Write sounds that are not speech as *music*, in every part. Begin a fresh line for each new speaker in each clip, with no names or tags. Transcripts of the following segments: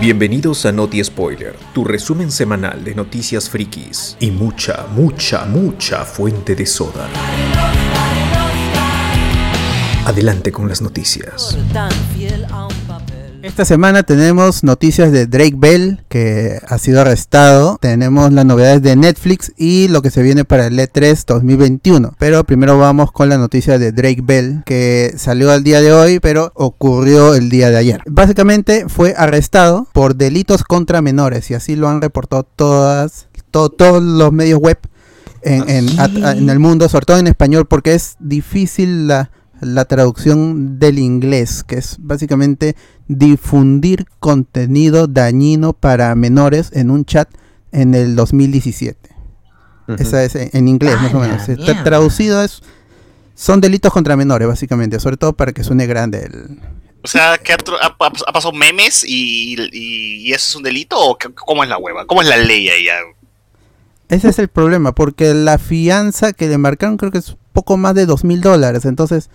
Bienvenidos a Noti Spoiler, tu resumen semanal de noticias frikis y mucha, mucha, mucha fuente de soda. Adelante con las noticias.
Esta semana tenemos noticias de Drake Bell, que ha sido arrestado. Tenemos las novedades de Netflix y lo que se viene para el E E3 2021. Pero primero vamos con la noticia de Drake Bell, que salió al día de hoy, pero ocurrió el día de ayer. Básicamente fue arrestado por delitos contra menores, y así lo han reportado todas, to- todos los medios web en, en- a- a- en el mundo, sobre todo en español, porque es difícil la, la traducción del inglés, que es básicamente difundir contenido dañino para menores en un chat en el 2017. Esa es en- en inglés, más o menos. Está traducido es... Son delitos contra menores, básicamente, sobre todo para que suene grande el...
O sea, ¿qué ha, tro- ha- ha- ha pasado memes y, y- y eso es un delito? ¿O qué- cómo es la hueva? ¿Cómo es la ley ahí? ah?
Ese es el problema, porque la fianza que le marcaron creo que es poco más de dos mil dólares, entonces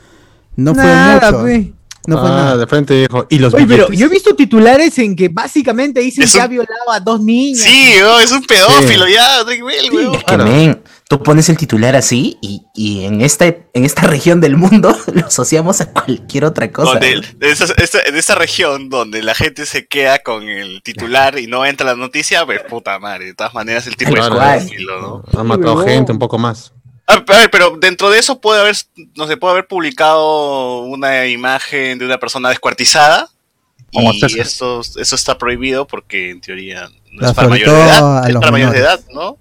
no fue
Nada,
mucho.
pe.
No fue
ah,
nada.
de frente dijo. Y los
Oye, pero
billetes?
yo he visto titulares en que básicamente dicen
pues, Es
que
un-
ha violado a dos niñas.
Sí, oh, es un pedófilo ya, Drake Bell, huevón.
Es que, men, tú pones el titular así y, y en, esta, en esta *laughs* región del mundo lo asociamos a cualquier otra cosa. ¿eh?
Donde- de esas- esa- en esa región donde la gente se queda con el titular y no entra la noticia, pues puta madre, de todas maneras el tipo
Tal
es
cual.
pedófilo, ¿no?
Han matado gente un poco más.
Ah, a ver, pero dentro de eso puede haber, no se puede haber publicado una imagen de una persona descuartizada.
Como
Y
César.
eso, eso está prohibido porque en teoría no
La
es para mayor
soltó
de
a
edad, es
los
para mayor de edad,
menores.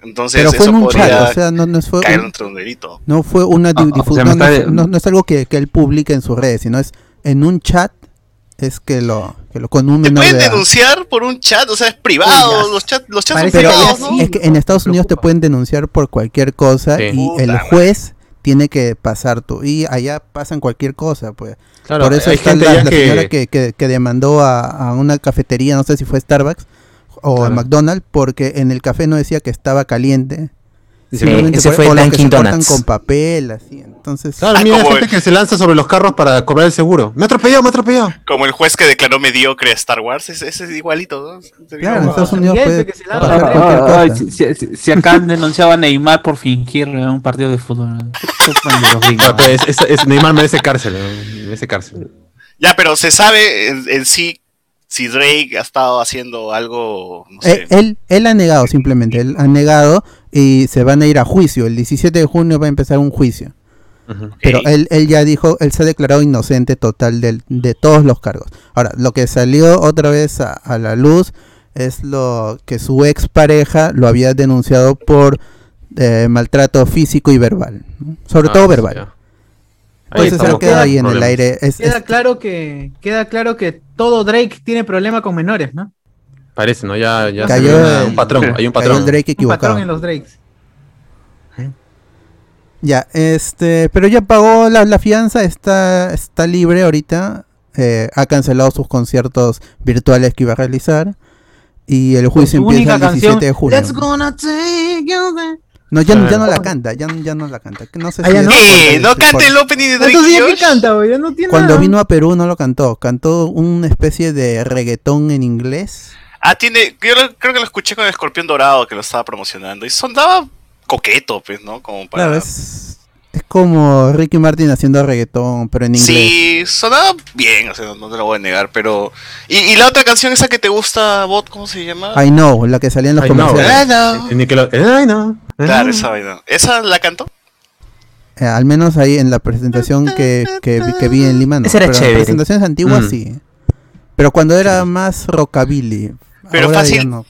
¿no? Entonces
Pero fue
eso
en un
podría
chat, o sea, no, no fue
caer
un-
entre un delito.
No fue una di-
Ah, o sea, me
difu- no, no
está-
es- no- no es algo que, que él publique en sus redes, sino es en un chat, es que lo, que lo con un
Te
menor
pueden
de edad.
denunciar por un chat, o sea, es privado,
Uy, ya.
los chats, los chats son
Parece
Pero
que
privados,
es,
ya
¿no?
sí.
es que en Estados
Me
Unidos te
preocupa.
pueden denunciar por cualquier cosa
Sí.
y
Puta
el
madre.
juez tiene que pasar tú. Y allá pasan cualquier cosa, pues.
Claro,
Por eso
hay
está
gente
la,
ya
la
que-
señora que, que- que demandó a, a una cafetería, no sé si fue Starbucks o
Claro.
McDonald's, porque en el café no decía que estaba caliente.
Sí,
Simplemente
ese
por-
fue
o los que
Dunkin'
se cortan
Donuts.
con papel, así. Entonces,
Claro,
Ah,
mira, hay
como
gente
el-
que se lanza sobre los carros para cobrar el seguro. Me ha atropellado, me ha atropellado.
Como el juez que declaró mediocre a Star Wars, ese, ese es igualito, ¿no?
claro, en Estados
ah,
Unidos
también,
puede
que se
pasar
lava.
cualquier
Ah, ay,
cosa.
si, si- si acá han denunciado a Neymar por fingir eh, un partido de fútbol. ¿no? Qué panderos gringos.
Ah, pues, es- es- Neymar merece cárcel. ¿no? Merece cárcel.
Ya, pero se sabe en, en sí si Drake ha estado haciendo algo, no sé.
Eh, Él, él ha negado simplemente, él ha negado y se van a ir a juicio. El 17 de junio va a empezar un juicio.
Ujú.
ok.
Pero él, él ya dijo, él se ha declarado inocente total del- de todos los cargos. Ahora, lo que salió otra vez a, a la luz es lo que su expareja lo había denunciado por eh, maltrato físico y verbal. ¿no? Sobre
Ah,
todo
sí,
verbal.
ya. Ahí
Entonces eso
estamos
queda
con
ahí en el
problemas.
aire. Es-
Queda
es-
claro que queda claro que todo Drake tiene problema con menores, ¿no?
Parece, ¿no? Ya, ya se
Cayó
ve una-
el-
un patrón. Hay un
cayó
patrón.
el Drake
Un
equivocado.
patrón en los Drakes.
Ya, este, pero ya pagó la, la fianza, está, está libre ahorita, eh, ha cancelado sus conciertos virtuales que iba a realizar y el juicio
su
empieza el
única
17 de junio.
Let's gonna take you there.
No, ya, no- ya
Claro.
no la canta, ya, no- ya no la canta. No sé
Ah, ya
es
no.
por-
¡Eh! ¡No
por-
cante el opening de Drake!
Entonces ya que
Josh.
canta, güey, ya no tiene
Cuando
nada.
vino a Perú no lo cantó, cantó una especie de reggaetón en inglés.
Ah, tiene. Yo lo- creo que lo escuché con el escorpión dorado que lo estaba promocionando. Y sonaba coqueto, pues, ¿no? Como para.
Claro, es, es como Ricky Martin haciendo reggaetón, pero en inglés.
Sí, sonaba bien, o sea, no, no te lo voy a negar, pero. ¿Y, y la otra canción esa que te gusta, Bot? ¿Cómo se llama?
I know, la que salía en los
I know,
comerciales.
Ah, no.
Ni que lo- Ay, no. Ay,
Claro,
no.
esa vaina. ¿Esa la cantó?
Eh, al menos ahí en la presentación que, que, vi- que vi en Lima, no.
Esa era
pero en
chévere.
presentaciones antiguas
Mm.
sí. Pero cuando era más rockabilly.
Pero
ahora
fácil.
ya no.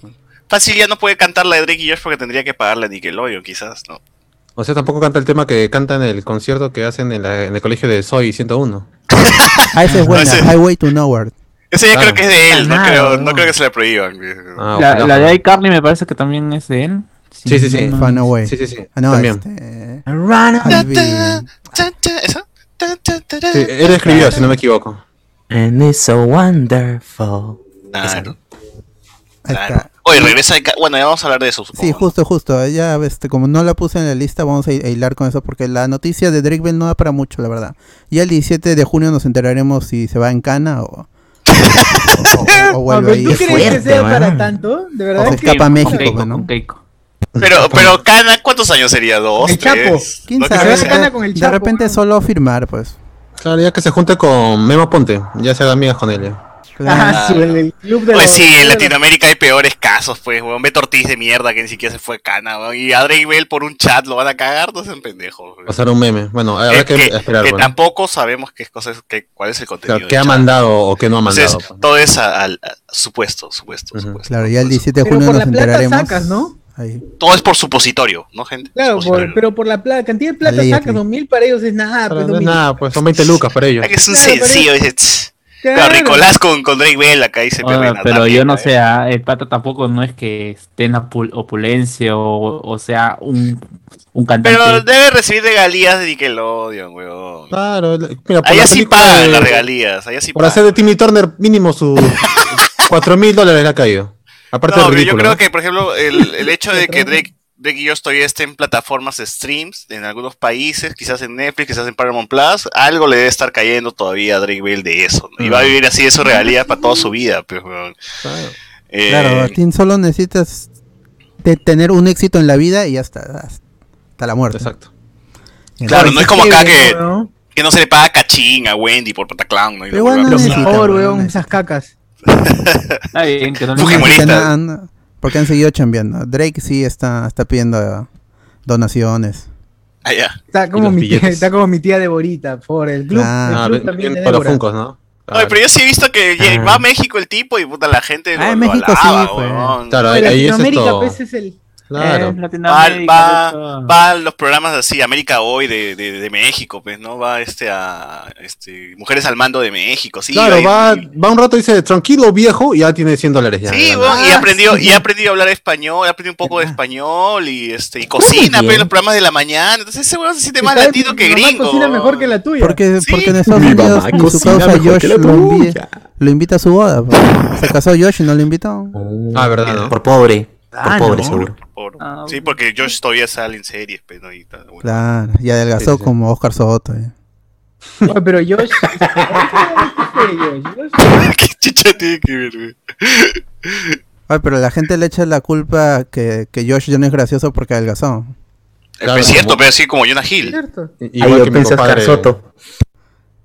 Fácil ya no puede cantar la de Drake y Josh porque tendría que pagarle a Nickelodeon, quizás, ¿no?
O sea, tampoco canta el tema que canta en el concierto que hacen en, la- en el colegio de Soy 101.
Ah, esa es buena.
ese-
Highway to Nowhere.
Ese ya
Claro.
creo que es de él, no
Nada,
creo, no
no.
creo que se le prohíban.
Ah,
la,
ojalá,
la de
ojalá.
iCarly me parece que también es de él.
Sí, sí, sí.
no-
Fan Away.
Sí, sí, sí.
Ah, no,
También.
este,
Run away.
I'll be-
Cha, cha, ¿Esa? Ta, ta, ta, ta.
Sí,
eh,
él escribió, si no me equivoco.
And it's so wonderful. Esa,
Claro,
¿no?
ahí
claro.
está.
Oye, regresa de ca- Bueno, ya vamos a hablar de eso,
Sí,
supongo.
justo, justo. Ya, este, como no la puse en la lista, vamos a hi- a hilar con eso porque la noticia de Drake Bell no da para mucho, la verdad. Ya el 17 de junio nos enteraremos si se va en cana o,
*laughs*
o, o vuelve ahí.
¿Tú crees que
fuerte,
sea para
man.
tanto? De
O
verdad
se
que
escapa a
Con
México,
Keiko,
¿no?
con Keiko.
Pero, pero Cana, ¿cuántos años sería? ¿Dos?
El Chapo.
tres?
¿Quién
No, que
sabe?
se
sea-
gana con el
de
Chapo,
repente
man.
solo firmar, pues.
Claro, ya que se junte con Memo Ponte, ya se haga amigas con él. ya.
Ah, su- el, el club de
Pues
los-
sí, en
de los-
Latinoamérica hay peores casos, pues, weón. Beto Ortiz de mierda que ni siquiera se fue cana, weón. Y a Drake Bell por un chat lo van a cagar, no sean pendejos. weón.
Va a ser un meme. Bueno, habrá
Es
que,
que,
esperar.
que
bueno.
tampoco sabemos qué cosas, qué, cuál es el contenido.
Claro, ¿Qué
del
ha
chat.
mandado o qué no ha mandado? pues.
Entonces, todo es a- al a- supuesto, supuesto,
Ujú.
supuesto.
Claro, ya el
supuesto.
17 de
Pues, Pero
junio
por
nos
la plata
enteraremos.
sacas, ¿no?
Ahí.
Todo es por supositorio, ¿no, gente?
Claro, por-
Supositorio.
pero por la plata, cantidad de plata
Allegedly.
sacas, dos mil para ellos es nada. pues,
Pero no
dos
es
mil.
nada, pues son 20 lucas para ellos.
Es que es un
Claro, pero-
sencillo. dice, "Tss". Pero
Claro.
Ricolás con, con Drake Bell acá dice
Ahora, pero yo no sé, ah, el pata tampoco no es que esté en la pul- opulencia o, o sea un, un cantante.
Pero debe recibir regalías de Nickelodeon, weón.
Claro, le- mira, por
Allá
la
sí
película
pagan
de-
las regalías, allá sí
Por hacer
pagan.
de Timmy Turner
*laughs*
mínimo su 4 mil dólares le ha caído. Aparte
No, pero
del
yo
ridículo.
creo que, por ejemplo, el, el hecho de que Drake, Drake y yo estoy este en plataformas de streams en algunos países, quizás en Netflix, quizás en Paramount Plus, algo le debe estar cayendo todavía a Drake Bell de eso. ¿no? Y va a vivir así de su realidad para toda su vida. Pues, weón. Eh,
Claro, Martín, solo necesitas de tener un éxito en la vida y ya está. Hasta, la muerte.
Exacto.
claro, no es como acá que,
Weón.
que no se le paga cachín a Wendy por pataclown. ¿no? Y la
Pero igual
huevada.
no
Lo
necesita,
*laughs*
mejor,
weón,
weón,
no
esas cacas.
Está bien, que no le
No
Fujimori-
importa.
necesitan
Fujimorista.
nada, porque han seguido chambeando. Drake sí está, está pidiendo eh, donaciones.
Ah, ya.
Está como,
los
mi tía,
billetes.
está como mi tía de Borita, por el club.
Ah,
Ah,
el club
bien
también de
para los
Débora.
Funkos, ¿no?
Oye,
Claro.
pero yo sí he visto que ya
Ah.
va a México el tipo y puta la gente lo,
Ah, en
lo
México sí,
alaba,
pues.
weón.
Claro,
Oye,
ahí es
Latinoamérica,
esto.
pues, es el...
Este
Claro.
Eh,
Va,
Latinoamérica,
va,
eso.
va a los programas así, América Hoy de, de, de México, pues, ¿no? Va este a este, Mujeres al Mando de México, sí.
Claro,
ahí-
va, va un rato y dice, tranquilo viejo, y ya tiene 100 dólares ya.
Sí,
Ya,
weón, y
Ah,
aprendió,
sí. Ah.
y aprendió a hablar español, aprendió un poco de español y este y cocina,
bien.
pero en los programas de la mañana, entonces ese weón se siente más
¿Sabe?
latino que
Mi mamá
gringo.
cocina
weón.
mejor que la tuya.
Porque,
Sí.
porque en Estados Unidos ni su causa Josh lo, envi- lo invita a su boda. pues. Se casó Josh y no lo invitó.
Ah,
Eh,
verdad, ¿no?
Por pobre.
Ah,
por pobre,
no.
seguro.
Por-
Ah,
sí, porque Josh todavía sale en series, pero no, y tal, bueno.
Claro, y adelgazó
Sí, sí.
como Oscar Soto. eh.
Oye, pero Josh... ¿Qué Josh?
*laughs* ¿Qué chucha tiene que ver, weón?
Ay, pero la gente le echa la culpa que, que Josh ya no es gracioso porque adelgazó.
Claro,
Pero es cierto,
como-
pero así como Jonah
Es
Hill.
cierto.
Ahí
Igual
yo
que mi
pensé Oscar
compadre-
Soto.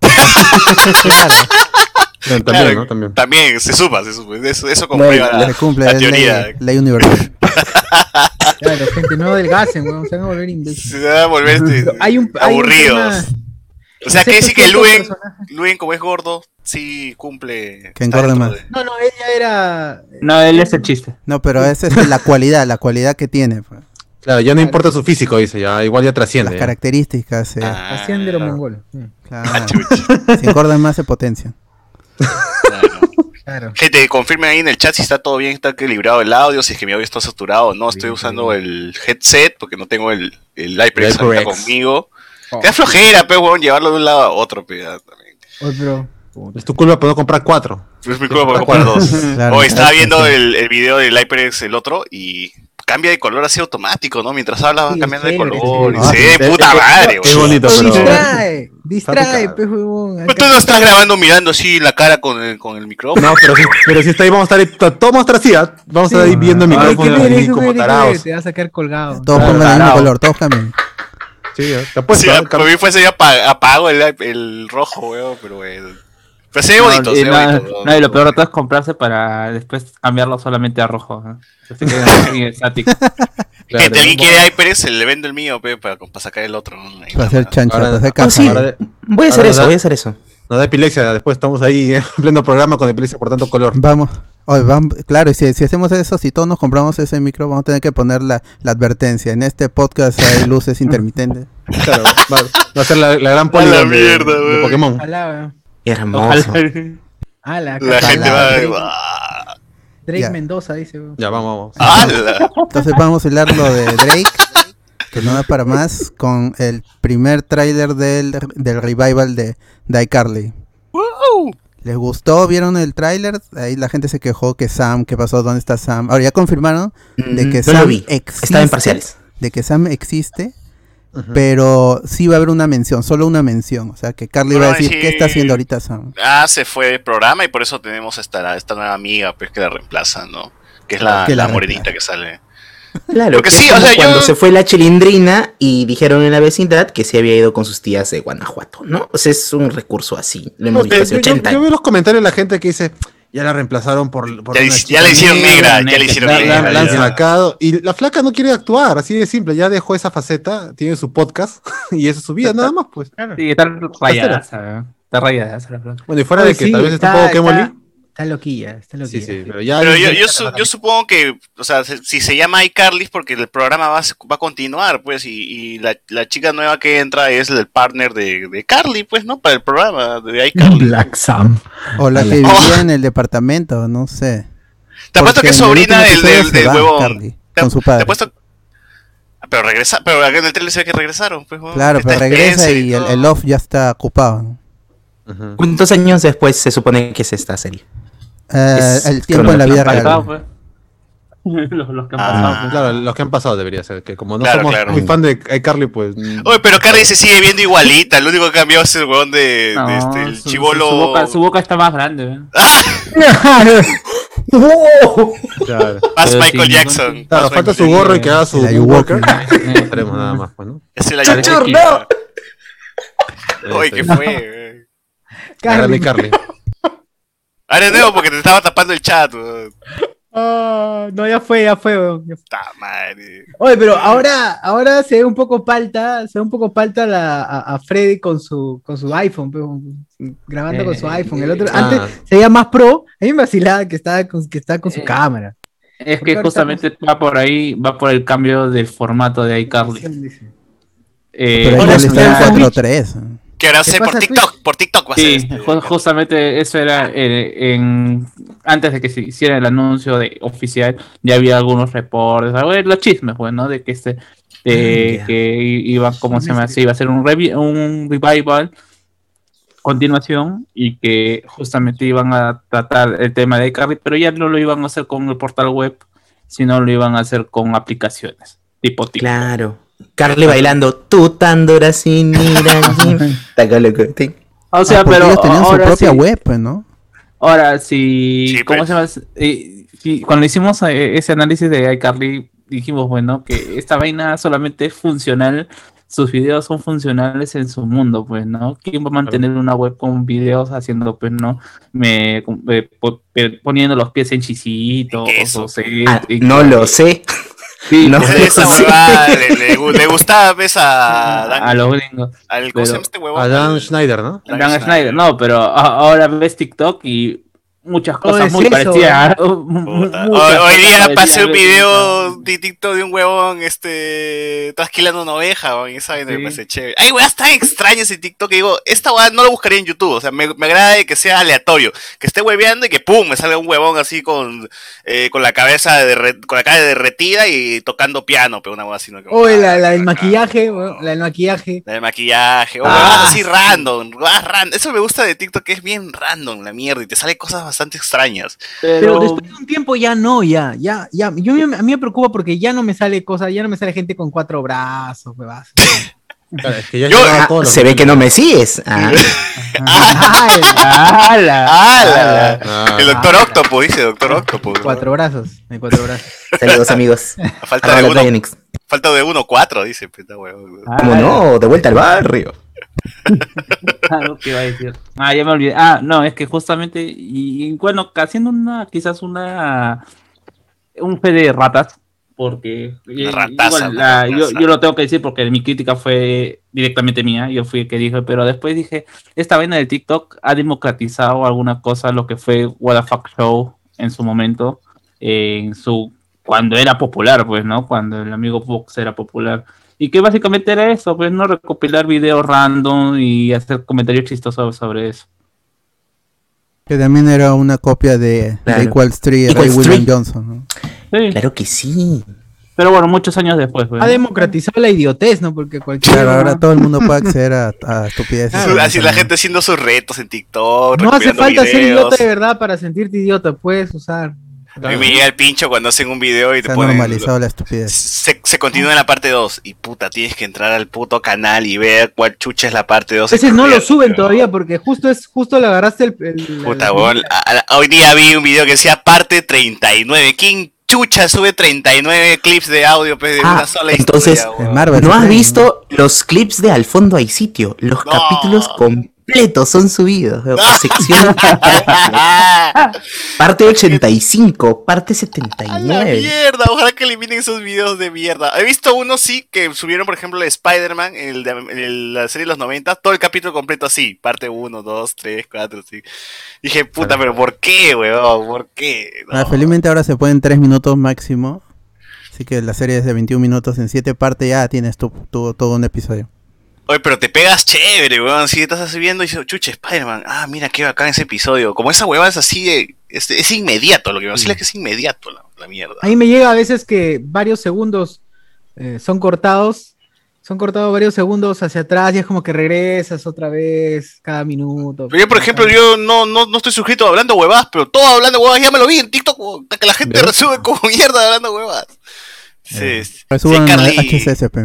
*laughs*
Claro. También,
Claro,
¿no? También.
También, se supa, se supa. Eso, eso comprueba la,
Se cumple,
la
es ley-
teoría.
ley, universal.
Claro, gente, no adelgacen, weón, se van a volver imbéciles.
Se va a volver este,
Hay un, hay un
aburridos.
tema-
o sea, que sí que
cierto
Luen,
personaje.
Luen, como es gordo, sí cumple.
Que engorde
adentro
más.
de-
No, no, ella era...
No, él es el chiste.
No, pero es este, la cualidad, la cualidad que tiene. pues.
Claro, ya no importa su físico, dice, ya igual ya
Las
trasciende. ya.
características. eh,
Ah,
Hacían de los
claro.
mongolos. Sí,
claro. *laughs* Si engordan más, se potencian.
claro.
Claro.
Gente, confirmen ahí en el chat si está todo bien, está equilibrado el audio, si es que mi audio está saturado o no. Estoy usando el headset porque no tengo el, el iPrex
El
ahorita
iPrex.
conmigo.
Oh.
Qué flojera, pe, weón, llevarlo de un lado a otro, pe. ya, también.
Oye, pero...
Es tu culpa por no comprar cuatro.
Es mi culpa por comprar dos.
Claro,
Hoy estaba
claro,
viendo
sí.
el, el video del HyperX, el otro, y cambia de color así automático, ¿no? Mientras hablas va
Sí,
cambiando de
chévere,
color.
sí.
y se ve de
Ah,
puta
sí.
madre,
Qué
güey.
bonito, pero... *laughs*
Distrae, distrae,
picado.
pues, huevón.
Pero Tú no estás grabando mirando así la cara con el, con el micrófono.
No, pero si, pero si está ahí, vamos a estar ahí, todos vamos a estar así, ¿ah? vamos a estar ahí viendo el
Ay,
Ay,
micrófono
qué ver,
ahí
qué
como
ver, qué ver,
tarados.
Te vas a sacar colgado.
Todos pongan
Claro,
el mismo
tarado.
color, todos cambian.
Sí, ¿eh? te
Pues
apuesto,
sí,
¿ah?
a- por mí fuese ya apa- apago el, el rojo, weón, pero bueno. Pero se ve
No,
bonito,
y
se ve
no,
bonito.
no, y lo peor de todo es comprarse para después cambiarlo solamente a rojo. ¿no?
*laughs*
Así que es muy estático.
Claro,
Gente, alguien
¿no?
quiere HyperX, le vendo el mío, pe, para, para sacar el otro. ¿no? Ahí
Para
está,
hacer
¿no?
chancha,
Ahora-
para hacer
ahora
capa.
de-
Voy a hacer
Ahora,
eso,
¿verdad?
voy a hacer eso.
Nos da epilepsia, después estamos ahí ¿eh? en pleno programa con epilepsia por tanto color.
Vamos. Oye, vam- claro, y si, si hacemos eso, si todos nos compramos ese micro, vamos a tener que poner la, la advertencia. En este podcast hay
*laughs*
luces intermitentes.
Claro, va, va a ser la, la gran poli
A la
de,
mierda,
de
wey.
Pokémon.
Ojalá, weón.
Hermoso.
Ala,
La
acá
gente
está
va. "Ah,
Drake-
va-
Drake
Ya.
Mendoza dice, weón.
Ya, vamos, vamos.
*laughs* ¡Hala!
Entonces vamos a hilar lo de Drake, que no da para más, con el primer tráiler del, del revival de, de iCarly. ¿Les gustó? ¿Vieron el tráiler? Ahí la gente se quejó que Sam, ¿qué pasó? ¿Dónde está Sam? Ahora ya confirmaron de que
No Mm, lo
Sam
vi.
existe.
Estaba en parciales.
de que Sam existe pero sí va a haber una mención, solo una mención. O sea, que Carly
No,
va a decir,
sí.
¿qué está haciendo ahorita Sam?
Ah, se fue el programa y por eso tenemos esta, esta nueva amiga pues, que la reemplaza, ¿no? Que es la,
Que la
la morenita
reemplaza.
que sale.
*laughs* Claro,
Lo que
es
sí,
como
o sea, yo-
cuando se fue la chilindrina y dijeron en la vecindad que se había ido con sus tías de Guanajuato, ¿no? O sea, es un recurso así, lo
eh,
hemos visto
eh, Yo-
hace
yo,
80
yo
años.
veo los comentarios de la gente que dice, ya la reemplazaron por... por
Ya,
una
le-
chica
ya le hicieron negra, ya le hicieron
La, la-
negra.
la han
ya.
sacado. Y la flaca no quiere actuar, así de simple. Ya dejó esa faceta, tiene su podcast *laughs* y eso es su vida, nada más, pues.
Sí, está rayadaza, ¿no? Está rayadaza la plata.
Bueno, y fuera
Oye,
de que
sí,
tal vez está, un
está-
poco que
está-
molí.
Está loquilla, está
Sí,
loquilla.
sí,
sí.
pero ya.
Pero yo, yo, su- yo supongo que, o sea, se- si se llama iCarly es porque el programa va, a se- va a continuar, pues, y, y la, la chica nueva que entra es el partner de, de Carly, pues, ¿no? Para el programa de iCarly.
Black Sam.
O la que
Oh.
vivía en el departamento, no sé.
Te apuesto
Porque
que es
en el
sobrina del,
último
del,
episodio se
del
va,
huevón.
Carly,
Te-
con su padre.
Te apuesto- Pero regresa, pero acá en el trailer se ve que regresaron, pues, huevón.
Claro,
Está
pero regresa
Spencer
y el,
todo.
el off ya está ocupado. ¿no?
Ujú.
¿Cuántos años después se supone que es esta serie?
Eh,
Es
el tiempo en la vida real.
Pasado, pues. *laughs* Los, los que han
Ah.
pasado, pues.
Claro, los que han pasado debería ser, que como no
Claro,
somos
claro.
muy fan de iCarly,
*laughs*
pues... mm,
Oye, pero Carly se sigue viendo igualita. Lo único que cambió es el huevón de,
No,
de este, el
su- su- Su, boca, su
chivolo.
boca está más grande, ¿eh?
*laughs*
¿no?
Claro,
Más
Pero
Michael
sí,
Jackson.
Claro,
más
falta
Michael
su gorro y que haga su
El
Walker.
Walker.
Eh,
Esperemos nada más, pues, ¿no?
Es el
Chuchur,
Ayuwoki.
no.
Oye, ¿qué fue? eh?
Carly, Carly.
*laughs* Ahora de nuevo porque te estaba tapando el chat. weón.
Ah, no, ya fue, ya fue. weón, ya fue.
Ta madre.
Oye, pero ahora, ahora se ve un poco palta, se ve un poco palta la, a, a Freddy con su, con su iPhone, pe, weón, grabando con su
Eh,
iPhone. El otro,
eh,
ah.
antes se veía más pro, a mí me vacilaba que estaba con, que estaba con su
Eh,
cámara.
Es
Porque
que
ahorita
justamente va por ahí, va por el cambio del formato de iCarly.
Dice.
Eh,
Pero
ahora
igual
es
está en
una-
4-3.
Que ahora
¿Qué
sé por
pasa,
TikTok. Por TikTok va a ser.
Sí,
este.
ju- justamente eso era eh, en antes de que se hiciera el anuncio de oficial, ya había algunos reportes, a ver, los chismes, pues, ¿no? De que este de
Ah, ya.
que i- iba como se llama
este
así, iba a ser un revi- un revival continuación y que justamente iban a tratar el tema de Carrie, pero ya no lo iban a hacer con el portal web, sino lo iban a hacer con aplicaciones tipo TikTok.
Claro. Carly bailando, tú tan dura
*laughs*
sin ir aquí. Taca loco, sí.
O sea,
Ah, porque
pero
ellos tenían su
ahora
propia
sí-
web, pues, ¿no?
Ahora, si.
Sí,
¿Cómo
pues.
se llama? Eh, si- cuando hicimos eh, ese análisis de iCarly, dijimos, bueno, que esta vaina solamente es funcional. Sus videos son funcionales en su mundo, pues, ¿no? ¿Quién va a mantener una web con videos haciendo, pues, ¿no? Me, con- eh, po- eh, poniendo los pies en chisitos.
En queso.
o sea,
Ah,
en-
no lo sé.
sí,
no.
pues,
Es de Esa huevada le, le gu- le gustaba
*laughs*
ves a Dan,
A
*laughs*
los gringos.
al ¿cómo se llama este huevón?
Adam Schneider, ¿no?
Dan
Dan Schneider, no, pero a- ahora ves TikTok y
Oh,
muchas
No
cosas
es
muy
eso,
parecidas. *laughs*
Puta.
Muchas
Hoy, hoy día
cosas
pasé un
parecidas.
video de TikTok de un huevón este trasquilando una oveja, weón, y esa vaina me
Sí.
parece chévere. Hay weas tan extrañas en TikTok que digo, esta weá no la buscaría en YouTube, o sea, me, me agrada de que sea aleatorio, que esté hueveando y que pum, me salga un huevón así con, eh, con la cabeza derre- con la cara derretida y tocando piano, pero una wea así no que-
Oye, la, la del
Acá.
maquillaje, weón, la del maquillaje.
La de maquillaje, o
Ah.
huevadas así random, huevadas ran- Eso me gusta de TikTok que es bien random la mierda y te sale cosas bastante extrañas.
Pero
Pero,
después de un tiempo ya no, ya, ya, ya. Yo, me- a mí me preocupa porque ya no me sale cosa, ya no me sale gente con cuatro brazos, huevas.
Claro, es que ya
Yo-
llevaba
Ah,
todos los-
se ve que no me sigues. Ah,
¡Hala!
¡Hala!
Ah,
El doctor Octopus, dice Doctor Octopus.
Cuatro brazos, hay cuatro brazos.
saludos, amigos.
A *laughs* falta de
Arroba
uno,
Dragonix.
falta de uno, cuatro, dice. pues, no, huevón.
Ah,
¿Cómo no? De vuelta al barrio.
*laughs* Claro, ¿qué iba a decir? Ah, ya me olvidé. Ah, no, es que justamente, y, y bueno, haciendo una, quizás una, un fe de ratas, porque eh,
rataza,
igual,
una
la- yo,
rataza.
yo lo tengo que decir porque mi crítica fue directamente mía, yo fui el que dije, pero después dije, esta vaina del TikTok ha democratizado alguna cosa, lo que fue What the Fuck Show en su momento, eh, en su cuando era popular, pues, ¿no? Cuando el amigo Fox era popular. Y que básicamente era eso, pues, ¿no? Recopilar videos random y hacer comentarios chistosos sobre eso.
Que también era una copia de,
Claro.
de Equal Street,
Equal
Ray William
Street.
Johnson. ¿no?
Sí,
Claro que sí.
pero bueno, muchos años después, pues.
Ha democratizado la idiotez, ¿no? Porque cualquiera.
Claro, ahora todo el mundo puede acceder a, a estupideces.
Su- Ah, así la gente haciendo sus retos en TikTok.
No hace
recopilando
falta ser
videos.
idiota de verdad para sentirte idiota, puedes usar.
A mí me llega el pincho cuando hacen un video y
Se
te
ha
ponen.
normalizado la estupidez.
Se, se continúa en la parte 2. Y puta, tienes que entrar al puto canal y ver cuál chucha es la parte 2.
Ese no lo suben
Pero-
todavía porque justo es justo le agarraste el. el-
Puta,
el-
weón. A- a- Hoy día vi un video que decía parte 39. ¿Quién chucha sube 39 clips de audio pues, de
Ah,
una sola
entonces,
historia?
Es
weón?
Marvel.
¿No
se
has
creen,
visto los clips de Al fondo hay sitio? Los
No.
capítulos completos son subidos. weón. *laughs*
*laughs*
Sección
¡Ah!
parte 85,
¡A
parte
la
79.
mierda! Ojalá que eliminen esos videos de mierda. He visto uno, sí, que subieron, por ejemplo, el de Spider-Man, el de el- la serie de los 90, todo el capítulo completo así. Parte 1, 2, 3, 4, sí. Dije, puta, pero ¿por qué, weón? ¿Por qué?
Ah,
No.
felizmente ahora se pueden 3 minutos máximo. Así que la serie es de 21 minutos en 7 partes. Ya tienes tu, tu- todo un episodio.
Oye, pero te pegas chévere, weón. Si estás así viendo y dices, chuche, Spider-Man. Ah, mira qué bacán ese episodio. Como esa hueva es así de. Es, es inmediato, lo que me decía es que es inmediato la, la mierda.
A mí me llega a veces que varios segundos eh, son cortados. Son cortados varios segundos hacia atrás y es como que regresas otra vez cada minuto.
Pero yo, por ejemplo, yo no, no, no estoy suscrito a hablando huevas, pero todo hablando huevas ya me lo vi en TikTok, weón, hasta que la gente resube como *laughs* mierda de hablando huevas.
Eh,
Sí, sí. si hay
Resuban a
Carly,
HCSP.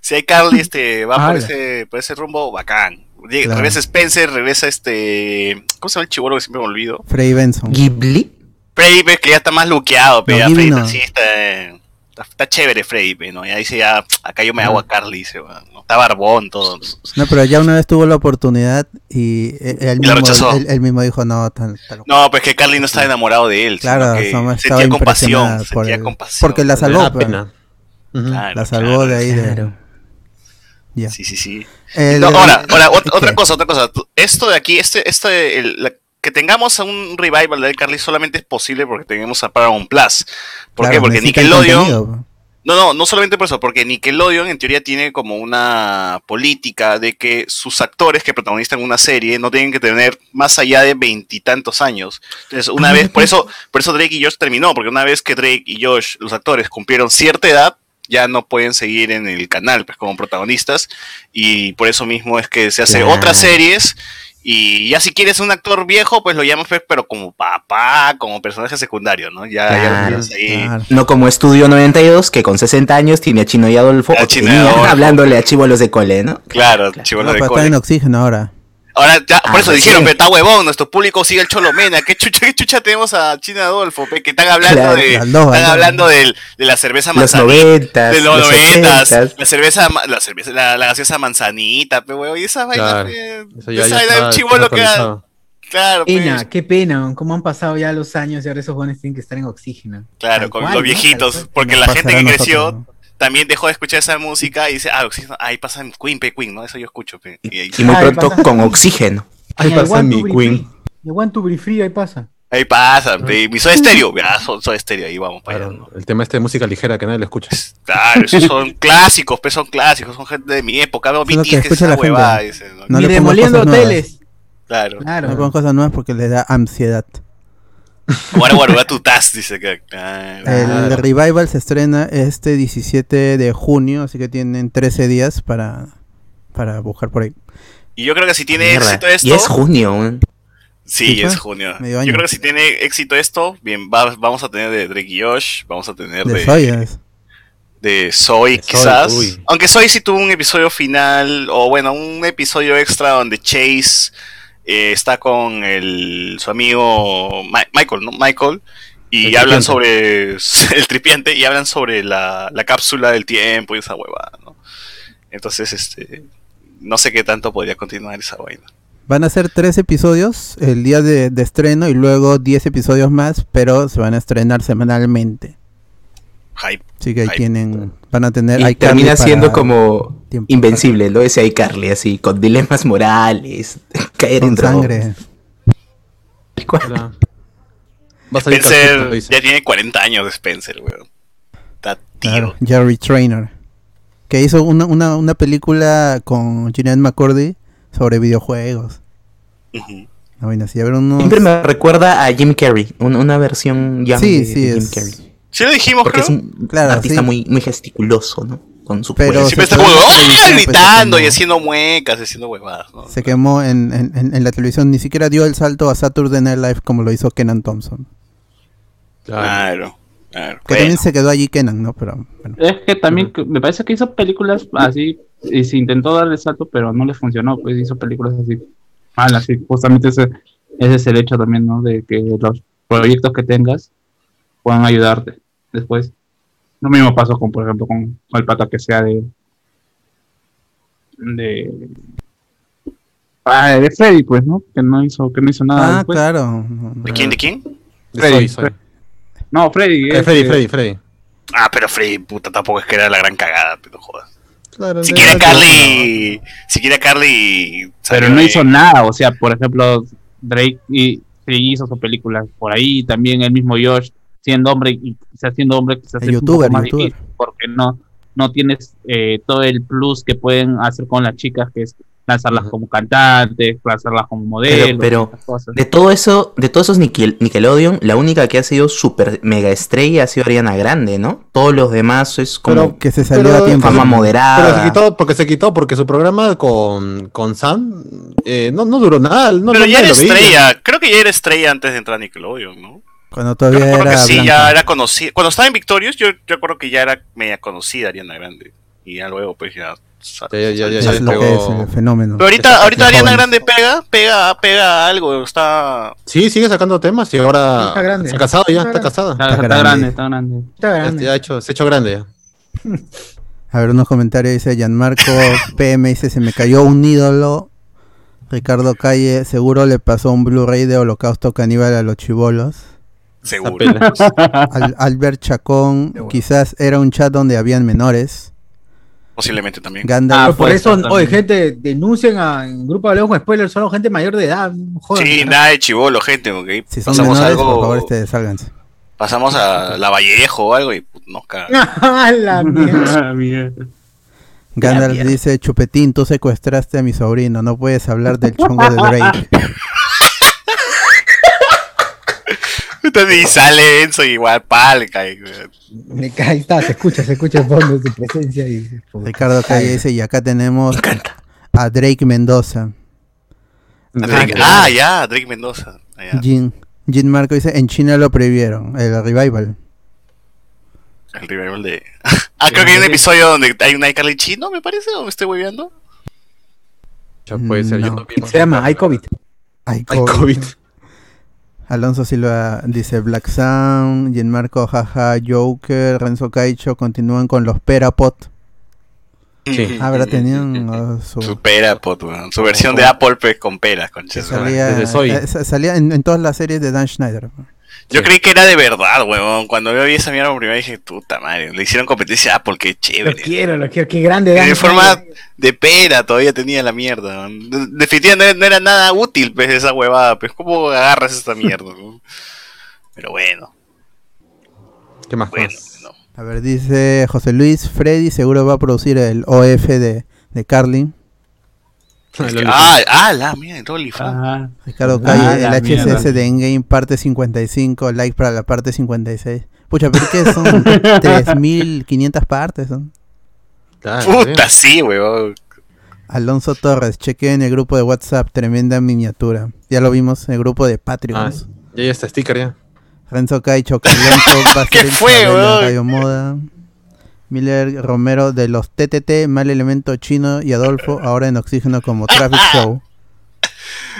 si hay
*laughs*
Carly, este, va por
Ala.
ese, por ese rumbo, bacán. Llega-
Ah, Claro.
Regresa Spencer, regresa este. ¿Cómo se llama el chivolo que siempre me olvido?
Frey Benson.
Ghibli.
Freddy, pues, que ya está más luqueado, pero
No,
ya
Ghibli
Freddy
no.
está- sí está, está, está chévere Freddy, pues, ¿no? Ya dice, ya, acá yo me hago a Carly, dice, weón, ¿no? está barbón, todo.
No, pero ya una vez tuvo la oportunidad y él, él
Y la
mismo,
rechazó.
él- él mismo dijo, no, tal, tal-
No, pues que Carly no estaba enamorado de él,
Claro,
sino que
Sama estaba
sentía compasión,
impresionada por
sentía
él.
compasión.
Porque la
Claro,
salvó,
Ah,
pero-
pena. Ujú.
la salvó
claro.
de ahí. de-
Claro.
Ya.
Sí, sí, sí.
El-
No, ahora,
el- *laughs*
ahora, ot- otra
¿qué?
cosa, otra cosa. Tú- Esto de aquí, este, este, el- la- que tengamos un revival de Carly solamente es posible porque tenemos a Paramount Plus. ¿Por
Claro,
qué? Porque
necesitan
Nickelodeon...
contenido.
No, no, no solamente por eso, porque Nickelodeon en teoría tiene como una política de que sus actores que protagonizan una serie no tienen que tener más allá de veintitantos años. Entonces, una vez, por eso, por eso Drake y Josh terminó, porque una vez que Drake y Josh, los actores, cumplieron cierta edad, ya no pueden seguir en el canal pues, como protagonistas, y por eso mismo es que se hace
Claro.
otras series. Y ya si quieres un actor viejo, pues lo llamas, pues, pero como papá, como personaje secundario, ¿no? Ya, ya lo
Claro,
tienes ahí.
Claro.
No como Estudio 92, que con 60 años tiene a Chino y Adolfo,
A
o
Chino y
tenía,
Adolfo.
hablándole a chivolos de cole, ¿no?
Claro,
No,
chivolo de
pero está
cole.
en oxígeno ahora.
Ahora, ya, por
Ah,
eso
recién.
dijeron, pero está huevón, nuestro público sigue el Cholomena. ¿Qué chucha, qué chucha tenemos a China Adolfo? pe? que están hablando
Claro,
de.
las dos,
están
las dos.
hablando del- de la cerveza
Los
manzanita.
90,
De
los
los noventas,
80.
la cerveza, ma- la cerveza, la, la gaseosa manzanita, pe huevón, y esa vaina,
Claro.
pe,
Eso ya-
esa
ya
vaina de
está
un chivolo que ha-
actualizado.
claro, pe,
Pena, qué pena, man, cómo han pasado ya los años y ahora esos jóvenes tienen que estar en oxígeno.
claro,
Tal
con
cual,
los
¿no? Tal
viejitos,
cual.
porque
Nos
la gente
pasará
que
a nosotros,
creció
¿no?
también dejó de escuchar esa música y dice, ah, oxígeno, ahí pasa en Queen, pe, Queen, ¿no? Eso yo escucho, pe. Y ahí,
Y muy
Ay,
pronto
pasa-
con oxígeno.
Ahí
Y I
pasa
want
mi
to be
Queen.
free. I want to be free, ahí pasa.
ahí pasa, pe. Y mi soy estéreo, ya, soy, estéreo, ahí vamos para allá, ¿no?
Claro, el tema este de música ligera que nadie lo escucha.
Claro,
*laughs*
esos son clásicos, pues son clásicos, son gente de mi época. Veo
Eso es lo
BTS
que
que
escucha
esa
la gente.
huevada, dice, ¿no?
No Ah.
Ni
le pongas
demoliendo
cosas nuevas.
hoteles.
Claro.
No
Claro.
pongan cosas nuevas porque les da ansiedad.
Guarda, guarda, guarda tu tas,
*laughs*
dice
Eh,
que. claro.
El Revival se estrena este 17 de junio, así que tienen 13 días para, para buscar por ahí.
Y yo creo que si tiene
Mierda.
éxito esto.
Y es junio. weón.
sí,
¿Sí
es
fue?
junio.
Medio
Yo
año.
creo que si tiene éxito esto, bien, va- vamos a tener de Drake y Josh, vamos a tener
De
de,
Soyas.
de Soy,
De Zoe,
quizás.
uy.
Aunque Soy sí tuvo un episodio final, o bueno, un episodio extra donde Chase eh, está con el, su amigo Ma- Michael, ¿no? Michael. Y
El
hablan
tripiante.
sobre *laughs* el tripiante y hablan sobre la, la cápsula del tiempo y esa huevada, ¿no? Entonces, este, no sé qué tanto podría continuar esa vaina.
Van a ser tres episodios el día de, de estreno y luego 10 episodios más, pero se van a estrenar semanalmente.
Hype.
Así que ahí
Ay,
tienen, van a tener...
Y
iCarly
termina
para-
siendo como
tiempo.
invencible, ¿no? Ese iCarly, así, con dilemas morales, *laughs* caer en
con
drogas.
sangre.
Tal cual.
Hola. Va a salir
Spencer
Carlito, dice.
ya tiene 40 años de Spencer, weón. Está
Claro,
tiro.
Jerry Trainer. Que hizo una, una, una película con Jeanette McCordy sobre videojuegos.
Ujú.
Una vaina así, a ver, unos-
Siempre me recuerda a Jim Carrey, un- una versión young
Sí,
de,
sí,
de Jim
es-
Carrey.
Sí lo dijimos,
Porque
creo.
es un
Claro,
artista
sí.
muy, muy gesticuloso, ¿no? Con su
Pero-
cuerpo.
Siempre
se
está como,
fue en la
¡ay!
televisión, pues,
gritando
se
y
quemó.
haciendo muecas, y haciendo huevadas, ¿no?
Se quemó en, en- en- en la televisión. Ni siquiera dio el salto a Saturday Night Live como lo hizo Kenan Thompson.
Claro, claro.
Que
Bueno,
también se quedó allí Kenan, ¿no? Pero bueno.
Es que también que- me parece que hizo películas así y se intentó dar el salto, pero no le funcionó, pues hizo películas así malas. Y justamente ese, ese es el hecho también, ¿no? De que los proyectos que tengas puedan ayudarte después. Lo mismo pasó con, por ejemplo, con, con el pata que sea de. de. Ah, de Freddy, pues, ¿no? Que no hizo, que no hizo nada.
Ah,
después.
claro.
¿De quién? ¿De quién?
Soy, soy.
No, Freddy.
Eh, Freddy,
este,
Freddy, Freddy.
Ah, pero Freddy, puta, tampoco es que era la gran cagada, pero jodas.
Claro,
Si
no,
quiere
no,
Carly. Si quiere Carly.
pero
salió
no
de-
hizo nada. O sea, por ejemplo, Drake y, sí hizo sus películas por ahí. También el mismo Josh, siendo hombre y quizás siendo hombre, quizás
El
es un
youtuber,
poco más
youtuber.
difícil porque no, no tienes eh, todo el plus que pueden hacer con las chicas, que es lanzarlas como cantantes, lanzarlas como modelos.
pero-
esas cosas.
De todo eso, de todos esos Nickel- Nickelodeon, la única que ha sido super mega estrella ha sido Ariana Grande, ¿no? Todos los demás es como
Pero-
Que se salió
Pero-
a tiempo.
fama moderada.
Pero se quitó, porque se quitó, porque su programa con, con Sam eh, no, no duró nada. No,
Pero
no-
ya
nadie
era
lo veía.
estrella. Creo que ya era estrella antes de entrar a Nickelodeon, ¿no?
Cuando
Yo
todavía
recuerdo
era.
que sí, ya
blanca.
era conocida. Cuando estaba en Victorious, yo, yo creo que ya era media conocida Ariana Grande. Y ya luego, pues ya. sa-
Ya, ya, ya, ya,
Es
ya
lo que es
pegó-
el fenómeno.
Pero ahorita, ahorita
Ya
Ariana
joven.
Grande pega, pega, pega algo. Está.
Sí, sigue sacando temas y ahora
Está grande.
se ha casado
Está
ya, está
grande.
casada.
Está,
está
está
grande.
grande, está grande.
*laughs*
Está
Ya,
grande.
ya ha hecho, se ha hecho grande ya.
A ver, unos comentarios dice Gianmarco *laughs* PM, dice, se me cayó un ídolo. Ricardo Calle, seguro le pasó un Blu-ray de Holocausto Caníbal a los chivolos.
Seguro.
Apela.
Al- Albert Chacón,
De bueno.
quizás era un chat donde habían menores.
Posiblemente también.
Gandalf,
Ah,
por
pues,
eso,
también.
oye, gente, denuncien a, en grupo de Hablemos con spoilers, solo gente mayor de edad. no Jodan,
Sí,
*laughs* ¿no?
nada de chivolo, gente. Porque ahí
si son
pasamos
menores,
algo.
por favor, este, sálganse.
Pasamos a La Vallejo o algo y put, nos cagan.
A la mierda.
Mierda.
Gandalf
mierda.
dice, Chupetín, tú secuestraste a mi sobrino, no puedes hablar del chongo de Drake.
*laughs* Entonces, y sale Enzo y igual palca. y- eh,
Me cae, ahí está, se escucha, se escucha el fondo de su presencia. Y,
Ricardo Calle dice, y acá tenemos a Drake Mendoza.
Drake- ah, ya, Drake Mendoza. Ah, ya.
Jin, Jin Marco dice, en China lo prohibieron, el revival.
El revival de. *laughs* ah, creo que hay un episodio donde hay un iCarly chino, me parece, o me estoy hueveando.
Ya puede ser, yo
No.
no vi mucho.
Se llama, hay COVID.
Ay,
Ay,
co-
COVID.
Alonso Silva dice Black Sam, Gianmarco, jaja, Joker, Renzo Caicho continúan con los Perapot.
Sí.
Ah, ¿verdad? Tenían uh, su...
Su pera, pot, weón. Su versión de Apple pues, con peras, concha. de su madre.
Salía,
Desde Soy.
eh, sa- salía en, en todas las series de Dan Schneider.
Yo
Sí.
creí que era de verdad, weón. Cuando yo vi esa mierda por primera vez dije, puta madre, le hicieron competencia a Apple, qué
Lo
chévere.
quiero, lo quiero, qué grande.
En
Dan.
forma de pera todavía tenía la mierda. weón. De- Definitivamente no, no era nada útil, pues, esa huevada. Pues, ¿cómo agarras esta mierda? weón? Pero bueno,
¿Qué más?
bueno.
más? *laughs*
no.
A ver, dice José Luis, Freddy seguro va a producir el OF de, de Carly.
Ah, ah, la mierda, Rolly fan.
Ah,
Ricardo
Ah,
Calle,
la
el HSS
mierda.
de Endgame parte 55, like para la parte 56. Pucha, pero ¿qué son?
*laughs*
3.500 partes son.
Claro,
Puta, sí, weón.
Alonso Torres, chequeen el grupo de WhatsApp, tremenda miniatura. Ya lo vimos en el grupo de Patreon.
Ah, ya, ya está sticker ya.
Renzo Caicho,
*laughs*
Calento, va a
¿Qué
ser el
fue,
Chabelo en
weón?
Radio Moda. Miller Romero de los TTT, Mal Elemento Chino y Adolfo, ahora en Oxígeno como
*laughs*
Traffic Show.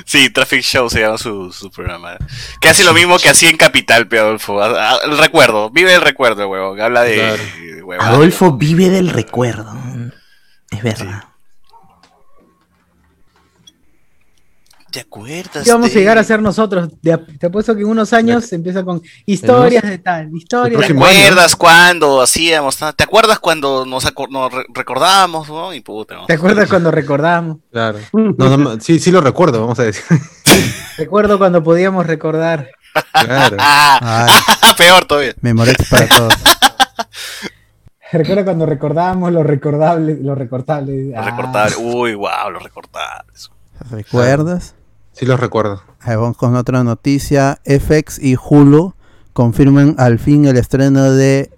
Sí, Traffic Show se llama su, su programa. Que hace lo mismo que hacía en Capital, pe Adolfo. A- a- El recuerdo, vive el recuerdo, huevón. Habla de.
Claro.
de huevadas.
Adolfo vive del recuerdo. Es verdad.
¿Te acuerdas?
¿Qué vamos a
de-
llegar a ser nosotros? De a- Te apuesto que en unos años empieza con historias de tal,
El
historias
¿Te
de
próximo-
tal.
acuerdas cuando hacíamos? ta- ¿Te acuerdas cuando nos, acor- nos re- recordábamos, no? Y puta, ¿no?
¿Te acuerdas cuando recordamos?
Claro. No,
*laughs*
no, no, sí, sí lo recuerdo, vamos a decir.
Recuerdo cuando podíamos recordar.
Claro.
Ah, *laughs*
Ay,
peor todavía.
Memorex para todos.
Recuerdo cuando recordábamos lo recordable, lo recortable.
Los
Ah,
recortables. Uy, wow, los recortables.
¿Recuerdas?
Sí lo recuerdo.
Ahí vamos con otra noticia. FX y Hulu confirman al fin el estreno de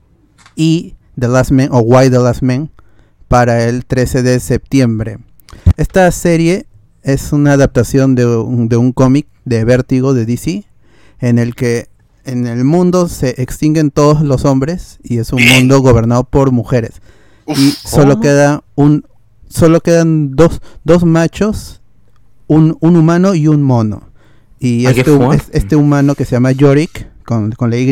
Y The Last Man o Why The Last Man para el 13 de septiembre. Esta serie es una adaptación de un, de un cómic de Vértigo de DC en el que en el mundo se extinguen todos los hombres y es un mundo gobernado por mujeres. y solo
¿Cómo?
queda un solo quedan dos, dos machos, un, un humano y un mono. Y
Ah, qué
este, hu-
fuerte.
es- este humano que se llama Yorick con, con la Y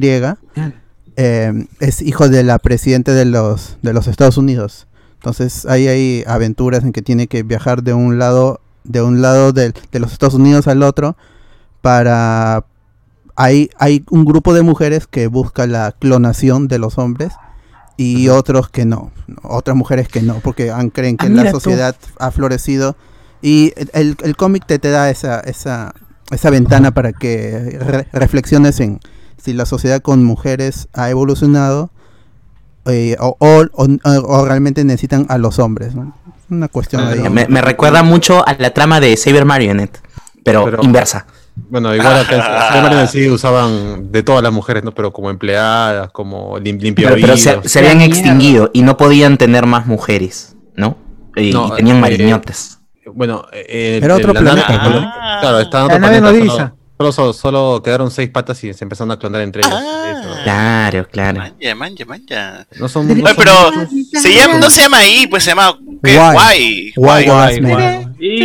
eh, es hijo de la presidenta de los de los Estados Unidos. Entonces ahí hay aventuras en que tiene que viajar de un lado de un lado del- de los Estados Unidos al otro para hay, hay un grupo de mujeres que busca la clonación de los hombres y otros que no, otras mujeres que no, porque han- creen que
Ah,
la
mira tú.
sociedad ha florecido y el- el, el cómic te, te da esa, esa, esa ventana para que re- reflexiones en si la sociedad con mujeres ha evolucionado eh, o, o, o- o realmente necesitan a los hombres. ¿no? Una cuestión
Claro.
ahí.
Me, me recuerda mucho a la trama de Saber Marionette, pero,
Pero-
inversa.
Bueno, igual acá en Superman en sí usaban de todas las mujeres, ¿no? Pero como empleadas, como lim limpia
Pero, pero se,
oídos.
se habían
Qué
extinguido y no podían tener más mujeres, ¿no? Y, y
No,
tenían
eh,
mariñotes.
Bueno, eh,
Era
el-
otro
la
planeta,
nave-
¿no?
claro, está en
La
otro
nave
planeta,
nodriza.
solo- Solo, solo, solo quedaron seis patas y se empezaron a clonar entre ellos.
Ah.
Claro, claro.
Manja, manja, manja.
No son,
Ay,
no
Oye,
son-
pero se llama, no se llama I, pues se llama ¿qué?
Guay.
Guay.
Guay, guay,
guay.
Y,
Y,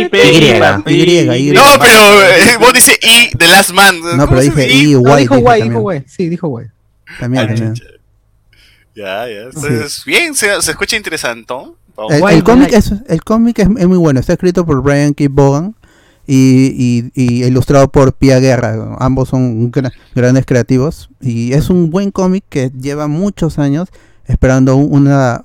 Y, Y.
No, pero eh, vos dice I, The Last Man.
No,
¿Cómo
pero
se
dije
dice?
y
No,
guay.
dijo
dije
guay, dijo
también.
guay. Sí, dijo guay.
Ah,
También, también.
Ya, ya. Entonces, bien, se, se escucha interesante. Vamos.
Eh, El,
Guay,
el cómic,
guay.
es, el cómic es, es muy bueno. Está escrito por Brian K. Vaughan y, y- y ilustrado por Pia Guerra. Ambos son gra- grandes creativos. Y es un buen cómic que lleva muchos años esperando un- una,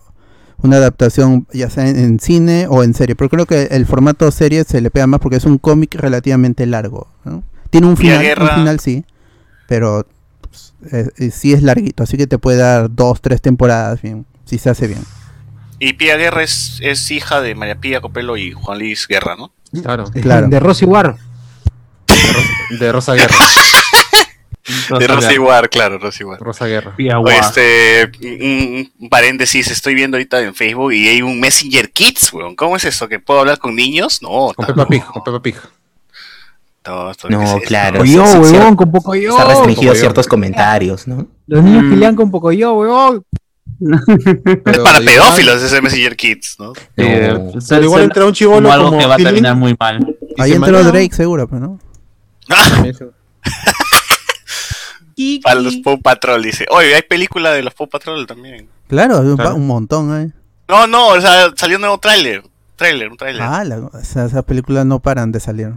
una adaptación, ya sea en, en cine o en serie. Pero creo que el formato serie se le pega más porque es un cómic relativamente largo. ¿no? Tiene un
Pia
final, un
Guerra.
final sí, pero pues, eh, eh, sí es larguito. Así que te puede dar dos, tres temporadas bien, si se hace bien.
Y Pía Guerra es, es hija de María Pía Copelo y Juan Luis Guerra, ¿no?
Claro,
Claro.
De Rosy War.
de Rosa Guerra.
De Rosy War, claro, Rosy War.
Rosa Guerra.
Oye, Este, un, un paréntesis, estoy viendo ahorita en Facebook y hay un Messenger Kids, weón. ¿Cómo es eso? ¿Que puedo hablar con niños? No, no,
Con Peppa Pig, con
*laughs*
Peppa Pig.
no, esto-
No,
¿qué es esto?
claro.
Pocoyo,
sí, sí,
huevón,
cierto.
con Pocoyo.
Está restringido
Como
a
yo.
ciertos comentarios, ¿no?
Los niños pelean con Pocoyo, huevón.
Es
Pero
para
igual-
pedófilos ese Messenger Kids, ¿no?
No.
Pero igual entra un chivolo
algo
como
que va a
Killing
terminar muy mal.
y
Ahí
se
entró
manda-
Drake seguro, pero no.
Para los Paw Patrol, dice. Oye, hay película de los Paw Patrol también.
Claro, un,
Claro.
un montón, ¿eh?
No, no, o sea, salió un nuevo tráiler. Tráiler, un tráiler.
Ah, la- o sea, esas películas no paran de salir.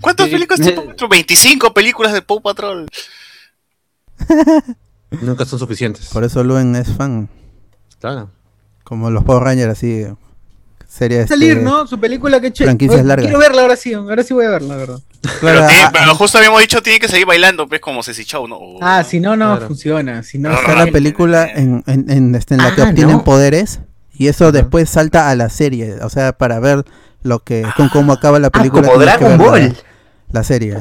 ¿Cuántas
Sí.
películas tiene Paw Patrol? 25 películas de Paw Patrol.
Nunca son suficientes.
Por eso Luen es fan.
Claro.
Como los Power Rangers, así. este, Series.
Salir, ¿no? Su película que che.
franquicias
Oye,
largas.
Quiero verla ahora sí, ahora sí voy a verla, la verdad.
Pero, tiene-
ah,
pero justo habíamos dicho, tiene que seguir bailando, pues, como Ceci Show, ¿no?
Ah, si no, no
Claro.
funciona. Si no,
No, no,
Está
no.
la película en, en, en, este, en la que
Ah,
obtienen
no.
poderes. Y eso después salta a la serie. O sea, para ver lo que. Con cómo acaba la
Ah,
película.
como
tienes que
Dragon
ver la-
Ball.
La serie.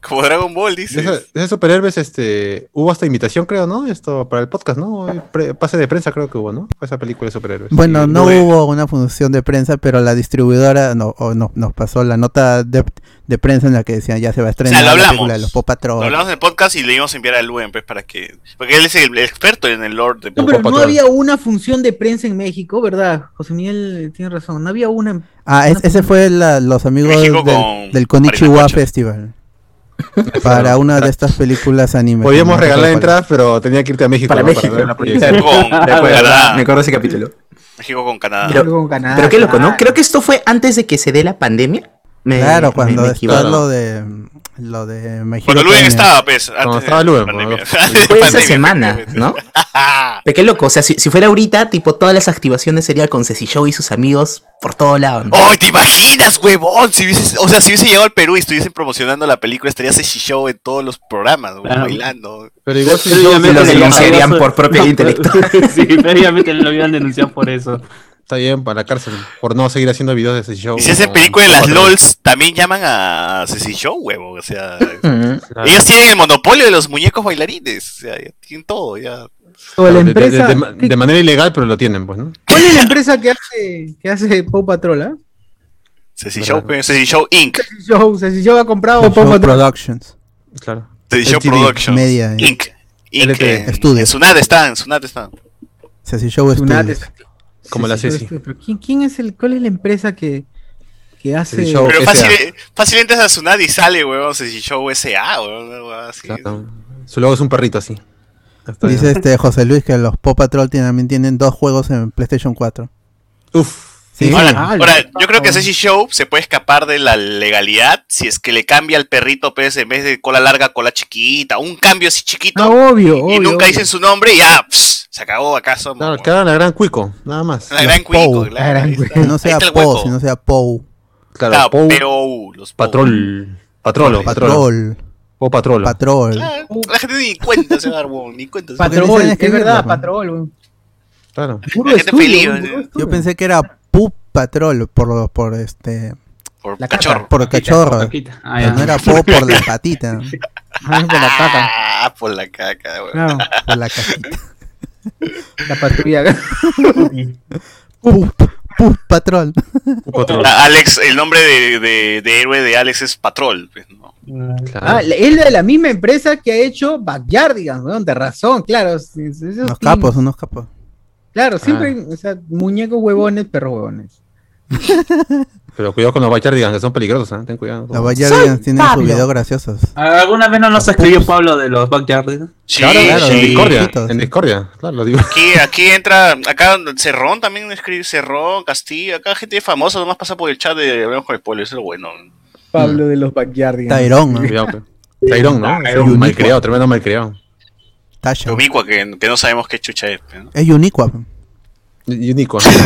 Como Dragon Ball,
De,
dice.
esa- de esos superhéroes, este, hubo hasta invitación, creo, ¿no? Esto para el podcast, ¿no? Pre- pase de prensa, creo que hubo, ¿no? Esa película
Pues
de superhéroes.
Bueno,
Sí.
no
Bueno.
hubo una función de prensa, pero la distribuidora no, o no- nos pasó la nota de, de prensa en la que decían ya se va a estrenar
lo
la
hablamos.
película de los Paw Patrol.
Lo hablamos en el podcast y le íbamos a enviar a Luen, pues, para que. Porque él es el experto en el Lord de
No,
Paw
pero
Paw
no
Patrol.
había una función de prensa en México, ¿verdad? José Miguel eh, tiene razón. No había una. en-
Ah, es- ese fue la- los amigos
México
del,
con
del Konichiwa
Parinacocha. *laughs*
Festival. Para una de estas películas anime.
Podíamos
No sé
regalar
cuál.
entradas, pero tenía que irte a México.
Para
¿no?
México.
ver la proyección.
Patrol. Con
¿Verdad? Me
Canadá.
acuerdo de ese capítulo.
México con Canadá.
Ah. Pero-
algo con
Ah,
Canadá,
Pero qué loco, ¿no?
claro.
Creo que esto fue antes de que se dé la pandemia. Me-
Claro,
me-
cuando
me
está
equivoco.
lo de lo de My Hero
Cuando Luen
Academia.
estaba, pues. Antes
Cuando
de
estaba Luen,
pandemia.
bueno,
Antes de
*laughs* Fue esa
pandemia, pues,
semana,
efectivamente.
¿no? *laughs*
Ah,
Pero qué loco, o sea, si, si fuera ahorita, tipo, todas las activaciones serían con Ceci Show y sus amigos por todo lado. ¿no?
¡Oh, te imaginas, huevón! Si hubiese, o sea, si hubiese llegado al Perú y estuviesen promocionando la película, estaría ese show en todos los programas, huevón,
Claro.
bailando.
*laughs* Pero igual si
Previamente
yo
los
le
denunciarían
llamaban-
por
*laughs*
propiedad
No,
intelectual.
sí, previamente lo habían denunciado por eso.
está bien para la cárcel por no seguir haciendo videos de ese show.
Y si hacen
con-
película de las
con-
LOLs, también llaman a Ceci Show, huevón. O
*laughs*
sea,
Mm.
Claro.
ellos tienen el monopolio de los muñecos bailarines. O sea, ya tienen todo, ya.
O la
Claro, de- de-
empresa.
de, de- de manera ilegal, pero lo tienen, pues, ¿no?
¿Cuál es la empresa que hace, que hace Paw Patrol, ah?
Ceci
¿Verdad?
Show, pues, Ceci Show Inc.
Yo, o sea, si yo ha comprado
Show
Paw Patrol.
Productions.
Claro.
Televisión
MTV,
Productions.
Media, eh.
Inc. Inc.
LTV,
En,
estudio.
eh, en Sunat están, en Sunat están.
Ceci Show
Sunat
Studios.
está-
Como la Ceci.
pero- pero ¿quién, quién es el, ¿Cuál es la empresa que, que hace?
Show.
Pero
O
fácil,
SA.
eh, fácil entras a Sunat y sale, weón, si show SA, weón, una huevada así.
Claro. Su logo es un perrito así. Hasta-
Dice este José Luis que los Paw Patrol tienen- también tienen dos juegos en PlayStation 4.
Uf.
Sí,
Ahora,
Ah,
ahora,
la-
yo creo que Ceci Show se puede escapar de la legalidad si es que le cambia al perrito, pues, en vez de cola larga, cola chiquita, un cambio así chiquito,
Ah, obvio, obvio.
y nunca
obvio.
dicen su nombre y ya, pss, se acabó acaso.
Claro, quedaron la gran cuico, nada más.
La gran cuico,
Pou,
claro,
la gran
ahí
cuico.
está.
Que no
Ahí
sea
está el
Paw,
hueco.
sino sea Pou.
Claro,
Claro,
Pou,
POU, los POU.
Patrol. Patrolo, patrolo.
Patrol.
Pou Patrolo.
Patrol.
Claro, Ah, la gente ni cuenta se va a dar, huevón, ni cuenta. se va a dar.
Porque
Patrol,
dicen
es verdad,
escribirlo,
Patrol. weón.
Claro.
Burro
La
de
gente
estudio,
feliz,
weón,
¿no?
burro de estudio.
Yo pensé que era Pup Patrol por, lo- por este
Por
La
cachorro.
por cachorro.
Paquita. Ah,
Pero
ya.
no era Paw por la patita,
Ah, es por la caca.
Ah, por la caca, weón.
Claro,
por la cajita.
la patrulla.
Pup, Pup Patrol.
Pou Patrol.
Ah, Alex, el nombre de, de- de héroe de Alex es Patrol, pues, ¿no?
Claro.
Ah, la- es la de la misma empresa que ha hecho Backyardigans, weón, de razón, claro. es- es- esos
Unos
teams,
capos, Ah. unos capos.
Claro, siempre, o sea, muñecos huevones, perro huevones.
Pero cuidado con los Bachardigans, que son peligrosos, ¿eh? ten cuidado.
Los Bayardians tienen sus videos graciosos.
Ah, ¿Alguna vez no nos escribió Pablo de los Backyardigans?
Sí,
Claro, claro, en
sí.
Discordia.
Chiquitos,
En
sí.
Discordia, claro, lo digo.
Aquí, aquí entra, acá Cerrón también escribe Cerrón, Castillo, acá gente famosa, nomás pasa por el chat de Hablemos con el Pueblo, eso es lo bueno.
Pablo de los Backyardigans.
Mm. Tyrone, ¿no?
Cuidado, pe. Tyrone, ¿no?
Tyrone.
Es un malcriado, tremendo malcriado.
Tasha.
Lo ubicua que, que no sabemos qué chucha es. pues, ¿no?
Es Uniqua.
Y Unico, ¿no?
Sí,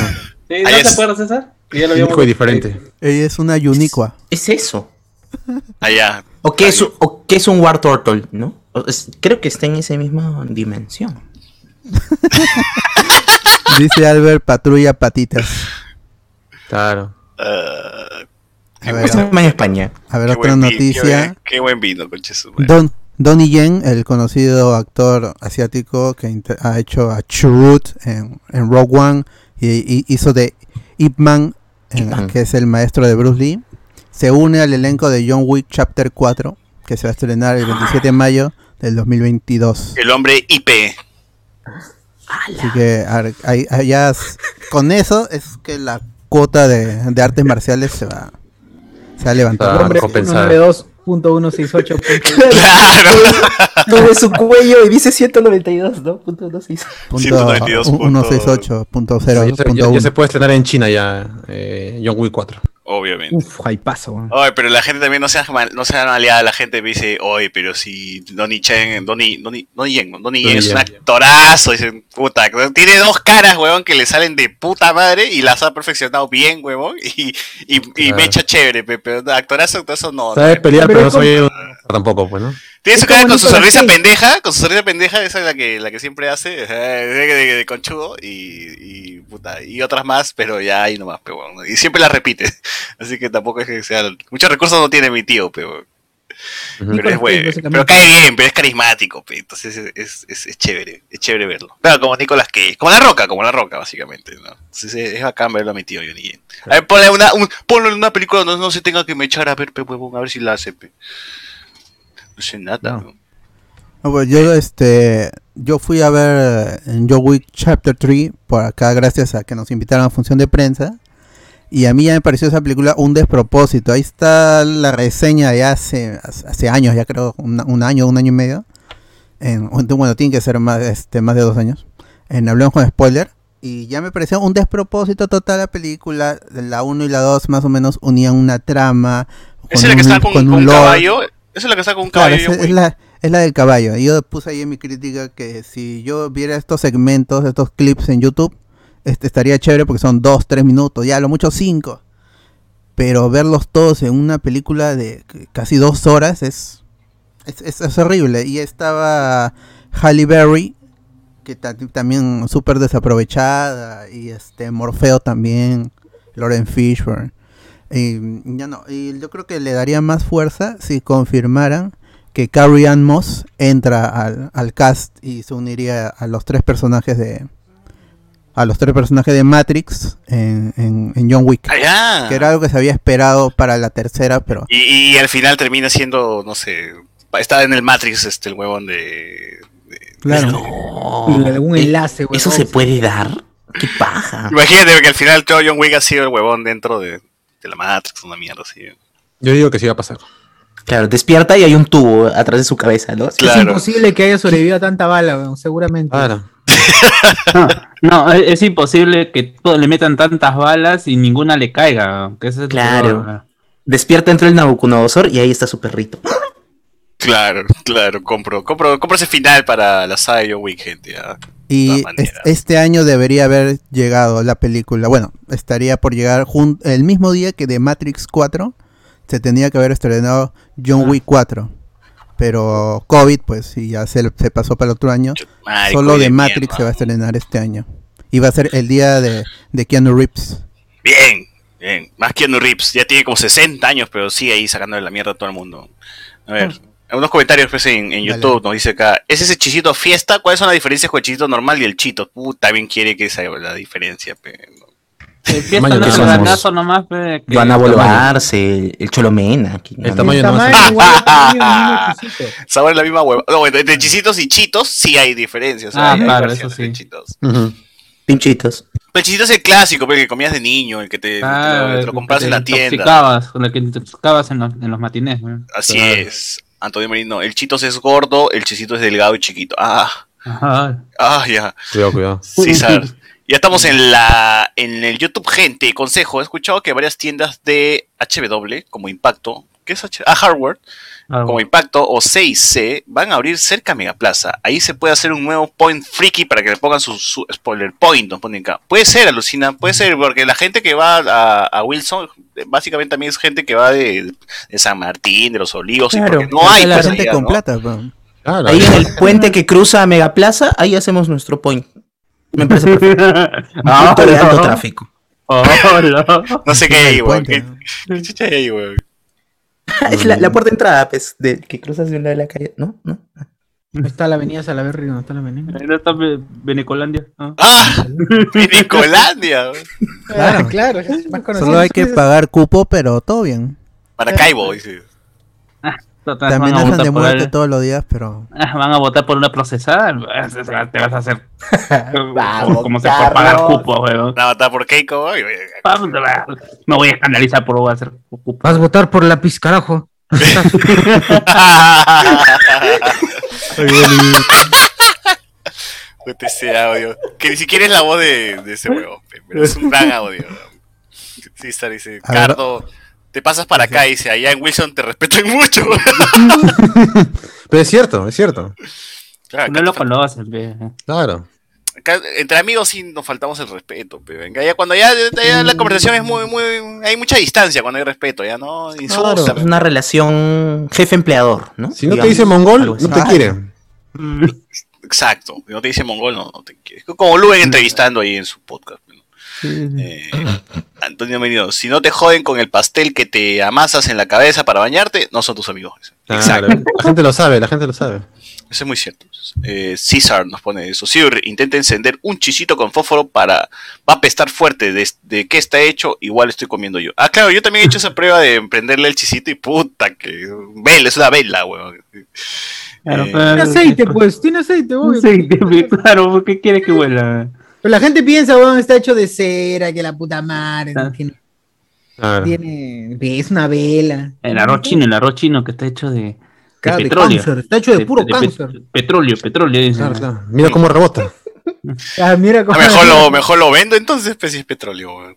Ahí
¿No te
es.
acuerdas, César? Que ya lo habíamos-
Unico y diferente.
Ella es una Uniqua.
*laughs*
¿Es eso?
Allá.
¿O qué es, un- o qué es un War Turtle, no? O- es- creo que está en esa misma dimensión.
Dice Albert Patrulla Patitas.
Claro.
Ah,
A ver,
Eso es en España.
a ver
qué
otra
buen eh. vi- Qué
noticia.
buen, qué buen vino, conches.
Don, Donnie Yen, el conocido actor asiático que inter- ha hecho a Chirrut en, en Rogue One y, y hizo de Ip Man, en-
Ip Man.
que es el maestro de Bruce Lee, se une al elenco de John Wick Chapter 4, que se va a estrenar el 27 de mayo del 2022.
El hombre IP.
*laughs* Así que ar- ahí- allá s- con eso es que la cuota de, de artes marciales se va, se va a levantar.
Claro.
Hombre,
compensar.
192.168.
*laughs*
Claro.
Tuve su cuello y dice 192, ¿no? Punto dos seis.
Punto-
192
168.0
punto-
ya, se, ya- ya se puede estrenar en China ya eh, John Wick 4.
Obviamente.
Uf, ahí paso, weón.
Oye, pero la gente también no sea mal- no sea maleada, la gente me dice, oye, pero si Donnie Chen, Donnie, Donnie, Donnie Yen, ¿no? Donnie Yen
Donnie
es un
Yen.
actorazo, dicen, puta, tiene dos caras, huevón, que le salen de puta madre y las ha perfeccionado bien, huevón, y, y, y
Claro.
me echa chévere, pe- pero actorazo, actorazo no.
Sabe
no.
pelear, pero,
Pero
no
es como-
soy un... *laughs* tampoco, pues, ¿no?
Tiene su
es como
cara con su
Nicolas
sonrisa
Cage.
pendeja, con su sonrisa pendeja, esa es la que, la que siempre hace, eh, de, de- de conchudo, y, y puta, y otras más, pero ya ahí nomás, pe, huevón, y siempre las repite, *laughs* así que tampoco es que sea, muchos recursos no tiene mi tío, pero...
Ujú.
Pero, es
Nicolas Cage,
bueno,
básicamente.
pero cae bien, pero es carismático, pe, entonces es, es- es- es chévere, es chévere verlo. Claro, como Nicolas Cage, como la roca, como la roca, básicamente, ¿no? Entonces es, es bacán verlo a mi tío Johnny Yen. A ver, ponle una, un- ponlo en una película donde no se tenga que mechar a ver, pe, huevón, a ver si la hace, pe. No sé nada,
No.
¿no?
Ah, bueno, yo este yo fui a ver eh, en Joe Wick Chapter 3 por acá gracias a que nos invitaron a función de prensa y a mí ya me pareció esa película un despropósito. Ahí está la reseña de hace hace años, ya creo un, un año, un año y medio. En, bueno, tiene que ser más este más de dos años. En Hablemos con Spoiler y ya me pareció un despropósito total la película. La 1 y la 2 más o menos unían una trama
Esa es la que
un-
está con,
con
con un
lore.
caballo, esa es la que está con un
Claro,
caballo.
es, es
güey.
la, es la del caballo. Yo puse ahí en mi crítica que si yo viera estos segmentos, estos clips en YouTube, este estaría chévere porque son dos, tres minutos, ya a lo mucho cinco. Pero verlos todos en una película de c- casi dos horas es, es, es- es horrible. Y estaba Halle Berry, que ta- también súper desaprovechada, y este Morfeo también, Lauren Fishburne. Y, ya no, y yo creo que le daría más fuerza si confirmaran que Carrie Ann Moss entra al, al cast y se uniría a los tres personajes de a los tres personajes de Matrix en, en- en John Wick.
Ah, ya.
Que era algo que se había esperado para la tercera, pero
Y, y al final termina siendo, no sé, Estaba en el Matrix, este, el huevón de.
*laughs* Claro.
Y algún enlace, güey.
Oh. Eh, ¿Eso se puede dar? ¡Qué
Ah.
paja!
Imagínate que al final todo John Wick ha sido el huevón dentro de, de la Matrix, una mierda así.
Yo digo que sí va a pasar.
Claro, despierta y hay un tubo atrás de su cabeza, ¿no?
Es
Claro.
imposible que haya sobrevivido a tanta bala, weón, seguramente.
No, no, es, es imposible que todo- le metan tantas balas y ninguna le caiga. Que ese es lo
Claro.
peor.
Despierta entre el Nabucodonosor y ahí está su perrito.
Claro, claro, compro, compro, compro ese final para la saga de John Wick, gente. ah.
Y
todas
es-
maneras.
este año debería haber llegado la película. Bueno, estaría por llegar jun- el mismo día que de Matrix 4 se tenía que haber estrenado John Wick 4. Pero COVID, pues, y ya se, se pasó para el otro año.
Marico
Solo de
mierda.
Matrix se va a estrenar este año. Y va a ser el día de, de Keanu Reeves.
Bien, bien. Más que Keanu Reeves. Ya tiene como 60 años, pero sigue ahí sacándole la mierda a todo el mundo. A ver.
Ah.
Unos comentarios pues, en, en
Dale.
YouTube nos dice acá, ¿es ese chisito fiesta? ¿Cuáles son las diferencias con el chisito normal y el chito? Puta, bien quiere que sea la diferencia. pe.
El fiesta
Maño,
Eh, no
¿qué
es
somos?
abrazo nomás, pe, que-
Van a volverse, Eh, el Cholomena. que-
El
El
tamaño no
tamaño,
hace-
igual, el tamaño, el mismo
*laughs*
chisito.
Sabor es la misma hueva. No, entre entre chisitos y chitos sí hay diferencias.
Ah,
hay- hay
claro,
versiones
eso sí.
de chitos.
Ujú.
Pinchitos.
Pero el chisito es el clásico, pe, el que comías de niño, el que te,
Ah,
te lo, te lo compras
que
en
te
la tienda.
intoxicabas, con el que te intoxicabas en los, en los matinés. ¿no?
Así
Claro.
es. Antonio Merino, el chitos es gordo, el chisito es delgado y chiquito. Ah,
Ajá.
ah, ya.
Cuidado, cuidado.
Sí, sabes. Ya estamos en la en el YouTube, gente. Consejo, he escuchado que varias tiendas de HW como Impacto, ¿qué es H? Ah, Hardware,
Ah.
Claro.
como Impacto o 6C van a abrir cerca a Megaplaza. Ahí se puede hacer un nuevo point freaky para que le pongan su, su spoiler point, nos ponen acá. Puede ser, alucina, puede ser, porque la gente que va a, a Wilson básicamente también es gente que va de, de San Martín, de los Olivos, y porque no hay
la
pues,
gente
allá,
con
¿no?
plata. weón.
Claro.
Ahí en el puente que cruza a Megaplaza, ahí hacemos nuestro point. Me parece perfecto.
*laughs* Ah,
Punto de alto
no.
tráfico.
Hola.
No sé qué
En el
hay, weón.
puente,
¿Qué,
¿no?
qué chucha hay ahí, weón?
*laughs* Es la, la puerta de entrada, pues, de, que cruzas de un lado de la calle. ¿No? ¿No?
No está la avenida Salaverry, no está la avenida.
Ahí no está Be- Benecolandia. ¿no?
¡Ah!
*laughs*
Nicolandia.
Claro.
claro, es más conocido.
Solo hay que pagar cupo, pero todo bien.
Maracaibo, dice.
Total,
También
van, a
hacen
votar
de
por
muerte
el-
todos los días, pero...
Ah, *laughs* van a votar por una procesada. Ah, Te vas a hacer.
Vamos,
como se por pagar
Carlos.
cupo, weón.
La batalla por Keiko. ay, ay, ay.
Vamos, ah, Me voy a escandalizar por voy a hacer cupo.
Vas a votar por la pizca, carajo.
*laughs* Puta, ese audio. Que ni siquiera es la voz de, de ese huevo. Pero es un gran audio. Sí, está, dice.
A ver.
Cardo, te pasas para acá, dice. Allá en Wilson te respetan *laughs* mucho.
Pero es cierto, es cierto.
Claro,
No lo
acá-
conocen, pe.
*laughs*
Claro.
acá entre amigos sí nos faltamos el respeto. Pero venga, ya cuando ya, ya
Mm.
la conversación es muy, muy. Hay mucha distancia cuando hay respeto. Ya no insultas.
Claro.
Es una relación jefe-empleador, ¿no?
Si no te
Digamos,
dice
algo
mongol,
así.
no te quiere.
Exacto. Si no te dice mongol, no, no te quieres. Como Luen entrevistando ahí en su podcast. ¿no? Eh, Antonio Merino, si no te joden con el pastel que te amasas en la cabeza para bañarte, no son tus amigos.
Claro. La gente lo sabe, la gente lo sabe.
Eso es muy cierto. Eh, César nos pone eso. Sir, intenta encender un chisito con fósforo para. Va a pestar fuerte. De, de qué está hecho, igual estoy comiendo yo. Ah, claro, yo también he hecho esa prueba de prenderle el chisito y puta, que. Vela, es una vela, weón. Eh,
Tiene aceite, pues, tiene aceite, obvio.
Aceite, pe, claro, ¿por qué quieres que huela?
Pero la gente piensa, weón, está hecho de cera, que la puta madre,
Ah.
que no
Claro.
tiene, es una vela.
El arroz chino, el arroz chino que está hecho de, de
Claro, de
petróleo.
cáncer, está hecho de puro
pe-
cáncer.
petróleo, petróleo, dicen.
Claro, claro. Mira cómo rebota.
Ah, mira
ah,
cómo- *laughs*
mejor, lo, mejor lo vendo entonces, pues, si es petróleo, weón.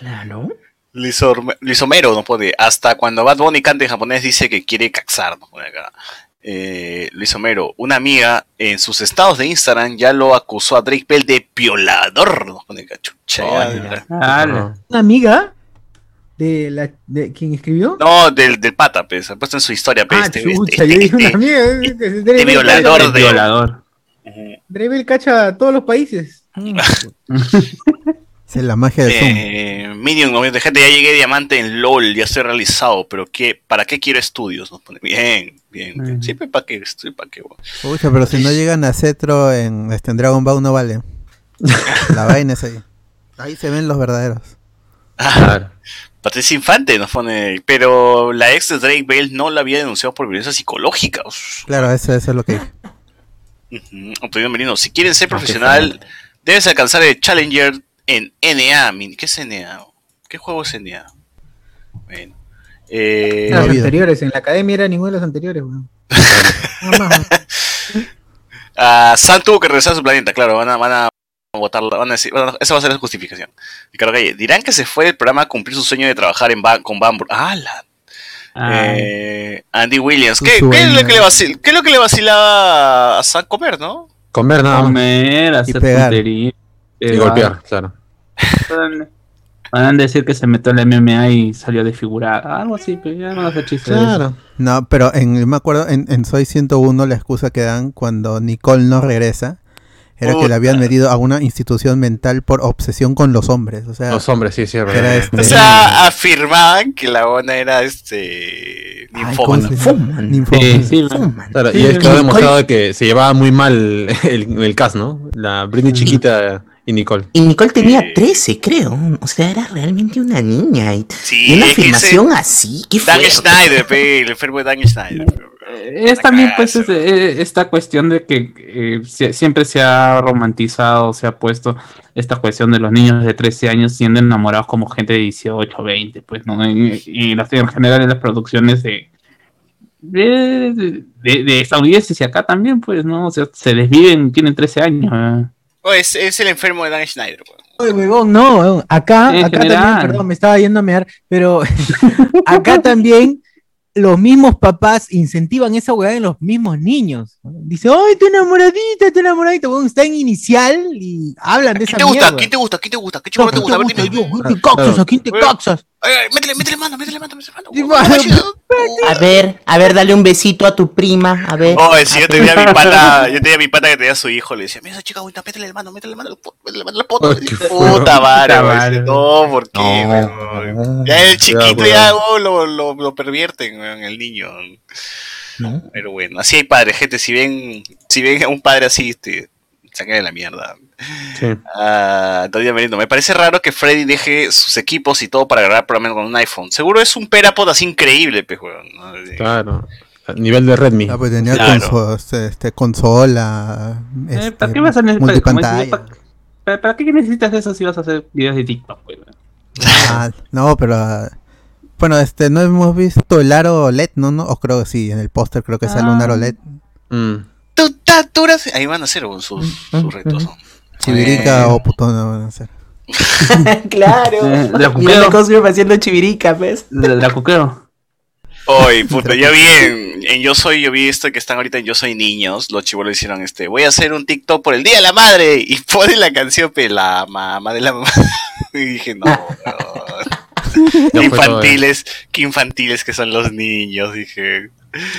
Claro.
Lisor- Lisomero nos pone, hasta cuando Bad Bunny canta en japonés dice que quiere caxar, nos pone acá. Eh, Lisomero, una amiga en sus estados de Instagram ya lo acusó a Drake Bell de violador, nos pone acá, chucha. ya,
Oye.
ya.
Ala.
Una amiga de la de quien escribió.
No, del, del pata, pues, ha puesto en su historia, pues,
ah,
este,
chucha, yo
este- este-
dije una
este-
amiga. eh, que se- Drake Bell-
violador.
El violador.
Ujú.
Drake Bell cacha a todos los países.
Esa es la magia del Zoom.
Eh, Minion, obviamente, gente, ya llegué diamante en LOL, ya estoy realizado, pero ¿qué, ¿para qué quiero estudios? Nos pone, bien, bien,
Ujú.
siempre para qué, estoy para qué, weón.
Pucha, pero si no llegan a Cetro en este en Dragon Ball no vale. La vaina es ahí. Ahí se ven los verdaderos.
Ah,
Claro.
Patricia Infante nos pone, pero la ex de Drake Bell no la había denunciado por violencia psicológica. Uf.
Claro, eso, eso es lo que
*laughs*
dije.
Ujú. Antonio Merino, si quieren ser profesional, debes alcanzar el Challenger en NA. Min- ¿Qué es NA? ¿Qué juego es NA? Bueno. Eh,
Ah, Las
No había.
anteriores, en la academia era ninguno de los anteriores, weón. Nada más, weón.
ah, San tuvo que regresar a su planeta, claro, van a, van a votarla, van a decir, bueno, esa va a ser la justificación. Ricardo Calle, dirán que se fue del programa a cumplir su sueño de trabajar en Ban- con Bambur. ¡Ah, la
Ay,
Eh, Andy Williams.
Su
¿Qué, qué es lo
sueño.
que le vacil- qué es lo que le vacilaba a San comer, no?
Comer nada más.
comer, hacer
pegar.
puntería.
Y golpear, claro.
Van a decir que se metió en la MMA y salió desfigurada. Algo así, pero ya no hace chistes.
Claro.
No, pero en, me acuerdo en, en Soy 101 la excusa que dan cuando Nicole no regresa era que
Puta.
la habían metido a una institución mental por obsesión con los hombres. O sea,
Los hombres, sí, sí, es verdad.
era este.
O sea, afirmaban que la ona era este.
ay, ¿cómo se
ninfómana.
llama?
Fuman.
Ninfómana.
Sí, sí,
Fuman.
Claro,
Sí,
y es
sí,
que ha
sí.
demostrado que se llevaba muy mal *laughs* el, el cast, ¿no? La
Mm.
Britney chiquita y Nicole.
Y Nicole tenía 13, creo. O sea, era realmente una niña. Y,
Sí,
y una
es que ese-
afirmación así, qué
Dan
fuerte.
Schneider, pe, el enfermo de Dan Schneider.
Eh, Es también pues es, eh, esta cuestión de que eh, sie- siempre se ha romantizado, se ha puesto esta cuestión de los niños de 13 años siendo enamorados como gente de 18, 20, pues, ¿no? En- Y, las- en general en las producciones de, de, de- de estadounidenses y acá también, pues, ¿no? O sea, se desviven, tienen 13 años. ¿eh?
Oh, es, es el enfermo de Dan Schneider. weón.
Oye, huevón, no, huevón. acá,
En
acá
general.
también, perdón, me estaba yendo a mear, pero *laughs* acá también los mismos papás incentivan esa huevada en los mismos niños. Dice, ay, tu enamoradita, tu enamoradita, huevón, está en inicial y hablan de
¿Quién
esa
te gusta?
mierda.
¿Quién te gusta? ¿Quién te gusta? ¿Qué
No,
churro te gusta? A ver, dime.
yo? ¿Quién te coxas? ¿A quién te
Huevón.
coxas?
Ay, ay, Métele, métele mano, métele mano, métele mano.
Sí,
weón.
va.
A ver, a ver, dale un besito a tu prima, a *laughs* ver.
Oh, sí, yo tenía mi pata, yo tenía mi pata que tenía a su hijo, le decía, mira esa chica bonita, métele el mano, métele el mano, métele el mano, la poto.
Ay, qué
Puta vara,
Puta
güey.
vara.
Dice, No, ¿por qué? güey? Ya el chiquito
cuidado.
ya oh, lo, lo, lo pervierten, güey, en el niño.
¿No?
Pero bueno, así hay padres, gente, si ven, si ven a un padre así, te sacan de la mierda.
Sí.
Ah, Antonio Merino, me parece raro que Freddy deje sus equipos y todo para grabar programas con un iPhone. Seguro es un perapod así increíble, pues, weón. ¿no?
Claro. A nivel de Redmi.
Ah, pues tenía
Claro.
conso- este, consola,
Eh,
este,
¿Para qué vas a necesitar? como dices,
multipantalla.
¿para- ¿Para, para qué necesitas eso si vas a hacer videos de TikTok? pues?
Ah, no, pero ah, bueno, este no hemos visto el aro OLED, no, no, o creo que sí, en el póster creo que sale un
Ah.
aro E OLED.
Mm.
Tú, ta, tú eras- Ahí van a ser weón, sus, sus retos. ¿no?
Chivirica
Eh,
o putón, no van a ser.
*laughs* claro.
Eh, la
Mirando
cuqueo.
a Cosgrove haciendo chivirica, ¿ves?
La, la cuqueo.
Hoy, puta, yo vi en, en Yo Soy, yo vi esto que están ahorita en Yo Soy Niños, los chivolos hicieron este, voy a hacer un TikTok por el Día de la Madre, y *laughs* pone la canción, pe, la mamá de la mamá, *laughs* y dije, no, weón.
Ya fue
infantiles, qué infantiles que son los niños, dije,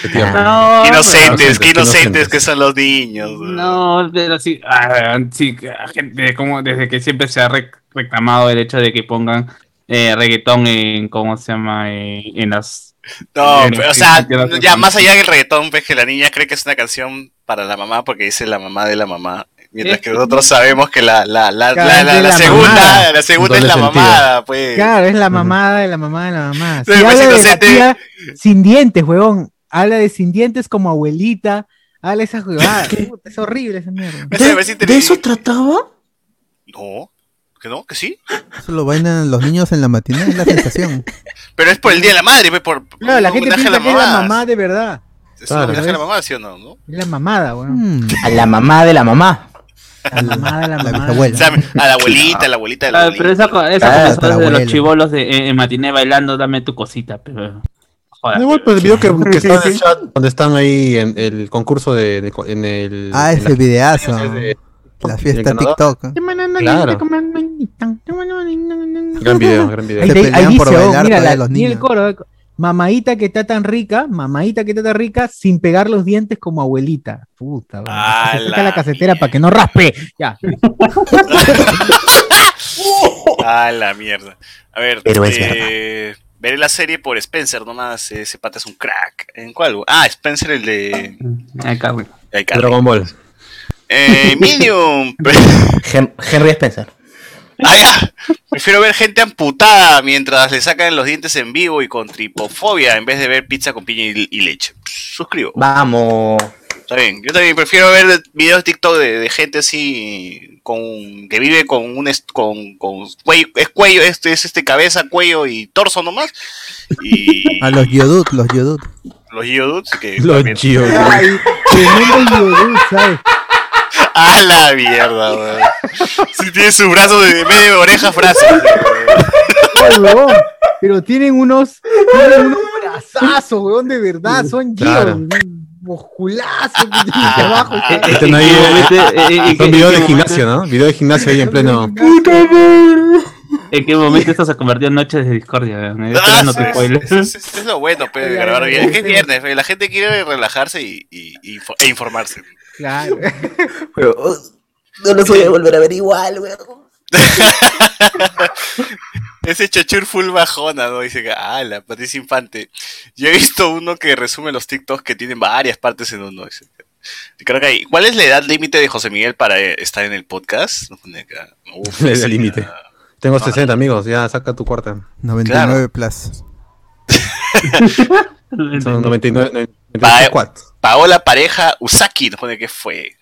Qué tierno.
Ah.
No,
qué
pero-
inocentes,
inocentes,
qué inocentes
inocentes.
que son los niños, weón.
No, pero sí, ah, sí, ah, gente, como desde que siempre se ha rec- reclamado el hecho de que pongan eh, reggaetón en, ¿cómo se llama? Eh, en las...
No,
Bueno,
pero, o
sí,
sea,
sí, sí, sí.
ya más allá del reggaetón, ves que la niña cree que es una canción para la mamá porque dice la mamá de la mamá. Mientras que nosotros sabemos que la, la, la,
Cada
la, la-
de
la
la
segunda,
mamada.
la segunda es la
Doble sentido.
mamada, pues.
Claro, es la mamada de la mamá de la mamá.
Sí,
Si habla
pues,
de la
inocente.
tía sin dientes, huevón. Habla de sin dientes como abuelita. Habla esa
*laughs*
jugada. es horrible esa mierda.
Me
¿De,
parece
de eso
inteligente.
trataba?
No, que no, que sí.
Eso lo bailan los niños en la matinal, es la sensación.
Pero es por el día de la madre, pues por. por
Claro, la
un
gente
homenaje a
piensa que es la
mamá.
mamá de verdad.
Es un
Claro.
homenaje a la mamá, ¿sí o no? ¿No?
Es la mamada, huevón.
Mm,
A la mamá de la mamá.
La mamada de la
la
mamá.
O
bisabuela.
sea, a la abuelita, a la abuelita de la
Ah,
abuelita.
pero esa, co- esa
Ah,
cosa
otra
de los
abuela.
chivolos de, eh, en matiné bailando, dame tu cosita, pero... Joder,
De golpe
pero-
el video pues, que, que está en el chat, donde están ahí en el concurso de, de- en el.
Ah,
en
ese
la-
videazo.
de-
La
de
fiesta
Canadá.
TikTok.
Claro. Gran video, gran video.
Ahí,
Se
te- ahí
pelean por
dice, oh,
bailar
mira,
todavía
la-
los
mira el
niños.
coro. eh, Mamadita que está tan rica, mamadita que está tan rica, sin pegar los dientes como abuelita. Puta, huevón.
Ah,
Se saca
la
la casetera
mierda.
para que no raspe. Ya.
Ah, la mierda. A ver,
Pero es
eh, veré la serie por Spencer nomás. Ese pata es un crack. ¿En cuál? Ah, Spencer, el de.
Ay, cabrón.
el
Dragon Ball.
*laughs*
Eh, Medium.
Gen- Henry Spencer.
Ah, ya. Prefiero ver gente amputada mientras le sacan los dientes en vivo y con tripofobia en vez de ver pizza con piña y, y leche. Suscribo.
Vamos.
Está bien. Yo también prefiero ver videos de TikTok de, de gente así con que vive con un est- con, con cuello, es cuello, este es este cabeza, cuello y torso nomás.
*laughs*
Y
A los Yodut, los Yodut.
los geodudes que
Los
también-
Gio.
Ay, tremendo yodú, ¿sabes?
*laughs* A la mierda, weón. Si tiene sus brazos de en vez de orejas, brazos.
Ay, huevón, Pero tienen unos, tienen unos brazazos, weón, de verdad. Son
Claro.
giros, musculazos que tienen que
Eh,
abajo. ¿sabes?
Este no hay- *laughs* Son videos de gimnasio, ¿no? Video de
*laughs*
gimnasio ahí en pleno.
¿En qué momento esto se convirtió en noches de discordia? weón? Esto era
Ah,
no
sí,
te
es-
spoilers.
es, es- es lo bueno, pe, de grabar bien. Es que es viernes, pe, la gente quiere relajarse y, y- y fo- e informarse.
Claro.
Pero, oh, no los voy a volver a ver igual, weón.
Ese chochur full bajona, ¿no? Dice que, ah, la Patricia Infante. Yo he visto uno que resume los TikToks que tienen varias partes en uno. Dice, creo que hay. ¿Cuál es la edad límite de José Miguel para eh, estar en el podcast? Nos pone acá. Uf,
*laughs* La edad
esa-
límite. Tengo 60 amigos, ya saca tu cuarta.
99 plus. *laughs*
Son
*laughs*
99.
Pa-
94.
Paola Pareja Usaki nos pone que fue.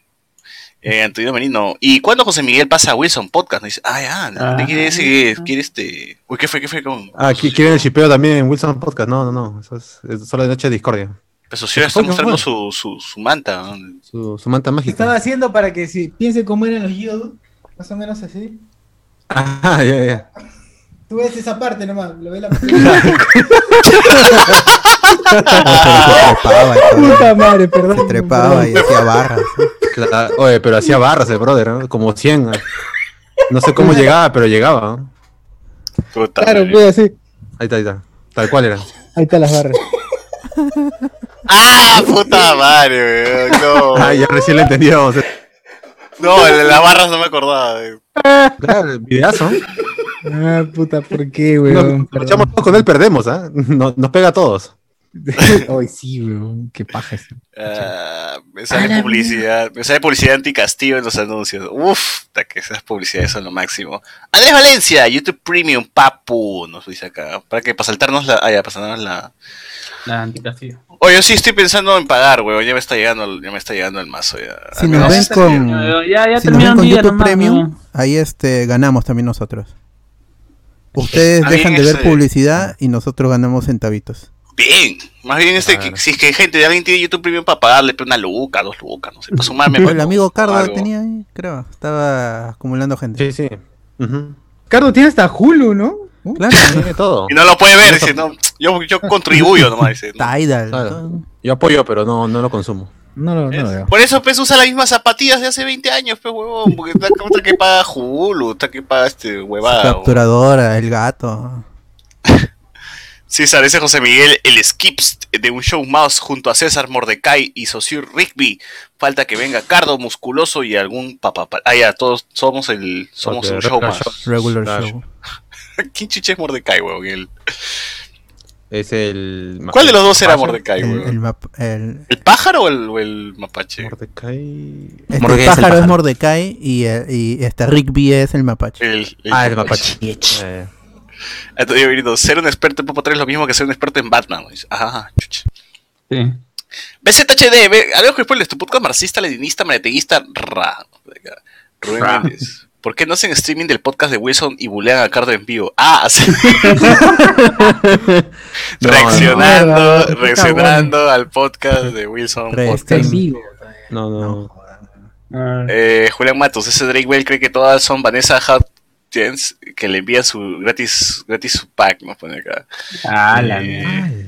Eh, Antonio Merino. ¿Y cuándo José Miguel pasa a Wilson Podcast? Nos dice, ah, ya, no,
Ah.
¿qué quiere decir? ¿Quiere este? Uy, ¿qué fue? ¿Qué fue con?
Ah, qui- quieren el chipeo también en Wilson Podcast. No, no, no. Eso es, es solo de noche de discordia.
Pues Socio está
Coño,
mostrando su,
bueno.
su, su manta. ¿no?
Su, su manta
¿Qué estaba
mágica.
haciendo para que si piense cómo eran los Yodut? Más o menos así.
Ah, ya, ya.
Tú ves esa parte nomás, lo *laughs* ves la
Puta
madre, perdón.
Se trepaba y hacía barras.
Cla- Oye, pero hacía barras el brother, ¿no? Como 100. No sé cómo llegaba, pero llegaba. ¿no?
Puta
Claro,
madre.
pues así.
Ahí está, ahí está. Tal cual era.
Ahí están las barras.
¡Ah, puta madre, weón! No,
Ah, ya recién lo entendíamos.
no, el de las barras no me acordaba. weón.
Claro, videazo.
Ah, puta, ¿por qué,
Nos
weón?
nos echamos todos con él, perdemos, ¿ah? No- Nos pega a todos.
*laughs* Ay, sí, weón, qué paja ese.
Ah, me sale publicidad, me sale publicidad anticastillo en los anuncios. Uf, puta, que esas publicidades son lo máximo. Andrés Valencia, YouTube Premium, papu, nos dice acá. Para que, para saltarnos la. Ah, ya, para saltarnos la.
La anticastilla.
Oye, yo sí estoy pensando en pagar, weón. Ya me está llegando, el- ya me está llegando el mazo. Ya.
Si
Al
nos
menos-
ven
Mm.
con,
Ya, ya
si nos ven
terminó
con
el día
YouTube
nomás,
Premium,
weón.
ahí este, ganamos también nosotros. Ustedes
Ah,
dejan de
bien,
ver
ese-
publicidad y nosotros ganamos centavitos.
Bien, más bien este,
Claro.
que- si es que gente, alguien tiene YouTube Premium para pagarle pe, una luca, dos lucas, no sé, para
*laughs*
sumarme.
El
pues,
amigo
o
Cardo
algo.
tenía ahí, creo. Estaba acumulando gente.
Sí, sí. Ujú.
Carlos tiene hasta Hulu, ¿no?
Uh, Claro.
*laughs* Tiene todo.
Y no lo puede ver,
*laughs*
dice, no, yo, yo contribuyo nomás, dice. ¿no?
Tidal.
Claro.
todo.
Yo apoyo, pero no, no lo consumo.
No lo, no lo
Es-
veo.
Por eso pues usa las mismas zapatillas de hace 20 años, pues huevón, porque está, está que paga Hulu, está que paga este huevada. huevón.
Capturadora, el gato.
César, ese José Miguel, el skips de un show mouse junto a César Mordecai y Sosur Rigby. Falta que venga Cardo musculoso y algún papá. Ah, ya, todos somos el somos
Porque
un show
Regular
mouse.
Show.
Regular
Claro.
show.
*laughs* ¿Quién chiche es Mordecai, huevón? El-
Es el.
¿Cuál de los dos era
Paso.
Mordecai,
El,
huevón?
el map- el-
¿El pájaro o el, o el mapache?
Mordecai.
este
Mordecai es el
pájaro es
pájaro.
Mordecai y, eh, y este Rigby es el mapache.
El, el- Ah,
Ah, el mapache. Eh,
Antonio Virino, ser un experto en Popo 3 es lo mismo que ser un experto en Batman. Dice, Ah, chucha.
Sí.
BZHD, ve- Alejo Spoilers, tu podcast marxista, leninista, marateguista, ra. Rubén
Ra.
Méndez. ¿Por qué no hacen streaming del podcast de Wilson y bulean a Cardo en vivo? Ah, sí.
No,
reaccionando,
no, no.
reaccionando al podcast de Wilson.
Re-
Podcast.
Está en
vivo.
No, no.
Ah,
Eh, Julián Matos, ese Drake Bell cree que todas son Vanessa Hudgens que le envía su gratis, gratis su pack, nos pone acá.
ah, la
Eh, *laughs*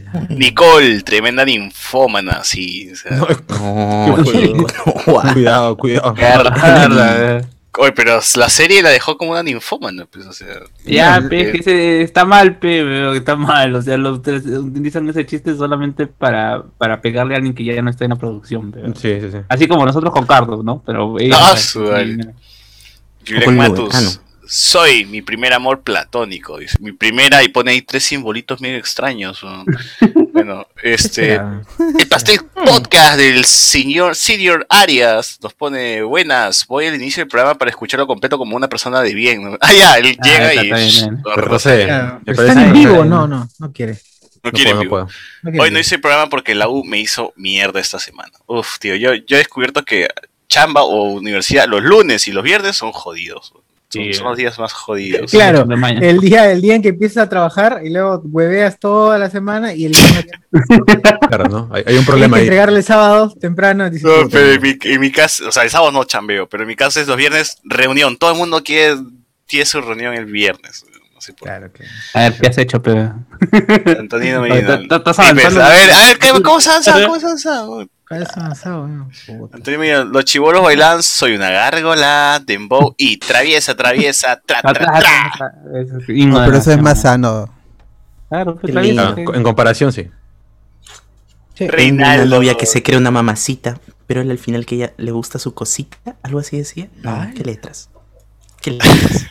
mierda.
Nicole, tremenda ninfómana, sí. o sea,
No, *laughs*
No,
Qué juego.
guau.
Cuidado, cuidado.
Garra. Oye, pero la serie la dejó como una ninfómana, pues, o sea.
Ya,
Mal,
pe,
pe.
que se- está mal, pe, weón, está mal. O sea, los tres utilizan ese chiste solamente para, para pegarle a alguien que ya no está en la producción, pe.
Sí, sí, sí.
Así como nosotros con Carlos, ¿no? Pero ellos-
Ah, su madre. Julián
Con Lube.
Matus.
Ah, no.
Soy mi
*laughs*
primer amor platónico, dice. Mi primera, y pone ahí tres simbolitos medio extraños. ¿no? Bueno, este.
Ya.
El pastel podcast del señor Senior Arias nos pone buenas. Voy al inicio del programa para escucharlo completo como una persona de bien. ¿no? *laughs* Ah, ya, él
Ah,
llega
está
y.
bien,
lo
Pero no
retrocede.
sé,
Claro,
me
pero
parece
está en
que-
vivo, no, no, no quiere.
No
No
quiere
puedo, no
vivo.
puedo.
No quiere.
Hoy no hice el programa porque la U me hizo mierda esta semana. Uf, tío, yo, yo he descubierto que chamba o universidad los lunes y los viernes son jodidos. Son,
Sí.
son los días más jodidos.
Claro,
De maña.
eh,
el día, el día en que empiezas a trabajar y luego hueveas toda la semana y el día que
Claro, ¿no? Hay, hay un
tienes
problema
que
ahí.
entregarle sábados temprano. dices,
No, pero en mi, en mi casa, o sea, el sábado no chambeo, pero en mi casa es los viernes reunión. Todo el mundo quiere, tiene su reunión el viernes. No sé por qué.
Claro que.
A ver, ¿qué has hecho, pero?
Antonino
Ahorita
Medina.
está- estás
Sí, pues,
avanzando.
a ver, a ver, ¿qué- ¿cómo se avanza? ¿Cómo se avanza?
¿Cuál es un asado, no? Puta.
Antonio Medina, los chibolos bailan, soy una gárgola, dembow y traviesa, traviesa, tra, tra, tra.
No,
No,
pero eso es más sano.
Claro, pues,
Qué
está bien,
lindo.
sí.
Ah,
*laughs*
en comparación, sí.
Tengo una
Reinaldo.
novia que se cree una mamacita, pero él al final que ella le gusta su cosita, algo así decía. No, qué letras.
*laughs*
Qué letras.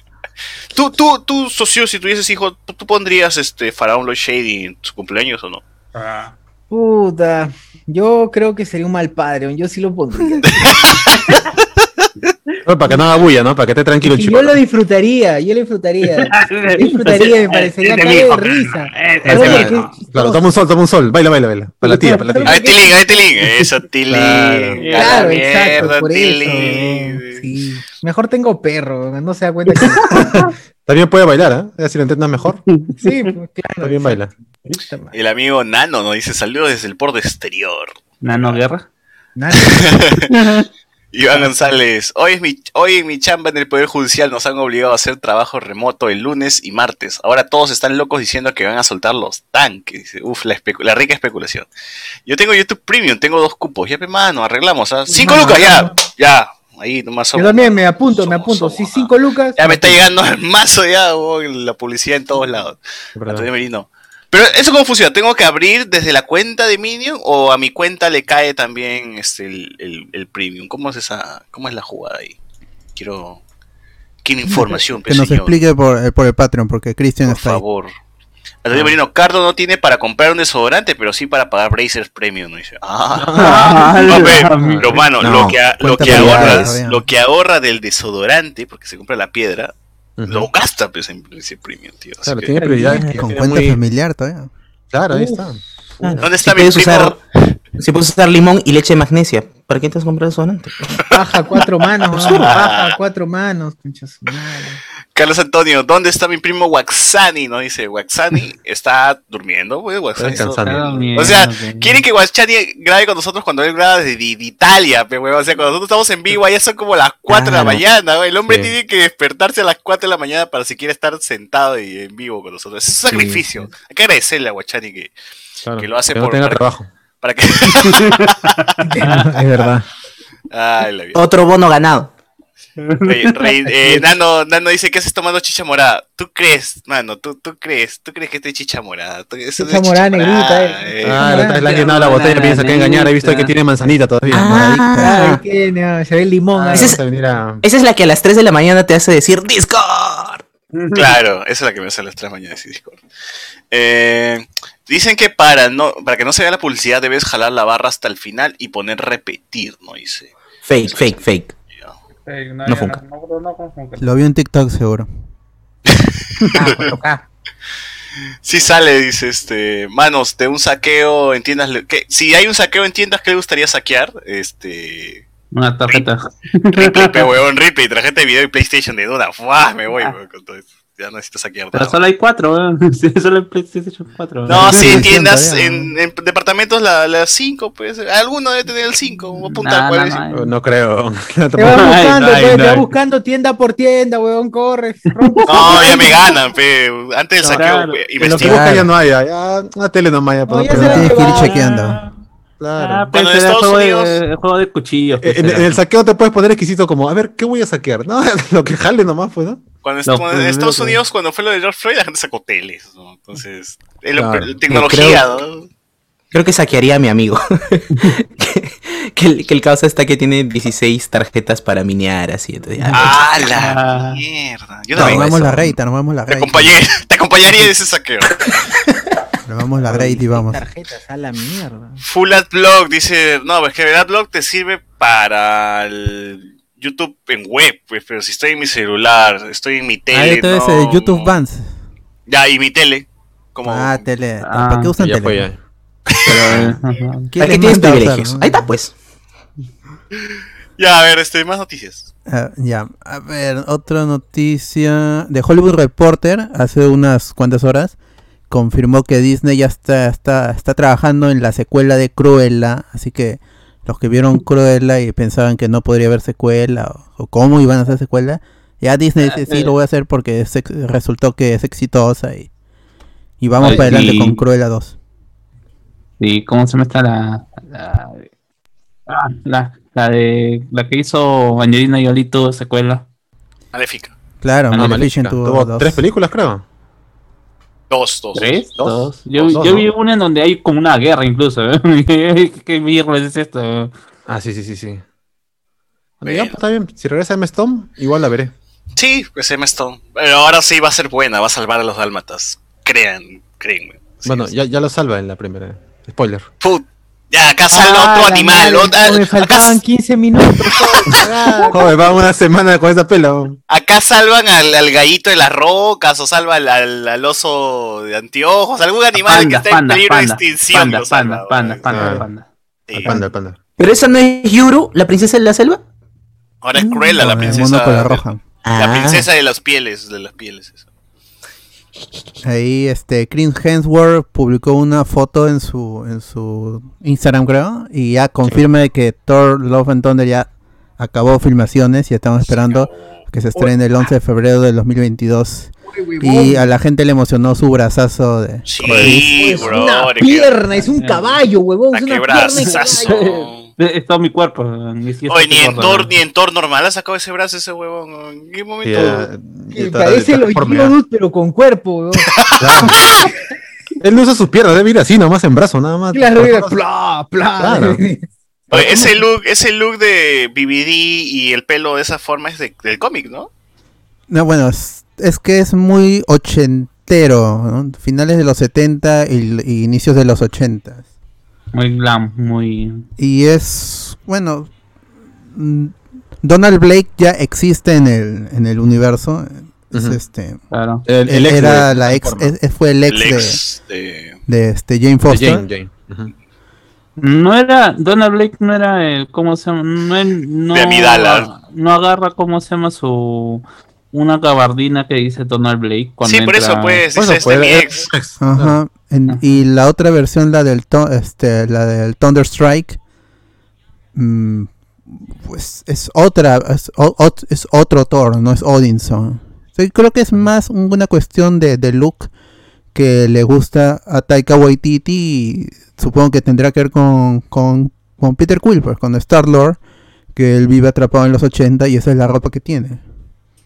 Tú, tú, tú, socio, si tuvieses hijo, ¿tú, tú pondrías este Faraón Lloyd Shady en tu cumpleaños o no?
Puta, yo creo que sería un mal padre, yo sí lo pondría.
No, para que no haga bulla, ¿no? Para que esté tranquilo el
Y
chico.
yo lo disfrutaría, yo lo
*laughs*
disfrutaría. Yo disfrutaría, me parecería
Ese
caer de
viejo.
risa.
Ese
Algo
viejo.
que-
Claro, toma un sol, toma un sol. Baila, baila, baila. Para la tía, para la tía.
Ay, Tilín, ay, Tilín. Eso, Tilín.
Claro.
A la
Claro, exacto, por
Tilín.
eso. Sí. Mejor tengo perro, no se da cuenta que. *laughs*
También puede bailar, ¿ah? ¿eh? Así lo entiendas mejor.
Sí, pues, claro.
También baila.
Puta madre.
El amigo Nano nos dice saludos desde el porte exterior.
Nano Guerra.
Nada.
Iván González, hoy, es mi, hoy en mi chamba en el Poder Judicial nos han obligado a hacer trabajo remoto el lunes y martes. Ahora todos están locos diciendo que van a soltar los tanques. Dice, Uf, la, especu- la rica especulación. Yo tengo YouTube Premium, tengo dos cupos. Ya, pe, mano, arreglamos. ¿ah? Cinco
Mano,
lucas, ya.
mano.
Ya. Ahí nomás
Yo
somos-
también me apunto, me
somos-
apunto.
somos,
Si
ah.
cinco
Pues,
lucas.
Ya me está llegando el mazo ya, huevón, la publicidad en todos lados. Antonio
Perdón.
Merino. Pero eso cómo funciona, ¿tengo que abrir desde la cuenta de Minion o a mi cuenta le cae también este el, el- el premium? ¿Cómo es esa, cómo es la jugada ahí? Quiero quiero información,
Que
pe,
nos
señor,
explique por, el- por el Patreon, porque Christian
por
está ahí.
favor. Antonio Merino, Cardo no tiene para comprar un desodorante, pero sí para pagar Brazers Premium. ¿no? Y dice, ah, *laughs*
Ah,
no, pe,
la-
lo mano,
No,
lo que, a- lo
cuenta
que
privada,
ahorras,
todavía.
lo que ahorra del desodorante, porque se compra la piedra,
Ujú.
lo gasta pues, en ese premium, tío. Así
Claro,
que-
tiene prioridad.
Con
Tiene
cuenta
muy-
familiar todavía.
Claro, ahí está.
Claro.
¿Dónde está
si
mi
puedes
primo?
usar, Si puedes usar limón y leche de magnesia, ¿para qué te has comprado eso antes?
Paja cuatro manos, ¿no? paja cuatro manos, concha su madre.
Carlos Antonio, ¿dónde está mi primo Waxani? No dice, Waxani está durmiendo, güey, Waxani está
Descansando.
durmiendo.
Claro,
O sea,
mierda,
quiere que Waxani grabe con nosotros cuando él graba desde de Italia, pe, güey. O sea, cuando nosotros estamos en vivo, allá son como las 4 de la
Claro.
mañana, güey. El hombre
Sí.
tiene que despertarse a las 4 de la mañana para si quiere estar sentado y en vivo con nosotros. Es un sacrificio. Hay que agradecerle a Waxani que,
Claro,
Que lo hace
que no
por-
tenga trabajo.
para que.
es verdad.
Ay, la vida.
Otro bono ganado.
Rey-
*laughs*
Rey- eh, Nano, Nano dice que haces tomando chicha morada. ¿Tú crees, mano? ¿Tú, tú crees? ¿Tú crees que estoy chicha morada? ¿Tú- eso no es
Chicha morada negrita, eh.
Ah,
Ah,
la le has llenado la
la
botella, piensa que engañar. He visto
nanita.
que tiene manzanita todavía.
Ahí
Ah,
tiene, ah, se ve el limón.
Ah,
ahí.
ese es-
vas a venir a-
esa es la que a las 3 de la mañana te hace decir Discord.
Claro, esa es la que me hace las tres mañanas y Discord. Eh, dicen que para no para que no se vea la publicidad debes jalar la barra hasta el final y poner repetir, ¿no? Dice.
Fake, fake, fake.
Ya.
No funca.
Lo vi en TikTok seguro.
Sí sale, dice este, manos de un saqueo en tiendas. le- ¿qué? Si hay un saqueo en tiendas, ¿qué le gustaría saquear? Este.
Una tarjeta.
Ripley, pe huevón, Ripley, tarjeta de video y PlayStation de duda. ¡Fuah! Me voy, huevón, con todo esto. Ya no necesito saquear
*laughs* Pero
nada.
solo hay cuatro, weón. *laughs* Sí, solo hay PlayStation 4. weón.
No,
Yo
sí,
creo
en
que
tiendas,
siempre, ¿eh?
en, en departamentos la- las 5, pues. Alguno debe tener el 5. Apunta
Nah,
a cuál
nah,
es.
nah.
No creo.
Te va
Ay,
buscando,
ay,
pues, te va
ay.
buscando tienda por tienda, weón, corre. rompe.
No, ya me ganan, pe. Antes del
No,
saqueo,
claro.
pe.
En lo que
Investiga.
busca ya no hay. ya- Ya, una tele nomás ya.
No,
para
ya
no
Pero
se
perder.
la
tienes que ir
llevaron.
chequeando.
Claro. Eh,
Ah,
Cuando
pues
en
será el
Estados
juego
Unidos-
de, el juego de cuchillos. pues,
En, en
será.
el saqueo te puedes poner exquisito como, a ver, ¿qué voy a saquear? No, *laughs* lo que jale nomás, pues, ¿no?
Cuando est-
No,
cuando en
pues,
Estados
no, pues.
Unidos, cuando fue lo de George Floyd, la gente sacó teles, ¿no? Entonces, es lo-
Claro.
tecnología, ¿no?
Creo que saquearía a mi amigo. *laughs* que, que el, que el causa está que tiene 16 tarjetas para minear, así. entonces, ah,
¡Ah, la
Ah.
mierda! Yo
No,
también.
bueno,
Armamos
eso.
la rey, armamos la
*laughs* Te
rey.
acompañé, te acompañaría en ese saqueo.
Pero vamos a la Grady, vamos.
Ah,
Tarjetas a la mierda.
Full Adblock dice, no, es que el Adblock te sirve para el YouTube en web, pues, pero si estoy en mi celular, estoy en mi tele.
Ahí todo
eh,
no,
ese YouTube Bands.
Ya, y mi tele. Como,
Ah, tele.
Ah,
¿Para qué usan
Ya
tele?
fue ya.
Pero, eh, ajá.
¿Quién
Aquí
les manda
tienes
a usar,
privilegios.
no?
Ahí está, pues.
Ya, a ver, este, más noticias.
Ah, ya, a ver, otra noticia. De Hollywood Reporter, hace unas cuantas horas, confirmó que Disney ya está, está, está trabajando en la secuela de Cruella. Así que los que vieron Cruella y pensaban que no podría haber secuela o, o cómo iban a hacer secuela, ya Disney dice: Sí, lo voy a hacer porque es ex- resultó que es exitosa y, y vamos
Ay,
para adelante
sí.
con Cruella 2.
Sí, ¿cómo se me está la. La, ah, la, la de, la que hizo Angelina Jolie tuvo secuela.
Maléfica.
Claro,
Ah, no,
Maleficent
Maléfica.
tuvo
Tuvo
dos.
tres películas, creo.
Dos, dos.
¿Tres?
dos,
Dos. Yo,
dos,
yo
¿no?
vi una en donde hay como una guerra incluso. ¿eh? *laughs* ¿Qué, qué mierda es esto?
Ah, sí, sí, sí, sí.
Bueno.
Ya, pues, está bien. Si regresa M. Stone, igual la veré.
Sí, pues M. Stone. Pero ahora sí va a ser buena, va a salvar a los dálmatas. Crean, créanme. Sí,
bueno,
sí.
ya, ya lo salva en la primera. Spoiler.
Put- ya, acá sale otro
Ah, la
animal.
madre,
otra-
me
acá,
faltaban 15 minutos.
*laughs* Joder, va una semana con esa pela. weón.
acá salvan al, al gallito de las rocas o salva al, al- al oso de anteojos. Algún animal que
Panda,
está en
panda,
peligro
panda,
de extinción. Ah,
panda,
lo
panda,
salva,
panda,
güey.
panda,
Ah.
Sí.
panda.
Sí.
Al panda, al panda.
Pero esa no es Yuru, la princesa de la selva.
Ahora es cruel
Ah,
la
Con el mono
princesa.
con la roja.
La
Ah.
princesa de las pieles, de las pieles. eso.
Ahí este Chris Hemsworth publicó una foto en su en su Instagram creo y ya confirma de que Thor Love and Thunder ya acabó filmaciones y estamos esperando que se estrene el 11 de febrero del 2022 y a la gente le emocionó su brazazo de
Sí,
es
bro.
una
de que-
pierna, es un caballo, huevón.
Ah,
Es
qué
una pierna y caballo.
brazazo.
Es todo mi cuerpo. y sí,
Oye,
estoy
ni en
gordo,
Thor,
¿no?
ni en Thor normal ha sacado ese brazo ese huevón. ¿En qué
Sí,
momento?
ya- ya
Que
está-
Parece
está
el
deforme,
hoyo,
*laughs*
ya.
dude, pero con cuerpo,
*laughs*
huevón.
Claro. *laughs* Él no usa sus piernas, debe ir así nomás en brazo, nada más.
Y las rodillas, pla,
*laughs*
pla.
Claro.
Oye, ese look, ese look de BBD y el pelo de esa forma es de- del cómic, ¿no?
No, bueno, es, es que es muy ochentero, ¿no? finales de los 70 y, y inicios de los 80.
Muy glam, muy.
Y es, bueno, mm, Donald Blake ya existe en el, en el universo. Es
Ujú.
este,
Claro.
El, el ex
era
de-
la ex,
forma.
es- es- fue el ex,
El ex de-
de, de este Jane
De
Foster.
Jane, Jane. Ujú.
No era. Donald Blake no era el. ¿Cómo se llama? No, el- no,
De Amidala.
No agarra, ¿cómo se llama? Su. Una gabardina que dice Donald Blake. Cuando
Sí, por eso
entra-
pues,
Por
dice
eso,
este
pues,
mi
era-
ex.
era ex.
Ajá. En-
Ajá.
Y la otra versión, la del, Thun- este, la del Thunderstrike, mm, pues es otra, es, o- ot- es otro Thor, no es Odinson. Sí, creo que es más un- una cuestión de, de look que le gusta a Taika Waititi y supongo que tendrá que ver con, con, con Peter Quill, pues, con Star-Lord, que él vive atrapado en los 80 y esa es la ropa que tiene.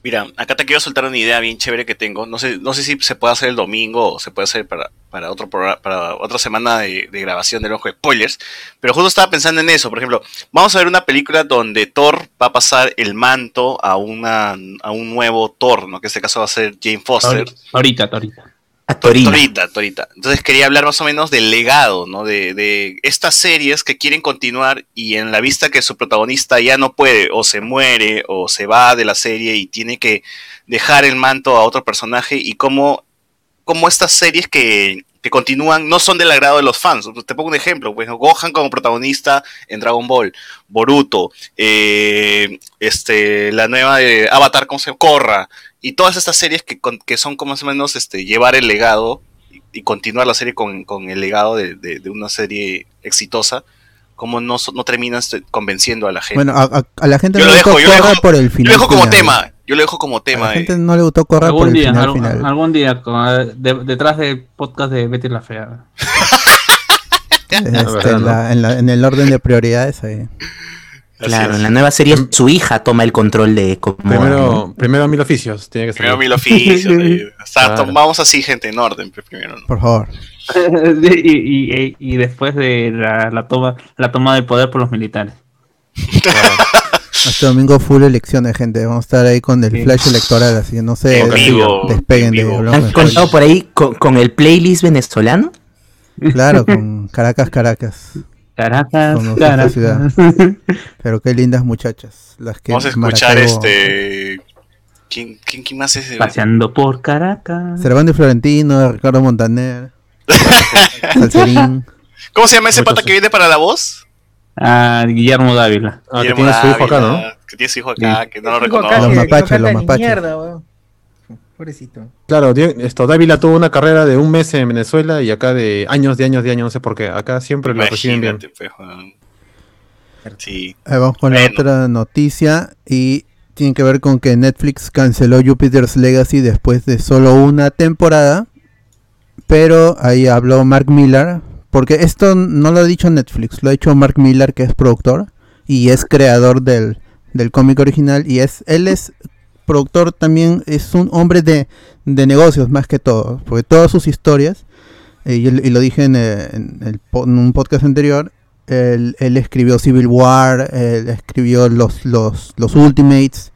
Mira, acá te quiero soltar una idea bien chévere que tengo. No sé, no sé si se puede hacer el domingo o se puede hacer para, para otro programa, para otra semana de, de grabación del ojo de spoilers. Pero justo estaba pensando en eso. Por ejemplo, vamos a ver una película donde Thor va a pasar el manto a una a un nuevo Thor, ¿no? Que en este caso va a ser Jane Foster.
Ahorita, ahorita.
A Torino.
Torita, Torita. Entonces quería hablar más o menos del legado, ¿no? De, de estas series que quieren continuar y en la vista que su protagonista ya no puede, o se muere, o se va de la serie y tiene que dejar el manto a otro personaje y cómo, cómo estas series que, que continúan no son del agrado de los fans. Te pongo un ejemplo, pues, ¿no? Gohan como protagonista en Dragon Ball, Boruto, eh, este, la nueva de Avatar, ¿cómo se llama? Korra y todas estas series que, con- que son como más o menos este, llevar el legado y, y continuar la serie con, con el legado de, de- de una serie exitosa, como no, so- no terminan este, convenciendo a la gente.
Bueno, a, a- a la gente
Yo
no
lo
le gustó
dejo, yo lo
Corra
dejo-
por el
yo
final.
lo dejo como
final.
tema, yo lo dejo como
A la
tema. eh.
gente no le gustó Corra por
Algún
el
día,
final
al-
final.
algún día, con- eh, de- detrás del podcast de Betty la Fea.
Este,
La verdad,
en, la- en la- en el orden de prioridades ahí.
Así
Claro,
es.
en la nueva serie su hija toma el control de Komodo. ¿no?
Primero, primero mil oficios. Tiene que ser.
Primero mil oficios.
*laughs*
eh. O sea,
Claro.
tomamos así gente en orden, pero primero ¿no?
Por favor.
*laughs* y, y- y- y después de la, la toma la toma del poder por los militares.
Este domingo full elecciones, gente. Vamos a estar ahí con el
Sí.
flash electoral, así que no se
En
despeguen
vivo, en
despeguen de
vivo.
Blanco
¿Han
y
contado
Negro.
por ahí con, con el playlist venezolano?
Claro,
*laughs*
con Caracas, Caracas.
Caracas,
Como que
Caracas.
esta Pero qué lindas muchachas. Las que
Vamos a escuchar
Maracaibo-
este. ¿Quién, quién, quién más es? de-
*laughs* Paseando por Caracas.
Cervantes Florentino, Ricardo
*laughs*
Montaner, Salserín.
¿Cómo se llama ese
Muchos
pata
sí.
que viene para la voz?
Ah, Guillermo Dávila.
Ah, que
Guillermo
tiene su hijo acá, ¿no?
Dávila, Que tiene su hijo acá, que no lo
Digo acá
Los
que-
reconozco.
que
mapaches,
no
los
canta ni
mapaches.
mierda, weón. Pobrecito.
Claro, die- esto, Dávila tuvo una carrera de un mes en Venezuela y acá de años, de años, de años, no sé por qué. Acá siempre lo reciben bien.
Imagínate, pues, weón. Sí.
Ahí vamos con la
Bueno.
otra noticia y tiene que ver con que Netflix canceló Jupiter's Legacy después de solo una temporada. Pero ahí habló Mark Millar, porque esto no lo ha dicho Netflix, lo ha dicho Mark Millar que es productor y es creador del, del cómic original y es él es productor también, es un hombre de, de negocios más que todo, porque todas sus historias, eh, y, y lo dije en, eh, en el po- en un podcast anterior, él, él escribió Civil War, él escribió los, los, los Ultimates,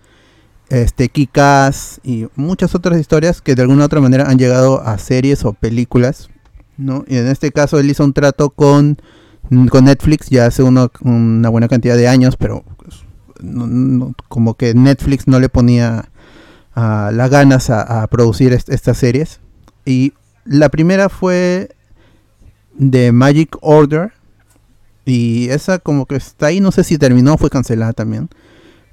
este, Kikas y muchas otras historias que de alguna u otra manera han llegado a series o películas. ¿no? Y en este caso él hizo un trato con, con Netflix ya hace uno- una buena cantidad de años, pero pues, no- no- como que Netflix no le ponía ah, las ganas a, a producir est- estas series. Y la primera fue de Magic Order, y esa como que está ahí, no sé si terminó, fue cancelada también.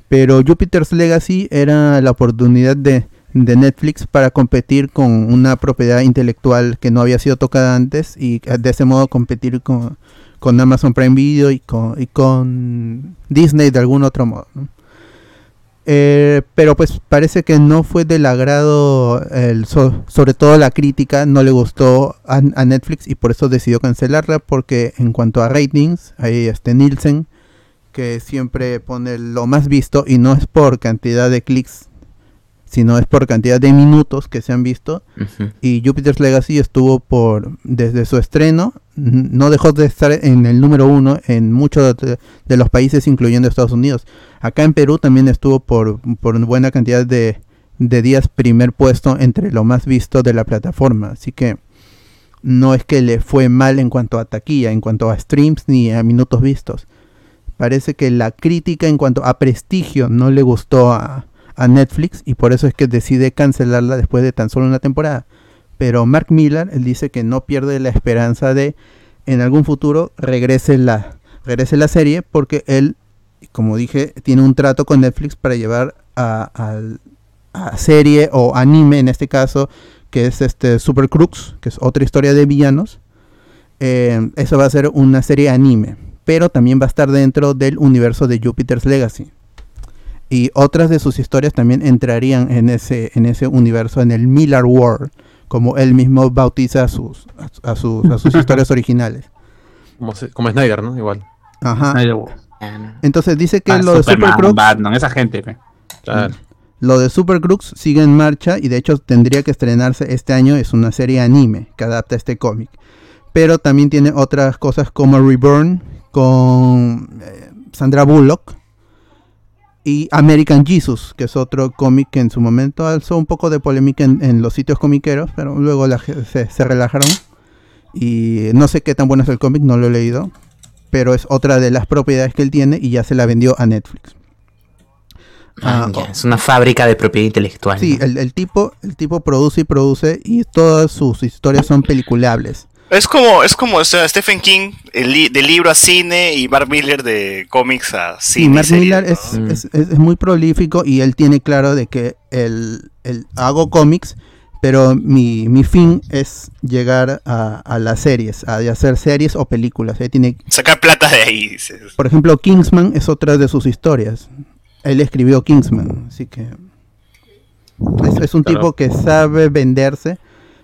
Pero Jupiter's Legacy era la oportunidad de, de Netflix para competir con una propiedad intelectual que no había sido tocada antes y eh, de ese modo competir con, con Amazon Prime Video y con, y con Disney de algún otro modo. ¿no? Eh, pero pues parece que no fue del agrado, el so- sobre todo la crítica no le gustó a, a Netflix y por eso decidió cancelarla porque en cuanto a ratings, ahí este Nielsen, que siempre pone lo más visto y no es por cantidad de clics, sino es por cantidad de minutos que se han visto,
Ujú.
y Jupiter's Legacy estuvo por desde su estreno n- no dejó de estar en el número uno en muchos de, de los países incluyendo Estados Unidos acá en Perú también estuvo por, por una buena cantidad de, de días primer puesto entre lo más visto de la plataforma así que no es que le fue mal en cuanto a taquilla en cuanto a streams ni a minutos vistos parece que la crítica en cuanto a prestigio no le gustó a, a Netflix y por eso es que decide cancelarla después de tan solo una temporada pero Mark Millar él dice que no pierde la esperanza de en algún futuro regrese la regrese la serie porque él como dije tiene un trato con Netflix para llevar a, al- a serie o anime en este caso que es este Super Crux que es otra historia de villanos Eh, eso va a ser una serie anime pero también va a estar dentro del universo de Jupiter's Legacy y otras de sus historias también entrarían en ese en ese universo en el Millar World como él mismo bautiza a sus, a, a sus, a
*laughs*
sus historias originales.
Como, se- como Snyder, ¿no? Igual. Ah,
Ajá.
Ay, yo-
Entonces dice que
Ah,
lo de
Superman,
Super Crux,
Batman, esa gente. pe.
Claro.
lo de Super Crux sigue en marcha y de hecho tendría que estrenarse este año, es una serie anime que adapta este cómic. Pero también tiene otras cosas como Reborn con eh, Sandra Bullock y American Jesus, que es otro cómic que en su momento alzó un poco de polémica en, en los sitios comiqueros, pero luego la ge- se, se relajaron. Y no sé qué tan bueno es el cómic, no lo he leído, pero es otra de las propiedades que él tiene y ya se la vendió a Netflix. Ah,
Ah, ya, Es una fábrica de propiedad intelectual.
Sí,
¿no?
el, el tipo, el tipo produce y produce y todas sus historias son peliculables.
Es como, es como o sea, Stephen King el li- de libro a cine y Mark Miller de cómics a cine.
y Mark
series,
Millar
¿no?
es,
Mm.
es- es- es muy prolífico y él tiene claro de que el, el- hago cómics, pero mi, mi fin es llegar a, a las series, a de hacer series o películas. Él tiene,
Sacar plata de ahí, dices.
por ejemplo, Kingsman es otra de sus historias. Él escribió Kingsman, así que es, es un
Claro.
tipo que sabe venderse.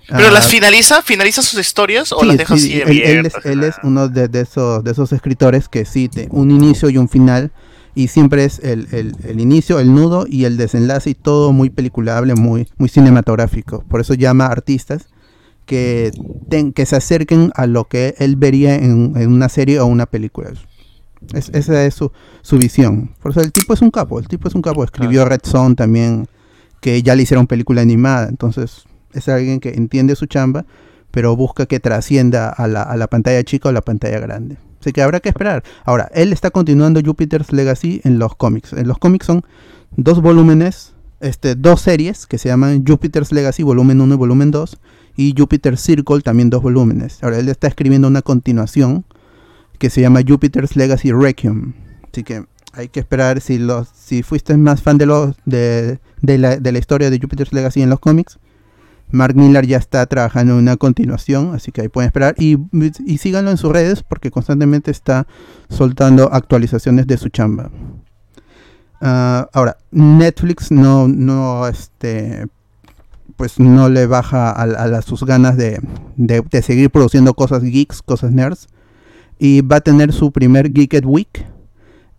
¿Pero
ah,
las finaliza? ¿Finaliza sus historias o
Sí,
las deja
sí,
así
él, él es,
abiertas?
él es uno de, de esos, de esos escritores que sí, te- un inicio y un final, y siempre es el, el- el inicio, el nudo y el desenlace, y todo muy peliculable, muy, muy cinematográfico. Por eso llama a artistas que, ten- que se acerquen a lo que él vería en, en una serie o una película. Es- esa es su, su visión. Por eso el tipo es un capo, el tipo es un capo. Escribió Red Zone también, que ya le hicieron película animada, entonces es alguien que entiende su chamba pero busca que trascienda a la, a la pantalla chica o la pantalla grande. Así que habrá que esperar. Ahora, él está continuando Jupiter's Legacy en los cómics. En los cómics son dos volúmenes, este, dos series que se llaman Jupiter's Legacy, volumen 1 y volumen 2, y Jupiter Circle, también dos volúmenes. Ahora, él está escribiendo una continuación que se llama Jupiter's Legacy Requiem. Así que hay que esperar si los si fuiste más fan de los de, de la, de la historia de Jupiter's Legacy en los cómics. Mark Millar ya está trabajando en una continuación, así que ahí pueden esperar. Y, y síganlo en sus redes porque constantemente está soltando actualizaciones de su chamba. Ah, ahora, Netflix no, no, este, pues no le baja a, a las- sus ganas de, de- de seguir produciendo cosas geeks, cosas nerds. Y va a tener su primer Geeked Week.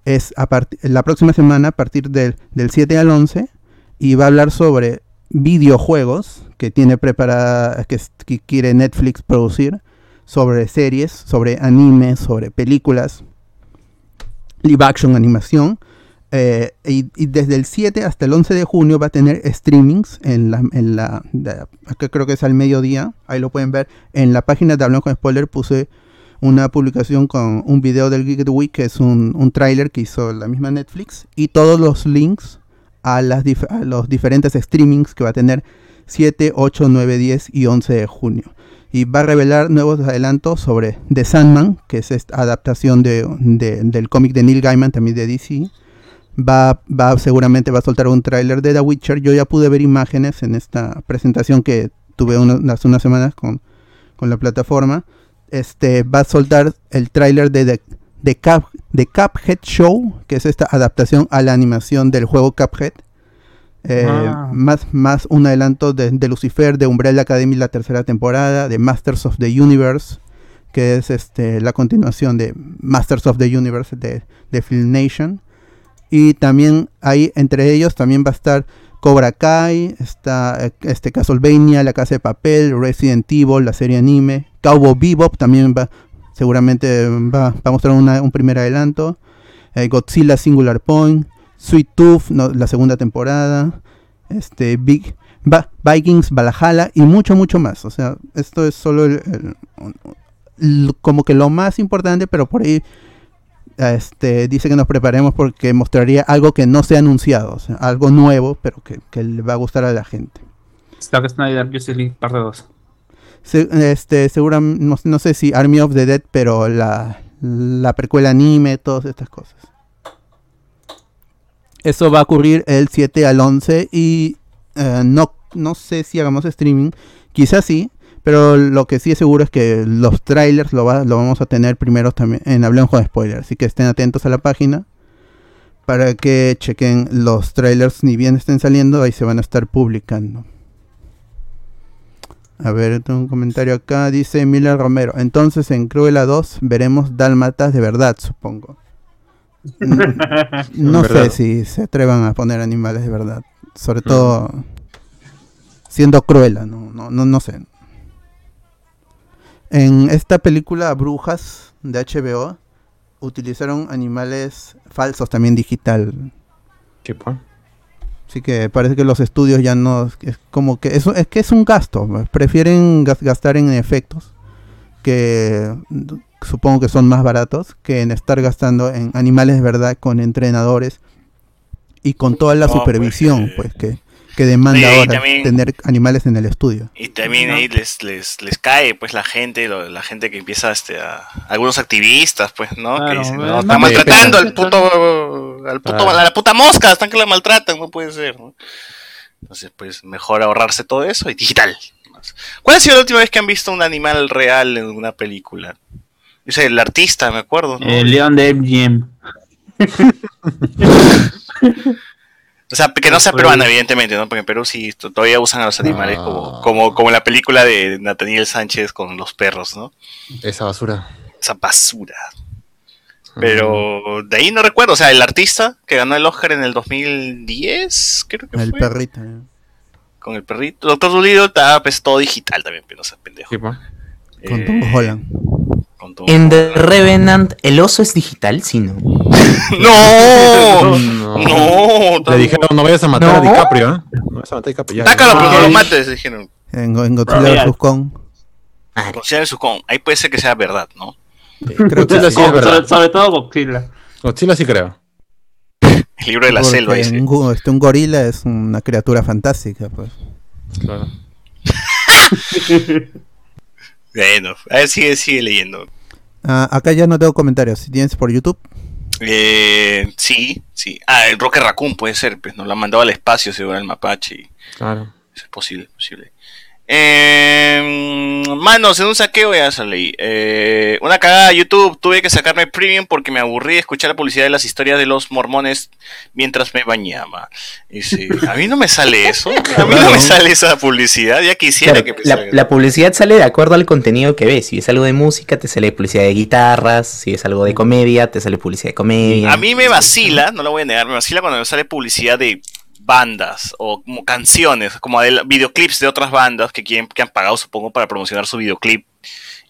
Es a part- la próxima semana, a partir del, del 7 al 11. Y va a hablar sobre videojuegos que tiene preparada, que, es- que quiere Netflix producir. Sobre series, sobre animes, sobre películas. Live action, animación. Eh, y, y desde el 7 hasta el 11 de junio va a tener streamings en la, en la, de- acá creo que es al mediodía, ahí lo pueden ver. En la página de Hablando con Spoiler puse una publicación con un video del Geek Week, que es un, un tráiler que hizo la misma Netflix, y todos los links a, las dif- a los diferentes streamings que va a tener 7, 8, 9, 10 y 11 de junio. Y va a revelar nuevos adelantos sobre The Sandman, que es esta adaptación de, de- del cómic de Neil Gaiman, también de DC va, va seguramente va a soltar un tráiler de The Witcher. Yo ya pude ver imágenes en esta presentación que tuve una- hace unas semanas con, con la plataforma. Este va a soltar el tráiler de The, The Cap, The Cuphead Show, que es esta adaptación a la animación del juego Cuphead. Eh,
Ah.
más, más un adelanto de, de Lucifer, de Umbrella Academy, la tercera temporada, de Masters of the Universe, que es este, la continuación de Masters of the Universe de, de Film Nation. Y también ahí, entre ellos, también va a estar Cobra Kai, está eh, este, Castlevania, La Casa de Papel, Resident Evil, la serie anime, Cowboy Bebop también va, seguramente va, va a mostrar una- un primer adelanto, eh, Godzilla Singular Point, Sweet Tooth, no, la segunda temporada, este, Big, Va- Vikings, Valhalla y mucho, mucho más. O sea, esto es solo el- el- un- un- como que lo más importante, pero por ahí este, dice que nos preparemos porque mostraría algo que no se ha anunciado, o sea, algo nuevo, pero que, que le va a gustar a la gente.
Zack Snyder, Justice League, parte 2.
Se- este, seguramente, no, no sé si Army of the Dead, pero la, la precuela anime, todas estas cosas. Eso va a ocurrir el 7 al 11 y eh, no, no sé si hagamos streaming, quizás sí, pero lo que sí es seguro es que los trailers lo, va- lo vamos a tener primero también en Hablemos con Spoilers, así que estén atentos a la página para que chequen los trailers, ni bien estén saliendo, ahí se van a estar publicando. A ver, tengo un comentario acá. Dice Miller Romero. Entonces en Cruella 2 veremos dálmatas de verdad, supongo. N- No
Verdad.
sé si se atrevan a poner animales de verdad. Sobre todo siendo Cruella, no, no, no, no sé. En esta película Brujas de HBO utilizaron animales falsos también digital. Así que parece que los estudios ya no es como que eso es que es un gasto, pues, prefieren gas- gastar en efectos que mm, supongo que son más baratos que en estar gastando en animales de verdad con entrenadores y con toda la
No, pues,
supervisión
eh,
pues, que, que demanda
oye, y
ahora
también-
tener animales en el estudio.
Y también ahí les, les, les cae pues la gente, lo- la gente que empieza este, a algunos activistas, pues, ¿no? que
Claro,
dicen,
eh,
no,
no,
están
pues,
maltratando
pero-
al puto, al puto,
Ah.
Claro.
a la puta mosca, están que la maltratan, no puede ser, ¿no? Entonces, pues mejor ahorrarse todo eso y digital. ¿Cuál ha sido la última vez que han visto un animal real en una película? Dice el artista, me acuerdo, ¿no?
El León Eh, de MGM.
O sea, que no sea
Pues-
peruana, evidentemente, ¿no? Porque en Perú sí t- todavía usan a los animales
Ah.
como, como, como en la película de Nathaniel Sánchez con los perros, ¿no?
Esa basura.
Esa basura. Pero de ahí no recuerdo. O sea, el artista que ganó el Oscar en el 2010, creo que
El
fue.
perrito. eh,
Con el perrito. Doctor Dolittle estaba pues, todo digital también, pero no seas pendejo.
Sí, pues.
Con
Eh,
Tom Holland.
con Tom
En The
Holland.
Revenant, ¿el oso es digital? Sí, no.
*laughs*
¡No!
No.
¡No!
Le dijeron, no vayas a matar a
No.
DiCaprio, ¿eh? No vayas a matar a DiCaprio. ya.
Tácalo, pero no lo
Ay.
mates, dijeron.
En, en
Bro,
Godzilla
mira.
vs. Kong.
madre.
Consideren su con. Ahí puede ser que sea verdad, ¿no?
Creo
*laughs*
que sí, es
Sobre-
verdad.
sobre, sobre todo Godzilla.
Godzilla sí creo.
El libro de la
Porque
selva dice.
Un, go- este, un gorila es una criatura fantástica, pues.
Claro.
Bueno, a ver, sigue, sigue leyendo.
Ah, acá ya no tengo comentarios. Si tienes por YouTube,
Eh, sí, sí. Ah, el Roque Raccoon puede ser, pues nos lo han mandado al espacio, según el mapache. y-
Claro.
Es posible, posible. Eh, manos, en un saqueo ya salí. Eh, una cagada de YouTube, tuve que sacarme premium porque me aburrí de escuchar la publicidad de las historias de los mormones mientras me bañaba. Y sí, a mí no me sale eso. A mí no me sale esa publicidad. Ya quisiera
Claro,
que me
la,
salga.
la publicidad sale de acuerdo al contenido que ves. Si es algo de música, te sale publicidad de guitarras. Si es algo de comedia, te sale publicidad de comedia.
A mí me vacila, no lo voy a negar, me vacila cuando me sale publicidad de bandas o como canciones, como de videoclips de otras bandas que, quieren, que han pagado, supongo, para promocionar su videoclip.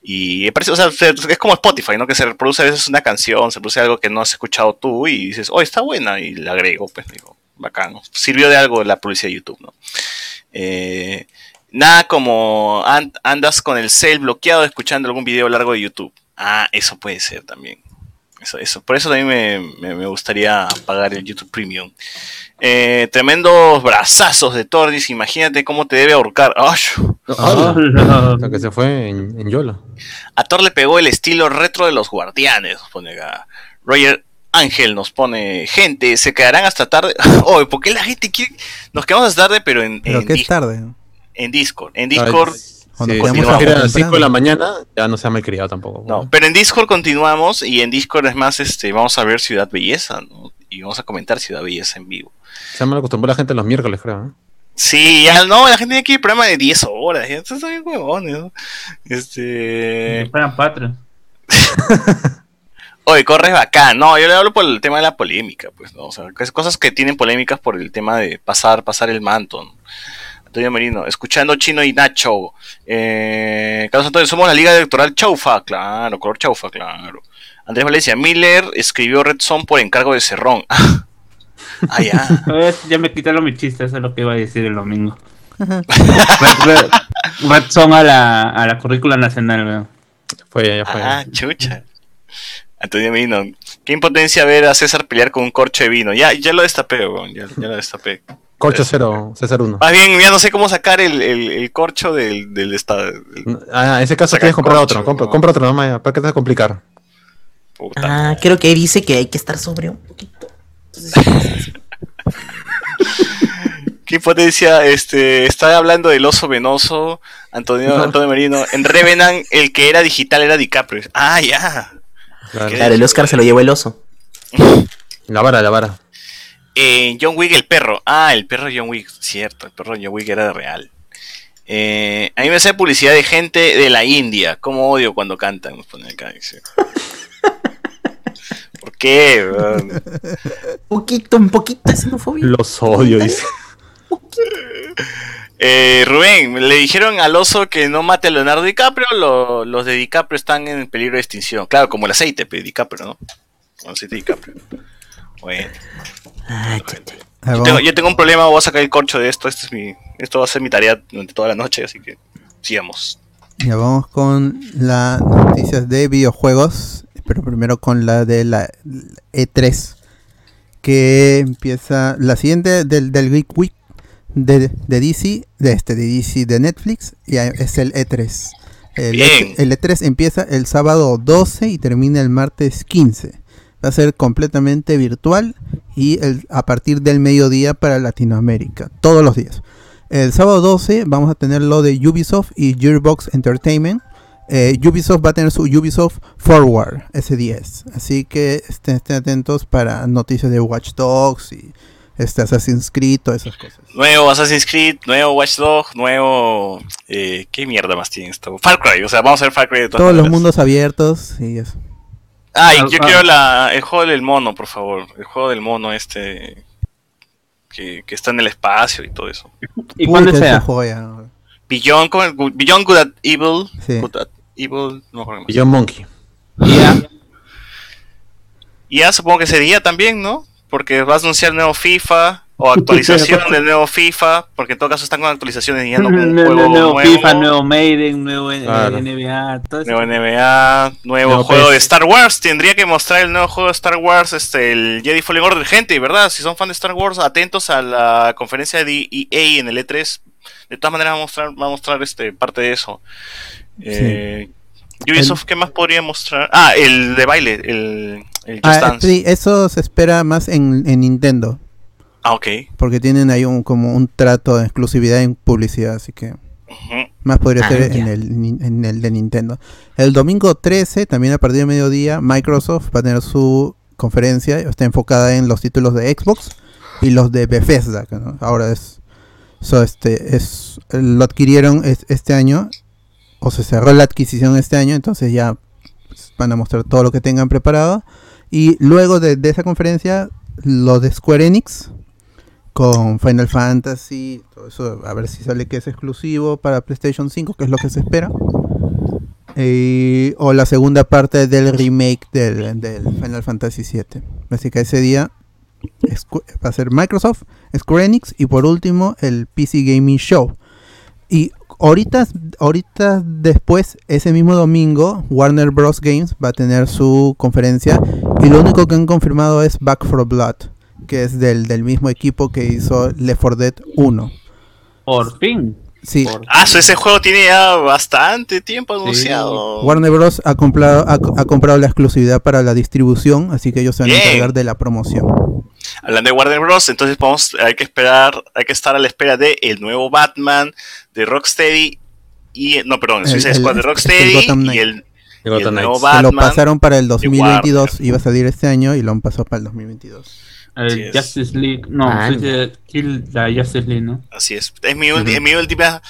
Y me parece, o sea, se- es como Spotify, ¿no? Que se reproduce a veces una canción, se reproduce algo que no has escuchado tú y dices, oh, está buena, y la agrego, pues digo, bacán. Sirvió de algo la publicidad de YouTube, ¿no? Eh, nada como an- andas con el cel bloqueado escuchando algún video largo de YouTube. Ah, eso puede ser también. Eso, eso. Por eso también me, me- me gustaría pagar el YouTube Premium. Eh, tremendos brazazos de Tordis. Imagínate cómo te debe ahorcar. ¡Ay!
Ah,
ah, Hola.
Hasta que se fue en, en Yola.
A Thor le pegó el estilo retro de los guardianes. nos Pone acá. Roger Ángel nos pone. Gente, se quedarán hasta tarde. *laughs* Oh, ¿por qué la gente quiere.? Nos quedamos hasta tarde, pero en,
pero
en,
que
Dis-
es tarde.
en Discord. En Discord.
Cuando
Sí,
quedamos
si
abajo
era a
temprano.
las 5 de la mañana, ya no sea malcriado tampoco.
No, pero en Discord continuamos y en Discord es más, este, vamos a ver Ciudad Belleza, ¿no? Y vamos a comentar Ciudad Belleza en vivo.
Se me acostumbró la gente los miércoles, creo. ¿eh?
Sí, ya no, la gente tiene que ir programa de 10 horas. Ya están bien huevones. ¿no? Este.
Esperan Patreon.
Oye, corres bacán. No, yo le hablo por el tema de la polémica, pues, ¿no? O sea, cos- cosas que tienen polémicas por el tema de pasar, pasar el manto. ¿no? Antonio Merino, escuchando Chino y Nacho. Eh, Carlos Antonio, somos la Liga Electoral Chaufa, claro, color Chaufa, claro. Andrés Valencia, Miller escribió Red Son por encargo de Cerrón. *laughs* ah, ya.
Es- ya me quitaron mi chiste, eso es lo que iba a decir el domingo. Red, red, red Song a la, a la currícula nacional, weón.
Fue, ya fue.
Ah, chucha. Antonio Mino, qué impotencia ver a César pelear con un corcho de vino. Ya, ya lo destapé, weón, ya, ya lo destapé.
Corcho 0, César 1.
Más bien, ya no sé cómo sacar el, el- el corcho del, del esta- del-
Ah, en ese caso
Saca
tienes que comprar
corcho,
otro. Compra,
¿no?
compra otro nomás, ya, ¿para qué te vas a complicar?
puta.
Ah, creo que dice que hay que estar sobre un poquito.
Qué impotencia, este, está hablando del oso venoso, Antonio,
No.
Antonio Merino. En Revenant, el que era digital era DiCaprio. Ah, ya.
Claro.
Claro, el Oscar se lo llevó el oso.
La vara, la vara.
Eh, John Wick, el perro. Ah, el perro John Wick, cierto, el perro John Wick era de real. Eh, a mí me hace publicidad de gente de la India. Cómo odio cuando cantan. nos pone acá, dice. ¿Por qué? weón?
Poquito, un poquito de xenofobia.
Los odio, dice.
Eh, Rubén, le dijeron al oso que no mate a Leonardo DiCaprio. lo- los de DiCaprio están en peligro de extinción. Claro, como el aceite pe, DiCaprio, ¿no? Como el aceite de DiCaprio. Bueno,
Ah, cha, cha.
Ah,
yo
vamos.
tengo, yo tengo un problema. Voy a sacar el corcho de esto. Esto, es mi, esto va a ser mi tarea durante toda la noche. Así que sigamos.
Ya vamos con las noticias de videojuegos, pero primero con la de la E3, E que empieza la siguiente del, del Geek Week de, de DC, de este, de DC de Netflix, y ahí es el E3. El,
Bien.
E3 el E3 empieza el sábado 12 y termina el martes 15. Va a ser completamente virtual y el- a partir del mediodía para Latinoamérica, todos los días. El sábado 12 vamos a tener lo de Ubisoft y Gearbox Entertainment. Eh, Ubisoft va a tener su Ubisoft Forward ese 10. Así que estén, estén atentos para noticias de Watch Dogs y este Assassin's Creed, todas esas cosas.
Nuevo Assassin's Creed, nuevo Watch Dogs, nuevo. eh, ¿Qué mierda más tiene esto? Far Cry, o sea, vamos a ver Far Cry de todas
Todos los
maneras.
mundos abiertos y eso.
Ay,
Ah,
yo
ah.
quiero la, el juego del mono, por favor. El juego del mono este. Que, que está en el espacio y todo eso.
¿Y
Puta,
cuándo
ese
sea?
juego ya-
Beyond, ¿cómo es? Gu- Beyond Good at Evil.
Sí.
Good at Evil, no me acuerdo
Y
más.
John Monkey.
Ya.
*laughs* Y ya supongo que sería también, ¿no? Porque vas a anunciar el nuevo FIFA. O actualización del nuevo FIFA, porque en todo caso están con actualizaciones y ya no
*laughs*
con un
Nuevo,
juego nuevo.
nuevo FIFA, nuevo Maiden, nuevo eh,
Claro.
NBA, todo eso.
Nuevo NBA, nuevo
Nuevo
juego
pues,
PS.
de Star Wars. Tendría que mostrar el nuevo juego de Star Wars, este, el Jedi Fallen Order. Gente, ¿verdad? Si son fan de Star Wars, atentos a la conferencia de EA en el E3. De todas maneras, va a mostrar, va a mostrar este, parte de eso. Eh, Ubisoft, ¿qué más podría mostrar? Ah, el de baile, el, el Just
Ah,
Dance.
sí, eso se espera más en, en Nintendo.
Ah, ok.
Porque tienen ahí un, como un trato de exclusividad en publicidad, así que
Ujú.
más podría
Ah,
ser
ya.
en el, nin- en el de Nintendo. El domingo 13, también a partir de mediodía, Microsoft va a tener su conferencia, está enfocada en los títulos de Xbox y los de Bethesda, que, ¿no? ahora es, so, este, es, lo adquirieron es- este año, o se cerró la adquisición este año, entonces ya pues, van a mostrar todo lo que tengan preparado. Y luego de, de esa conferencia, lo de Square Enix con Final Fantasy, todo eso, a ver si sale que es exclusivo para PlayStation 5, que es lo que se espera. Eh, o la segunda parte del remake del, del Final Fantasy 7. Así que ese día Squ- va a ser Microsoft, Square Enix y por último el PC Gaming Show. Y ahorita, ahorita después, ese mismo domingo, Warner Bros. Games va a tener su conferencia y lo único que han confirmado es Back for Blood, que es del, del mismo equipo que hizo Left 4 Dead 1.
Por fin.
Sí,
Por
Ah, so ese juego tiene ya bastante tiempo anunciado.
Warner Bros. Ha comprado, ha, co- ha comprado la exclusividad para la distribución, así que ellos se van a
Bien.
encargar de la promoción.
Hablando de Warner Bros., entonces vamos, hay que esperar, hay que estar a la espera de el nuevo Batman de Rocksteady y no, perdón,
El-
Suicide
el-
Squad de
el
Rocksteady
Gotham
y
Knight.
el,
De
y el
Gotham
nuevo
Knights.
Se lo
Batman.
pasaron para el
de Warner.
2022, iba a salir este año y lo han pasado para el 2022.
Así
el
es.
Justice League. No,
Ah,
Suicide Kill la Justice League, ¿no?
Así es. Es mi, ulti- es mi última.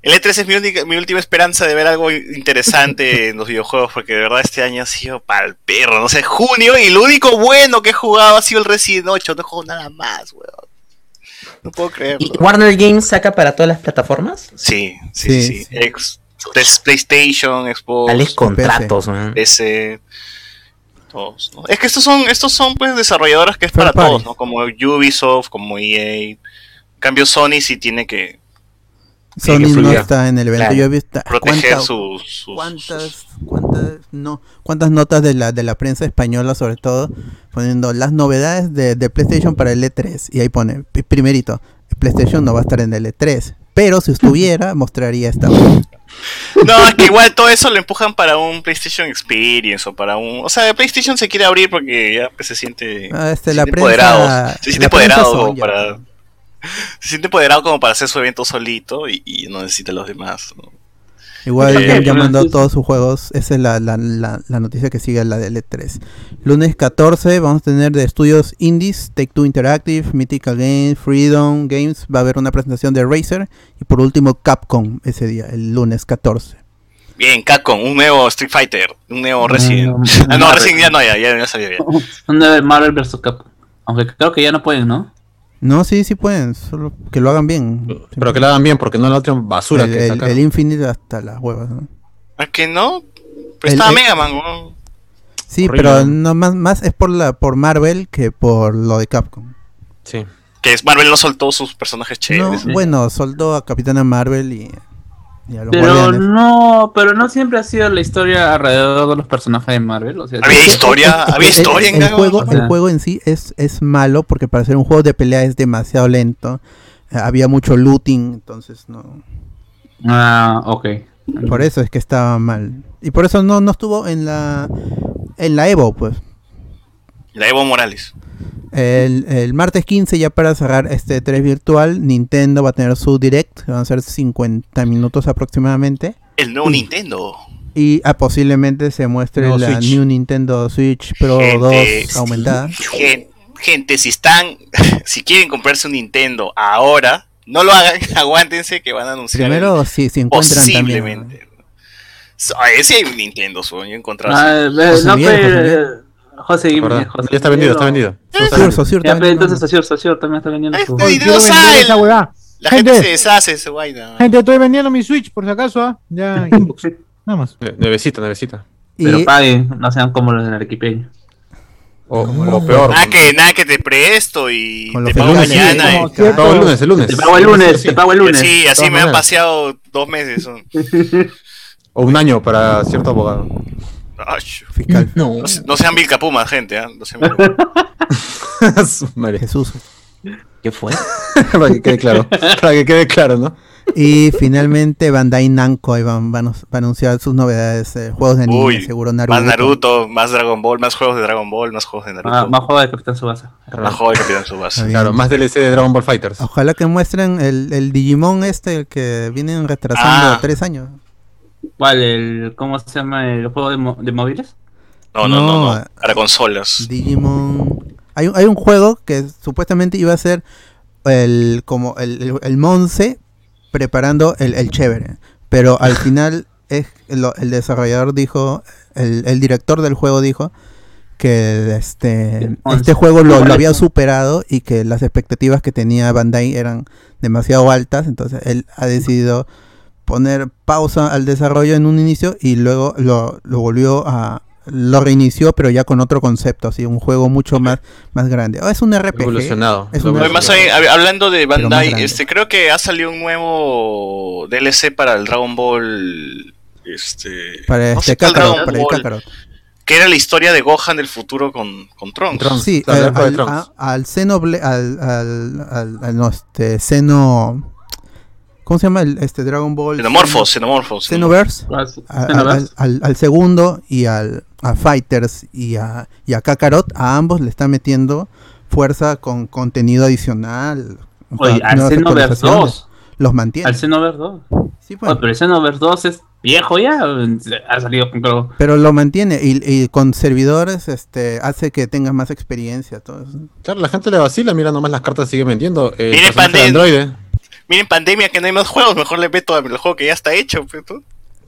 El E3 es mi, única- mi última esperanza de ver
*laughs*
algo interesante en los videojuegos, porque de verdad este año ha sido para el perro. No sé, junio, y lo único bueno que he jugado ha sido el Resident 8. No he jugado nada más, weón. No puedo creerlo.
¿Y Warner Games saca para todas las plataformas?
Sí, sí, sí.
Sí,
sí.
sí.
Ex- des- PlayStation, Xbox.
Tales contratos, man.
ese todos, ¿no? Es que estos son, estos son pues desarrolladoras que es
Third
para
party.
todos, ¿no? Como Ubisoft, como EA. En cambio Sony sí tiene que
Sony
que
no
fluya.
está en el evento,
Claro.
yo he visto
proteger
cuánta-
sus, sus- sus-
cuántas, cuántas, no, cuántas notas de la, de la prensa española, sobre todo, poniendo las novedades de, de PlayStation para el E3. Y ahí pone, p- primerito, PlayStation no va a estar en el E3, pero si estuviera, mostraría esta. otra.
No, es que igual todo eso lo empujan para un PlayStation Experience o para un... O sea, PlayStation se quiere abrir porque ya pues, se siente...
Ah, este,
se
la
siente
prensa-
empoderado. Se siente
la prensa
empoderado
son
como
ya.
para... Se siente empoderado como para hacer su evento solito y, y no necesita a los demás. ¿no?
Igual
Eh,
ya- ya
bueno,
mandó
entonces-
todos sus juegos. Esa es la, la, la, la noticia que sigue la del E3. Lunes 14 vamos a tener de estudios indies, Take Two Interactive, Mythical Games, Freedom Games. Va a haber una presentación de Razer. Y por último Capcom ese día, el lunes 14.
Bien, Capcom, un nuevo Street Fighter, un nuevo Resident.
no,
Ah, no,
no,
Resident ya no, ya, ya, ya salió ya.
*laughs* Son de Marvel vs. Capcom. Aunque creo que ya no pueden, ¿no?
No, sí, sí pueden, solo que lo hagan bien.
Pero que la hagan bien, porque no la otra basura
el,
que
el, el
sacaron.
Infinite hasta las huevas. ¿no?
¿A que no? Pero
El-
estaba
el-
Mega Man, weón.
Sí,
Horrible.
pero no, más, más es por, la, por Marvel que por lo de Capcom.
Sí.
Que es Marvel no soltó sus personajes
No,
chéveres.
bueno, soldó a Capitana Marvel y, y a los
Pero
guardianes.
no, pero no siempre ha sido la historia alrededor de los personajes de Marvel. O sea,
Había
sí.
historia, había
El-
historia
el,
en
el
Dragon
juego,
Ball.
el juego en sí es, es malo porque para ser un juego de pelea es demasiado lento. Eh, Había mucho looting, entonces no.
Ah, ok.
Por eso es que estaba mal. Y por eso no, no estuvo en la en la Evo, pues.
La Evo Morales.
El, el martes 15, ya para cerrar este 3 virtual, Nintendo va a tener su direct, que van a ser 50 minutos aproximadamente.
El
Mm.
nuevo Nintendo.
Y ah, posiblemente se muestre
Nuevo
la
Switch.
New Nintendo Switch Pro
Gente,
2 aumentada.
Gen- Gente, si están, *laughs* si quieren comprarse un Nintendo ahora, no lo hagan, *laughs* aguántense que van a anunciar. el-
Primero, si, si encuentran también. ¿no?
posiblemente. So- Ay, sí hay un Nintendo, sueño encontrado.
Ah, eh,
José
no,
Miguel,
pero,
José Miguel.
eh, José Guimel,
¿verdad?
José
Ya está
Guimel,
vendido,
no.
está vendido.
Socio, socio,
Ya, pero
también,
entonces
¿no?
Sosur, Sosur también está vendiendo
Este
su...
Ay,
Yo no
Dios,
vendí
ay.
esa huevada.
La gente
gente.
se deshace de esa vaina.
Gente, estoy vendiendo mi Switch, por si acaso, ¿ah?
*laughs*
Ya, inbox. Nada más.
Ne- Nevecita, nevecita.
Y-
Pero paguen, no sean como los de Arequipeño.
O, o peor.
Nada
Ah,
que, nada que te presto y
Con
te
los
pago
peluches.
mañana.
Sí,
y-
no,
cierto.
No, el lunes, el lunes.
Te pago el lunes, te pago el lunes.
Sí, así
todas
me han
maneras.
paseado dos meses. son.
O un año para cierto abogado. *laughs*
Ay, chu.
Fiscal.
No.
no, se- no sean vilcapumas, gente. ¿ah? No
*laughs*
sean vilcapumas.
Su madre. *laughs*
Jesús.
¿Qué fue?
para que quede
*laughs*
claro. Para que quede claro, ¿no?
Y finalmente Bandai Namco ahí van, van a va a anunciar sus novedades, eh, juegos de anime,
Uy,
seguro Naruto.
más Naruto, más Dragon Ball, más juegos de Dragon Ball, más juegos de
Ah,
Naruto.
más juego de Capitán Subasa.
Más juegos de Capitán Tsubasa.
Está bien.
Claro, más DLC de Dragon Ball Fighters.
Ojalá que muestren el, el Digimon este, el que vienen retrasando
Ah.
tres años.
¿Cuál? El, ¿Cómo se llama el juego de, mo- de móviles?
No, no, no,
No, ah,
no. Para consolas.
Digimon. Hay, un- hay un juego que supuestamente iba a ser el como el, el, el Monse preparando el, el chévere. Pero
*laughs*
al final es lo- el desarrollador dijo, el, el director del juego dijo que este,
El Monse.
este juego lo, lo había
Correcto.
superado y que las expectativas que tenía Bandai eran demasiado altas. Entonces él ha decidido poner pausa al desarrollo en un inicio y luego lo, lo volvió a lo reinició pero ya con otro concepto así un juego mucho más más grande Ah, es un RPG
Evolucionado.
Es un
Oye, más
Evolucionado.
ahí, hab- hablando de
más
Bandai,
grande.
este, creo que ha salido un nuevo DLC para el Dragon Ball. Este,
para
no
este
sé, para el
Kakarot,
Dragon
para el
Ball,
Kakarot.
que era la historia de Gohan del futuro con, con Trunks.
Trunks.
sí
la
eh,
época de
al,
Trunks.
a- al Xenoble- al al al, al- no, este Xeno cómo se llama el, este Dragon Ball
Xenomorfos, xenomorfos.
Xenoverse a- a- al,
Xenoverse.
al- al segundo y al a Fighters y a, y a Kakarot, a ambos le está metiendo fuerza con contenido adicional. o
Oye,
sea,
al
nuevas
Xenoverse
actualizaciones.
2.
Los mantiene.
Al Xenoverse 2.
Sí, pues,
Oh, pero el Xenoverse 2 es viejo ya. Ha salido con creo,
pero lo mantiene y, y con servidores este hace que tengas más experiencia. Todo eso.
Claro, la gente le vacila, mira nomás las cartas siguen vendiendo. El
Mire,
personaje de
Pandem.
Android. eh.
Miren, pandemia, que no hay más juegos. Mejor le meto al juego que ya está hecho. pues, ¿no?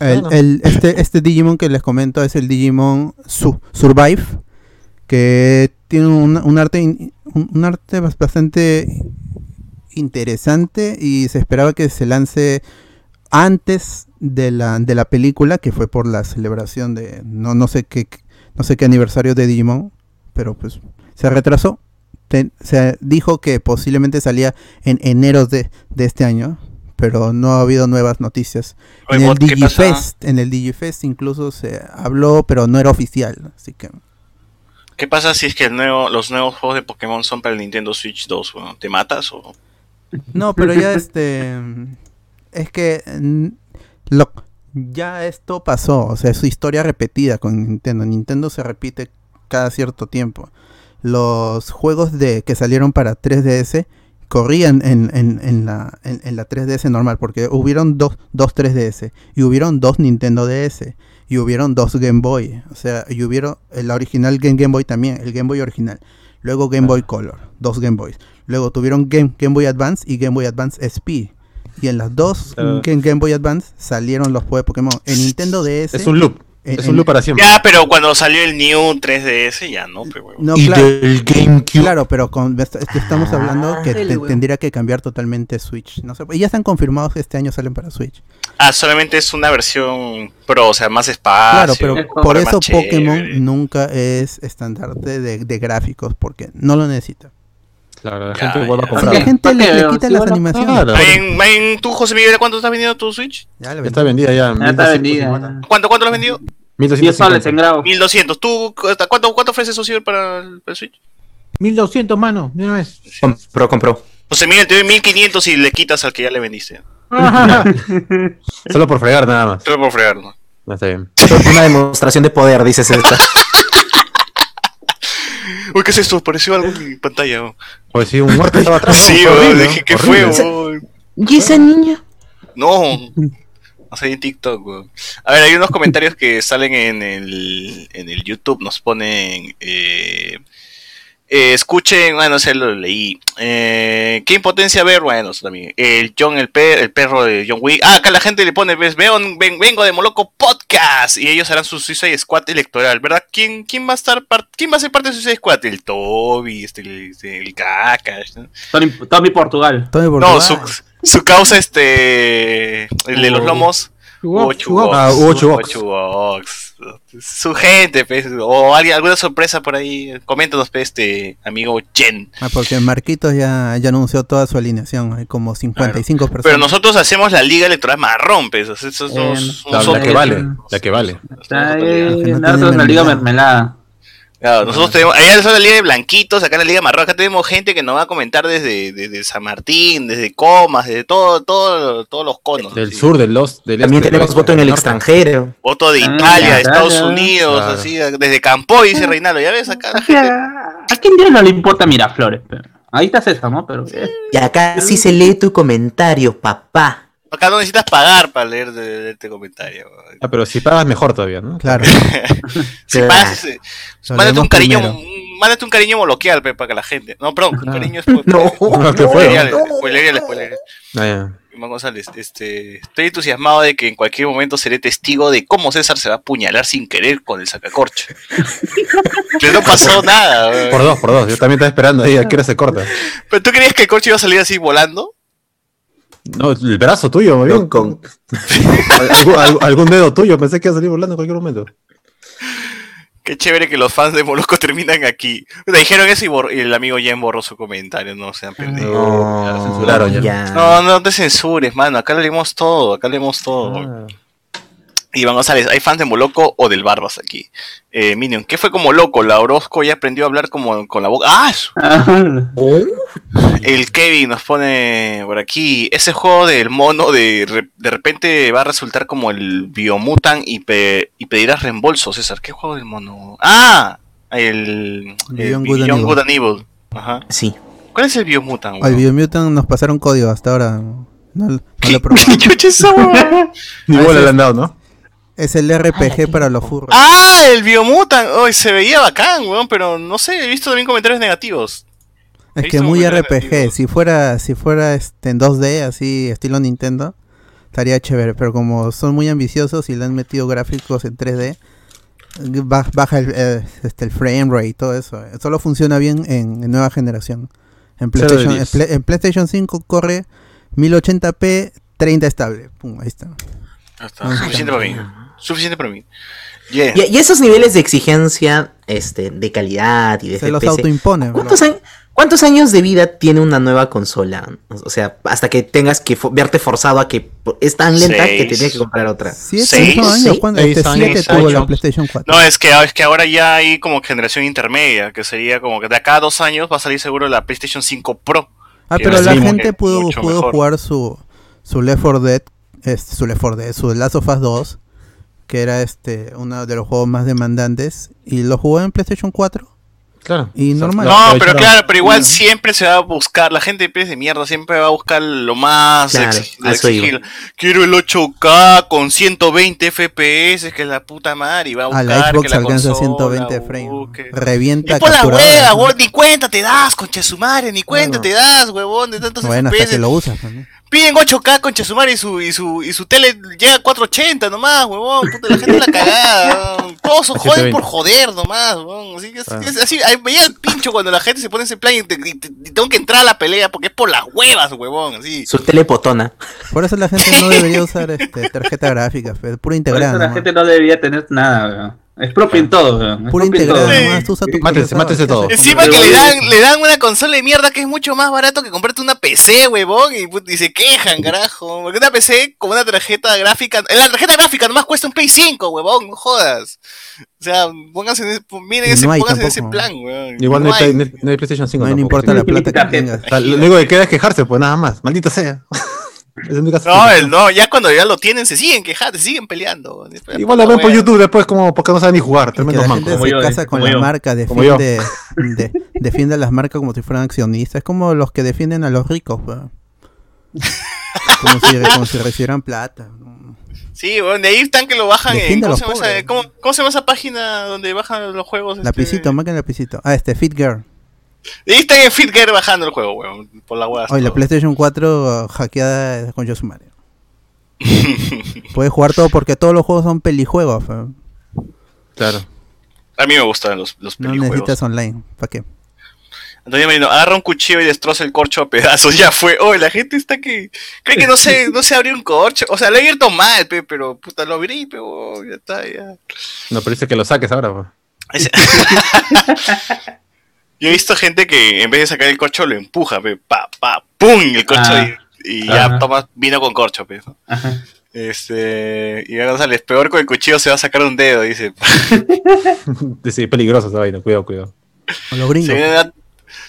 El-
Claro.
el- este, este Digimon que les comento es el Digimon Su- Survive, que tiene un, un arte in- un, un arte bas- bastante interesante y se esperaba que se lance antes de la, de la película, que fue por la celebración de no, no sé qué no sé qué aniversario de Digimon, pero pues se retrasó. Te- se dijo que posiblemente salía en enero de, de este año, pero no ha habido nuevas noticias.
Oye,
en el
Bot, ¿qué pasa?
Digifest, en el Digifest incluso se habló, pero no era oficial, así que
¿Qué pasa si es que el nuevo, los nuevos juegos de Pokémon son para el Nintendo Switch 2? weón? ¿Te matas? O...
no, pero ya este es que mm, lo, ya esto pasó, o sea, es su historia repetida con Nintendo. Nintendo se repite cada cierto tiempo. Los juegos de que salieron para 3DS corrían en, en- en la, en, en la 3DS normal, porque hubieron dos, dos 3DS, y hubieron dos Nintendo DS, y hubieron dos Game Boy, o sea, y hubieron el original Game, Game Boy también, el Game Boy original, luego Game Boy Color, dos Game Boys, luego tuvieron Game, Game Boy Advance y Game Boy Advance SP, y en las dos
Claro.
Game, Game Boy Advance salieron los juegos de Pokémon. En Nintendo DS...
Es un loop.
en-
Es un loop para siempre.
Ya, pero cuando salió el New 3DS, ya no, pues, pero
No, claro, Claro, pero con, est- est- estamos hablando que
Ah,
te-
el huevo.
tendría que cambiar totalmente Switch. No sé, y ya están confirmados que este año salen para Switch.
Ah, solamente es una versión pro, o sea, más espacio.
claro, pero
es como
por
para más
eso Pokémon
chévere.
nunca es estandarte de, de gráficos, porque no lo necesita.
Ah,
Claro, la
Ya,
gente vuelve a
ya.
Porque la
comprar.
gente le, le
Ok,
quita
sí,
las
bueno,
animaciones.
Claro,
Está bien, está bien. ¿Tú, José Miguel, cuánto está vendiendo tu Switch?
Ya le
ya
vendí.
está vendida ya.
Ya está vendida.
¿Cuánto, cuánto lo has vendido?
10 soles en
1250.
grado.
1200. ¿Tú cu- hasta cuánto, cuánto ofreces Sociedad para el, para el Switch?
1200, mano, de una vez.
Compró, compró.
José Miguel, te doy 1500 y le quitas al que ya le vendiste.
Solo por fregar nada más.
Solo por fregarlo.
No está bien.
Una demostración de poder, dices esta.
Uy, ¿qué es esto? Pareció algo en mi pantalla. weón.
Pues sí, un muerto estaba atrás.
Sí,
Horrible,
weón,
¿no?
dije, ¿qué fue?
Horrible.
weón?
¿Y esa niña?
No. No sé en TikTok, weón. A ver, hay unos comentarios que salen en el, en el YouTube. Nos ponen. Eh, eh, escuchen, bueno, se lo leí. Eh, ¿Qué impotencia ver? Bueno, eso también. El John, el, per- el perro de John Wick. Ah, acá la gente le pone, ves, veo, un- ven- vengo de Moloco Podcast. Y ellos harán su Suicide Squad electoral, ¿verdad? ¿Quién, quién va a estar par- quién va a ser parte de Suicide Squad? El Toby, este, el, el Cacas, ¿no?
Tommy, Tommy Portugal.
Tommy
No,
Portugal.
su, su causa, este. El de los lomos.
Chugop,
Ocho
chugop.
Box,
Ah, Ocho Box.
Ocho Box. su gente, pues, o alguien- alguna sorpresa por ahí. Coméntanos, pues, este amigo Chen.
Ah, porque Marquitos ya, ya anunció toda su alineación, hay como 55 personas.
Pero nosotros hacemos la liga electoral marrón, pues. o sea, Eso es un-
Eh,
un
La, la
software.
que vale, la que vale.
Está
no
bien,
tiene
nosotros en la Liga
mermelada.
Mermelada.
Claro, nosotros tenemos, allá es la liga de blanquitos, acá en la liga marrón, acá tenemos gente que nos va a comentar desde, desde San Martín, desde Comas, desde todo, todo, todos los conos.
Del
así.
sur, del los, del
*laughs* También
este, del
tenemos
oeste,
voto en el
del norte.
extranjero.
Voto de
Ah,
Italia, de
claro.
Estados Unidos,
Claro.
así, desde Campoy,
Ah.
dice Reinaldo, ya ves acá la
*laughs*
Aquí
gente.
a, a quién Dios no le importa Miraflores? pe? Ahí está César, ¿no? Pero eh,
Y
*laughs*
acá sí se lee tu comentario, papá.
Acá no necesitas pagar para leer de- de este comentario.
Ah, pero si pagas mejor todavía, ¿no?
Claro,
Si
Claro.
pagas, eh,
Lo
mándate un
leemos
cariño,
primero.
un- mándate un cariño moloquial, pe, para que la gente. No, perdón, un cariño es no,
*laughs* No, ¿qué fue? Ah, ya.
Iván González, este, estoy entusiasmado de que en cualquier momento seré testigo de cómo César se va a apuñalar sin querer con el
*laughs*
sacacorcho. Pero no pasó nada. weón.
Por dos, por dos. Yo también estaba esperando ahí a qué hora se corta.
¿Pero tú creías que el corcho iba a salir así volando?
No, el brazo tuyo, muy bien.
Pero con-
Al- *laughs* algún- al- algún dedo tuyo, pensé que iba a salir volando en cualquier momento.
Qué chévere que los fans de Molusco *laughs* terminan aquí. Le dijeron eso y, bor- y el amigo Jen borró su comentario, no se han perdido.
No, ya lo censuraron ya.
No, no te censures, mano. Acá leemos todo, acá leemos todo.
Ah.
Iván González, hay fans de Moloco o del Barbas aquí. Eh, Minion, ¿qué fue como loco? La Orozco ya aprendió a hablar como con la boca. ¡Ah! su- El Kevin nos pone por aquí. Ese juego del mono de, re- de repente va a resultar como el Biomutant y, pe- y pedirás reembolso, César. ¿Qué juego del mono? ¡Ah! El, el
Beyond
Beyond
Good and Evil.
Good and Evil. Ajá.
Sí.
¿Cuál es el Biomutant?
al
weón?
Biomutant nos pasaron código hasta ahora. No, no lo
*laughs* ¿Qué
probamos.
chucha es esa, weón?
*laughs*
Ni bola le han dado, ¿no?
Es el RPG para los furros.
¡Ah! El Biomutant. Hoy se veía bacán, weón, pero no sé, he visto también comentarios negativos.
Es
Ahí
que
son
muy
muy
RPG.
relativos.
Si fuera, si fuera este, en 2D, así estilo Nintendo, estaría chévere. Pero como son muy ambiciosos y le han metido gráficos en 3D, ba- baja el, eh, este, el frame rate y todo eso. Solo funciona bien en, en nueva generación. En
Cero de
PlayStation, en,
10.
Play- en PlayStation 5 corre 1080p, 30 estable. Pum, ahí está.
Ya
Ah,
está, Suficiente para mí. Suficiente para mí. Yeah.
Y, y esos niveles de exigencia este, de calidad y de
Se los
FPS,
autoimpone. bro.
¿Cuántos, años- cuántos años de vida tiene una nueva consola? O sea, hasta que tengas que fo- verte forzado a que es tan lenta que
Seis.
tienes que comprar otra.
Siete,
Seis,
ocho años,
seis,
cuando
seis
este
años,
siete
seis,
tuvo la
ocho.
PlayStation 4.
No, es que, es que ahora ya hay como generación intermedia, que sería como que de acá a dos años va a salir seguro la PlayStation 5 Pro.
Ah,
que
pero
es
la
como
gente
que
pudo,
mucho
pudo
mejor.
jugar su, su Left 4 Dead, este, su Left 4 Dead, su Last of Us 2, que era este uno de los juegos más demandantes, y lo jugó en PlayStation 4.
Claro.
Y
O sea,
normal.
lo
No, pero
aprovecharon.
claro, pero igual siempre se va a buscar, la gente de pies de mierda siempre va a buscar lo más
Claro,
exig-
a eso iba.
exigible. Quiero el 8K con 120 FPS, que es la puta madre, y va a
A
buscar
la
que
Xbox
la
alcanza
consola
120 frames.
busque.
Revienta
Y por la
capturadora.
hueva, huevón, ni cuenta te das, concha de su madre, ni cuenta
Bueno.
te das, huevón, de tantos
Bueno, hasta
FPS.
que lo usas. pues, ¿no?
Piden 8K, concha de su madre, y su, y su, y su tele llega a 480 nomás, huevón, puta, la gente es la cagada, huevón. todos son
A
joden
720.
por joder nomás, huevón, así que es-
Ah.
es- así, ahí veía el pincho cuando la gente se pone ese plan y, te- y te- y tengo que entrar a la pelea porque es por las huevas, huevón, así.
Su telepotona.
Por eso la gente
*laughs*
no debería usar este, tarjeta gráfica, es pura
por eso
integrada.
la
nomás.
gente no debería tener nada, weón. Es propio en todo, weón. Es
Pura
propio en
integrada,
todo.
nomás, tú usa tu
Mátense,
computadora,
mátense
¿qué
todos.
haces?
Encima
Pero
que le
bueno.
dan, le dan una consola de mierda que es mucho más barato que comprarte una PC, huevón, y, put- y se quejan, carajo. Porque una PC con una tarjeta gráfica, eh, la tarjeta gráfica nomás cuesta un Play 5, huevón, no jodas. O sea, pónganse en, ese- miren
Y
ese,
no hay
pónganse en ese
tampoco.
plan, huevón.
Igual no
No
hay, Play- no hay- no hay PlayStation 5.
No, no
tampoco,
importa
sí.
la plata que tengas.
O sea, lo único que queda es quejarse, pues nada más.
*laughs*
Maldita sea. Es el único
No, el- no, ya cuando ya lo tienen se siguen quejando, se siguen peleando. huevón.
Igual la ven por
Huevón.
YouTube después como porque no saben ni jugar.
Que la
Tremendos
gente
mancos.
Como
se
yo,
casa
eh,
con
como
la
yo.
marca,
Como yo.
defiende, de- defiende a las marcas como si fueran accionistas. Es como los que defienden a los ricos, weón. Como si, como si recibieran plata.
Sí, huevón, de ahí están que lo bajan en.
Defiende a
¿cómo
los
se, llama esa,
pobres.
cómo- cómo se llama esa página donde bajan los juegos? este?
Lapicito, marca el lapicito. Ah, este, Fit Girl.
De ahí están en FitGear bajando el juego, huevón, por la hueá.
Hoy
*laughs*
la PlayStation 4 hackeada con Yosumario. Puedes jugar todo porque todos los juegos son pelijuegos. pues. weón.
Claro.
A mí me gustan los, los
No
pelijuegos.
necesitas online. ¿Para qué?
Antonio Merino, agarra un cuchillo y destroza el corcho a pedazos. *laughs* Ya fue. Oh, la gente está que. Cree que no
*laughs*
se, no se abrió un corcho. O sea, lo he abierto mal, pe, pero puta, lo abrí, pe, oh, ya está, ya.
No, pero dice que lo saques ahora, pues.
Ese- *laughs* Yo he visto gente que en vez de sacar el corcho lo empuja, pe, pa, pa, pum, el corcho
Ah.
y, y ya
Ajá.
toma vino con corcho, pe. ¿no?
Ajá.
Este, y González, peor con el cuchillo se va a sacar un dedo, dice.
Sí, peligroso esa vaina, cuidado, cuidado.
Con los gringos.
Se viene, una,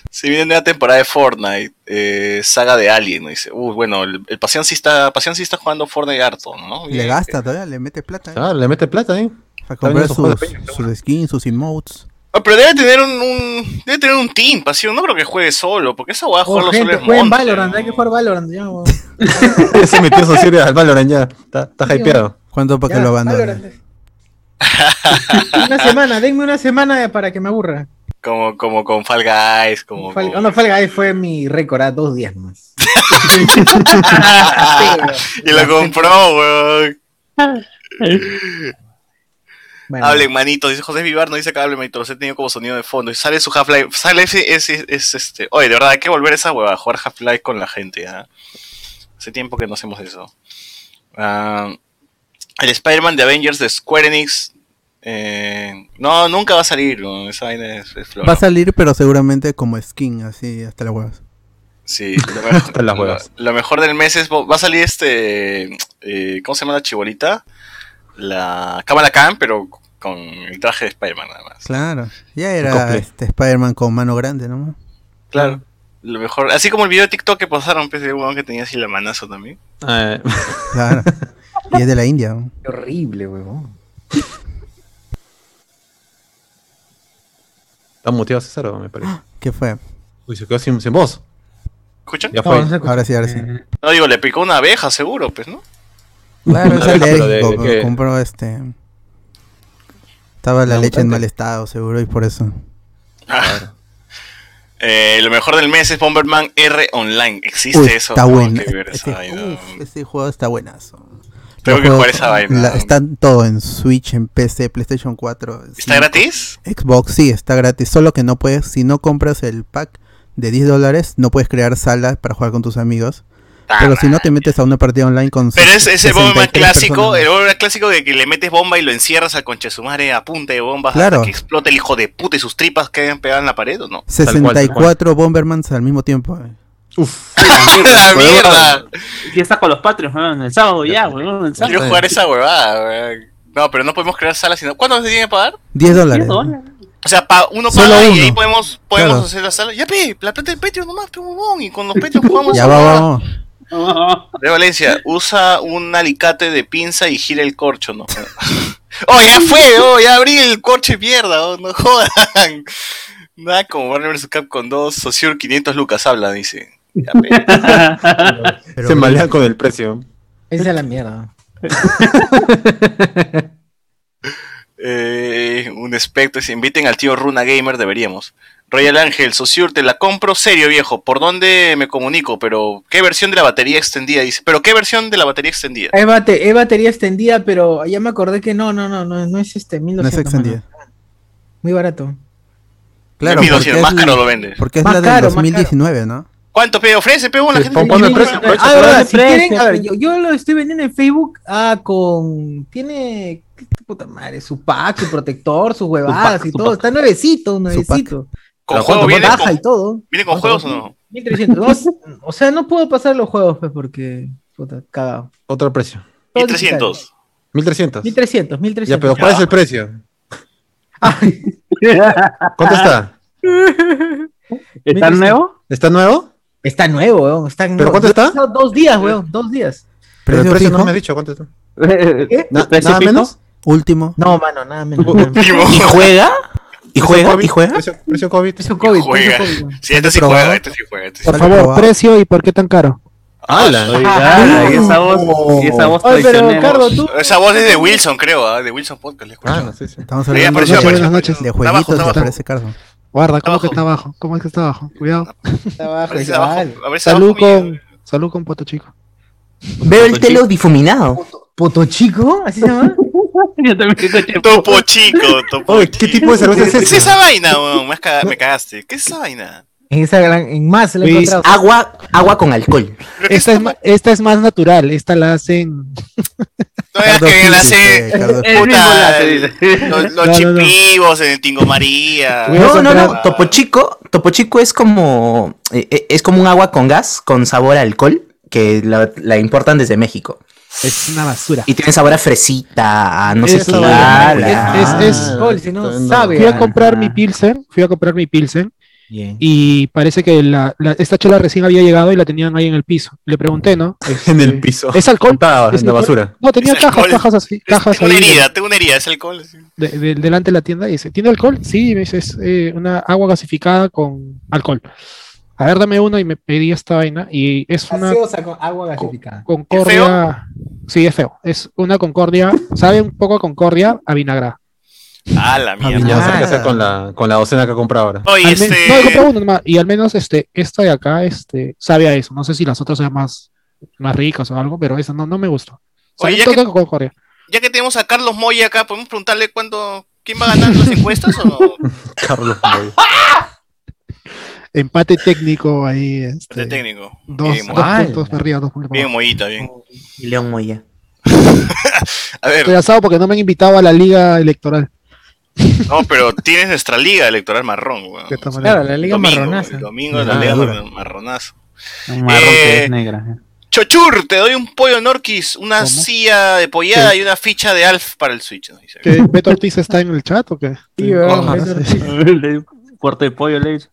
se viene una temporada de Fortnite, eh, saga de Alien, ¿no? dice. Uh, bueno, el, el pasión sí está, pasión sí está jugando Fortnite harto, ¿no?
Le
Eh,
gasta todavía, le mete plata. ¿eh?
Ah, le mete plata, ¿eh?
Para comprar
También esos juegos de
sus, sus skins, sus emotes.
ah, pero debe tener un, un- debe tener un team, pasión. No creo que juegue solo, porque esa hueá
Oh,
jugarlo
gente,
solo es
jueguen
monte,
Valorant,
¿no?
hay que jugar Valorant ya. weón.
*laughs* Ese metió sus series al Valorant ya. Está, está hypeado.
¿Cuánto para
Ya,
que lo
Valorant.
abandone?
una semana, denme una semana para que me aburra.
Como, como con Fall Guys, como.
Fal-
con-
no, Fall Guys fue mi récord, ah, dos días más.
*laughs* y lo compró, weón.
Bueno,
Hablen, manito. Dice José Vivar, no dice que hable, manito. Los he tenido como sonido de fondo. Y sale su Half-Life. Sale ese, ese- es este. Oye, de verdad, hay que volver a esa hueva. Jugar Half-Life con la gente. ¿ah? Hace tiempo que no hacemos eso. Ah, el Spider-Man de Avengers de Square Enix. eh, no, nunca va a salir. weón. Esa vaina es, es flor.
Va a salir, pero seguramente como skin, así hasta las huevas.
Sí, lo mejor,
las huevas.
lo- lo mejor del mes es. Va a salir este. eh, ¿Cómo se llama la chibolita? La Kamala Khan, pero con el traje de Spider-Man nada más.
Claro. Ya
Cosplay.
era este Spider-Man con mano grande, ¿no?
Claro. Lo mejor. Así como el video de TikTok que pasaron, pues, de huevón que tenía así la manazo también.
Eh, *laughs*
Claro. y es de la India. ¿no?
qué horrible, huevón.
está muteado César, ¿o? me parece.
¿Qué fue?
*gasps* Uy, se quedó sin, sin voz.
¿Escuchan?
Ya
No,
fue.
no se escucha.
Ahora sí, ahora sí.
No, digo, le picó una abeja, seguro, pues, ¿no?
Claro, es
Una abeja, pero de-
alérgico,
de qué?
compró este. Estaba la
¿La
leche en
mutante?
mal estado, seguro, y por eso.
Ah. Eh, lo mejor del mes es Bomberman R Online. Existe
Uy,
eso.
está
Tengo
bueno.
que ver esa
Este,
vaina.
uf, ese juego está buenazo.
Tengo
Los
que jugar
juegos,
esa vaina.
la- están todo en Switch, en PC, PlayStation 4.
¿Está
sí,
gratis?
Xbox, sí, está gratis. Solo que no puedes, si no compras el pack de 10 dólares, no puedes crear salas para jugar con tus amigos. Pero si no te metes a una partida online con.
Ah, Pero es ese
63
Bomberman clásico,
personas.
el Bomberman clásico de que le metes bomba y lo encierras al conchesumare a punta de bombas
Claro.
hasta que explote el hijo de puta y sus tripas quedan pegadas en la pared,
*laughs*
¿o no?
64 Bombermans al mismo tiempo. eh.
Uf.
¡La mierda!
Ya está con los patrios, weón, el sábado ya, weón, el sábado.
Quiero jugar esa huevada, weón. No, pero no podemos crear salas, sino... ¿Cuánto se tiene que pagar?
10
10
dólares. ¿no?
*laughs* dólares.
O sea, pa- uno
Solo
paga y ahí
uno.
podemos, podemos
Claro.
hacer la sala. Ya, pe, la plata del Patreon nomás, pe, huevón. Y con los
*laughs*
Patreon jugamos.
Ya
a-
va, vamos.
No,
De Valencia, usa un alicate de pinza y gira el corcho, ¿no? *laughs* oh, ya *laughs* fue, oh, ya abrí el corcho y mierda, oh, no jodan. Nada como Warner vs. Capcom 2, Sociur 500 lucas habla, dice. Ya, pe.
se malea con el precio.
Esa es la mierda.
Eh, un espectro, dice, inviten al tío Runa Gamer, deberíamos. Royal Ángel, Sociur, te la compro serio, viejo. ¿Por dónde me comunico? Pero, ¿qué versión de la batería extendida? Dice, ¿pero qué versión de la batería extendida?
Es, bate- es batería extendida, pero ya me acordé que no, no, no, no, no es este, 1200.
No es extendida.
mano. Muy barato.
Claro,
Es mi
porque
doscientos,
es,
más
la-
caro lo vende.
porque es
Más
la del
caro, más
2019, ¿no?
¿Cuánto pe ofrece, pe? La
Sí,
gente
pon-
se
ponme el
quiere
precio,
comprar.
precio.
Ah, verdad,
Pero
si
de
quieren,
precio,
a ver,
sí.
yo, yo lo estoy vendiendo en Facebook ah, con. Tiene. ¿qué puta madre? Su pack, su protector, sus huevadas
pack,
y
su
todo.
pack.
Está nuevecito, nuevecito.
¿Con
¿Pero
juego
cuánto?
viene
Baja
con,
y todo.
viene con juegos o no?
*laughs*
1300. No, o sea, no puedo pasar los juegos, pues, porque. Puta, cagado.
Otro precio.
Todo
1300.
1300.
1300, 1300.
Ya, pero ¿cuál es el precio?
*laughs* Ay,
¿Cuánto está?
¿Está nuevo?
¿Está nuevo?
está nuevo, weón. Está nuevo.
¿Pero cuánto
Yo he
está?
pasado Dos días, weón. Dos días.
Pero el
Precio
precio
fijo,
no me ha dicho cuánto está. Na-
¿Precio
¿Nada
fijo?
menos?
último.
No, mano, nada menos.
Ujú.
nada menos.
*laughs*
¿Y juega? ¿Y juega,
¿Precio
y juega.
¿Precio, precio COVID?
Eso COVID,
Juega.
eso COVID, weón.
Sí, este sí
¿Probado?
juega, este sí juega. Este sí.
Por
Por
favor,
favor,
probado.
precio y por qué tan caro.
¡Hala!
Ah.
Oiga, y esa voz, y esa voz
Ay, pero
traicionera.
Cardo, tú.
Esa voz es de Wilson, creo, ¿ah? de Wilson Podcast. Le
Oh.
escucho.
Ah, no, sí, sí.
Estamos
Ahí
hablando
apareció,
de,
apareció,
de
apareció. Está
jueguitos,
abajo, está
te
abajo.
aparece Cardo.
Guarda, ¿cómo
Abajo.
que está abajo? ¿Cómo es que está abajo? Cuidado.
Está abajo,
Aparece
chaval.
abajo, aparece
Salud
abajo, mi-
con, salud con Poto Chico.
Veo el telo difuminado.
¿Poto chico? ¿Así se llama?
*laughs* Yo también escuché.
Topo chico, topo
Oye, ¿qué
chico.
tipo de cerveza es
¿Qué es
*laughs*
esa?
esa vaina, weón? Me, has caga- me cagaste. ¿Qué es esa vaina?
En esa gran, en más la he
Luis,
encontrado.
agua, agua con alcohol.
ah, Esta es, ma- esta es más natural, esta la hacen.
Todavía que la hace
Carlos.
puta,
Eh,
El mismo la hace.
eh, los,
No,
los
no, no.
chipivos en Tingo María.
No, no, no. Topo Chico, Topo Chico es como eh, eh, es como un agua con gas con sabor a alcohol que la, la importan desde México.
Es una basura.
Y tiene sabor a fresita, a no sé
Es
qué.
la Ah,
a
vaina.
la-
Es- es- es-
Alcohol, si no, sabe. ah.
Fui a
a-
comprar mi Pilsen, fui a comprar mi Pilsen.
Bien.
Y parece que la, la- esta chela recién había llegado y la tenían ahí en el piso. Le pregunté, ¿no?
en el piso.
¿Es alcohol?
Juntada,
¿Es
en la
alcohol?
basura.
No, tenía
Es
cajas,
alcohol.
cajas así. Cajas
Tengo una
ahí de-
herida, tengo una herida, es alcohol. sí.
de- de- delante de la tienda y dice, ¿tiene alcohol? Sí, me dice, es eh, una agua gasificada con alcohol. A ver, dame una y me pedí esta vaina y es una
Gaseosa con agua gasificada.
concordia. Sí, es feo. Es una concordia, sabe un poco a concordia a vinagra.
Ah, la este,
mierda. Ya sé qué hacer con la, con la docena que
*laughs*
compré ahora.
Al men- Ah, No, he comprado una nomás, y al menos este, esta de acá este, sabe a eso. No sé si las otras sean más, más ricas o algo, pero esa no, no me gustó. Sabe
Oye,
un
ya que-
toque a concordia.
Ya que tenemos a Carlos Moya acá, ¿podemos preguntarle cuándo, quién va a ganar las encuestas o no?
Carlos *laughs* Moy.
Empate técnico ahí. Este,
De técnico.
Dos,
Bien,
dos Oh.
Moya.
puntos perdidos, dos puntos
Bien, Moyita, bien.
Y León Moya.
A ver,
Estoy asado porque no me han invitado a la liga electoral.
no, pero tienes nuestra liga electoral marrón, weón.
De esta manera. Claro, la liga
Domingo,
marronaza.
El domingo la
Ah,
liga
dura.
mar- marronaza.
Un marrón que
Eh,
es negra. *laughs* eh.
Chochur, te doy un pollo Norquis, una silla de pollada y una ficha de Alf para el Switch. nos dice.
¿Que ¿Beto Ortiz está en el chat o qué?
Ajá.
*laughs*
El de Cuarto de pollo le he dicho.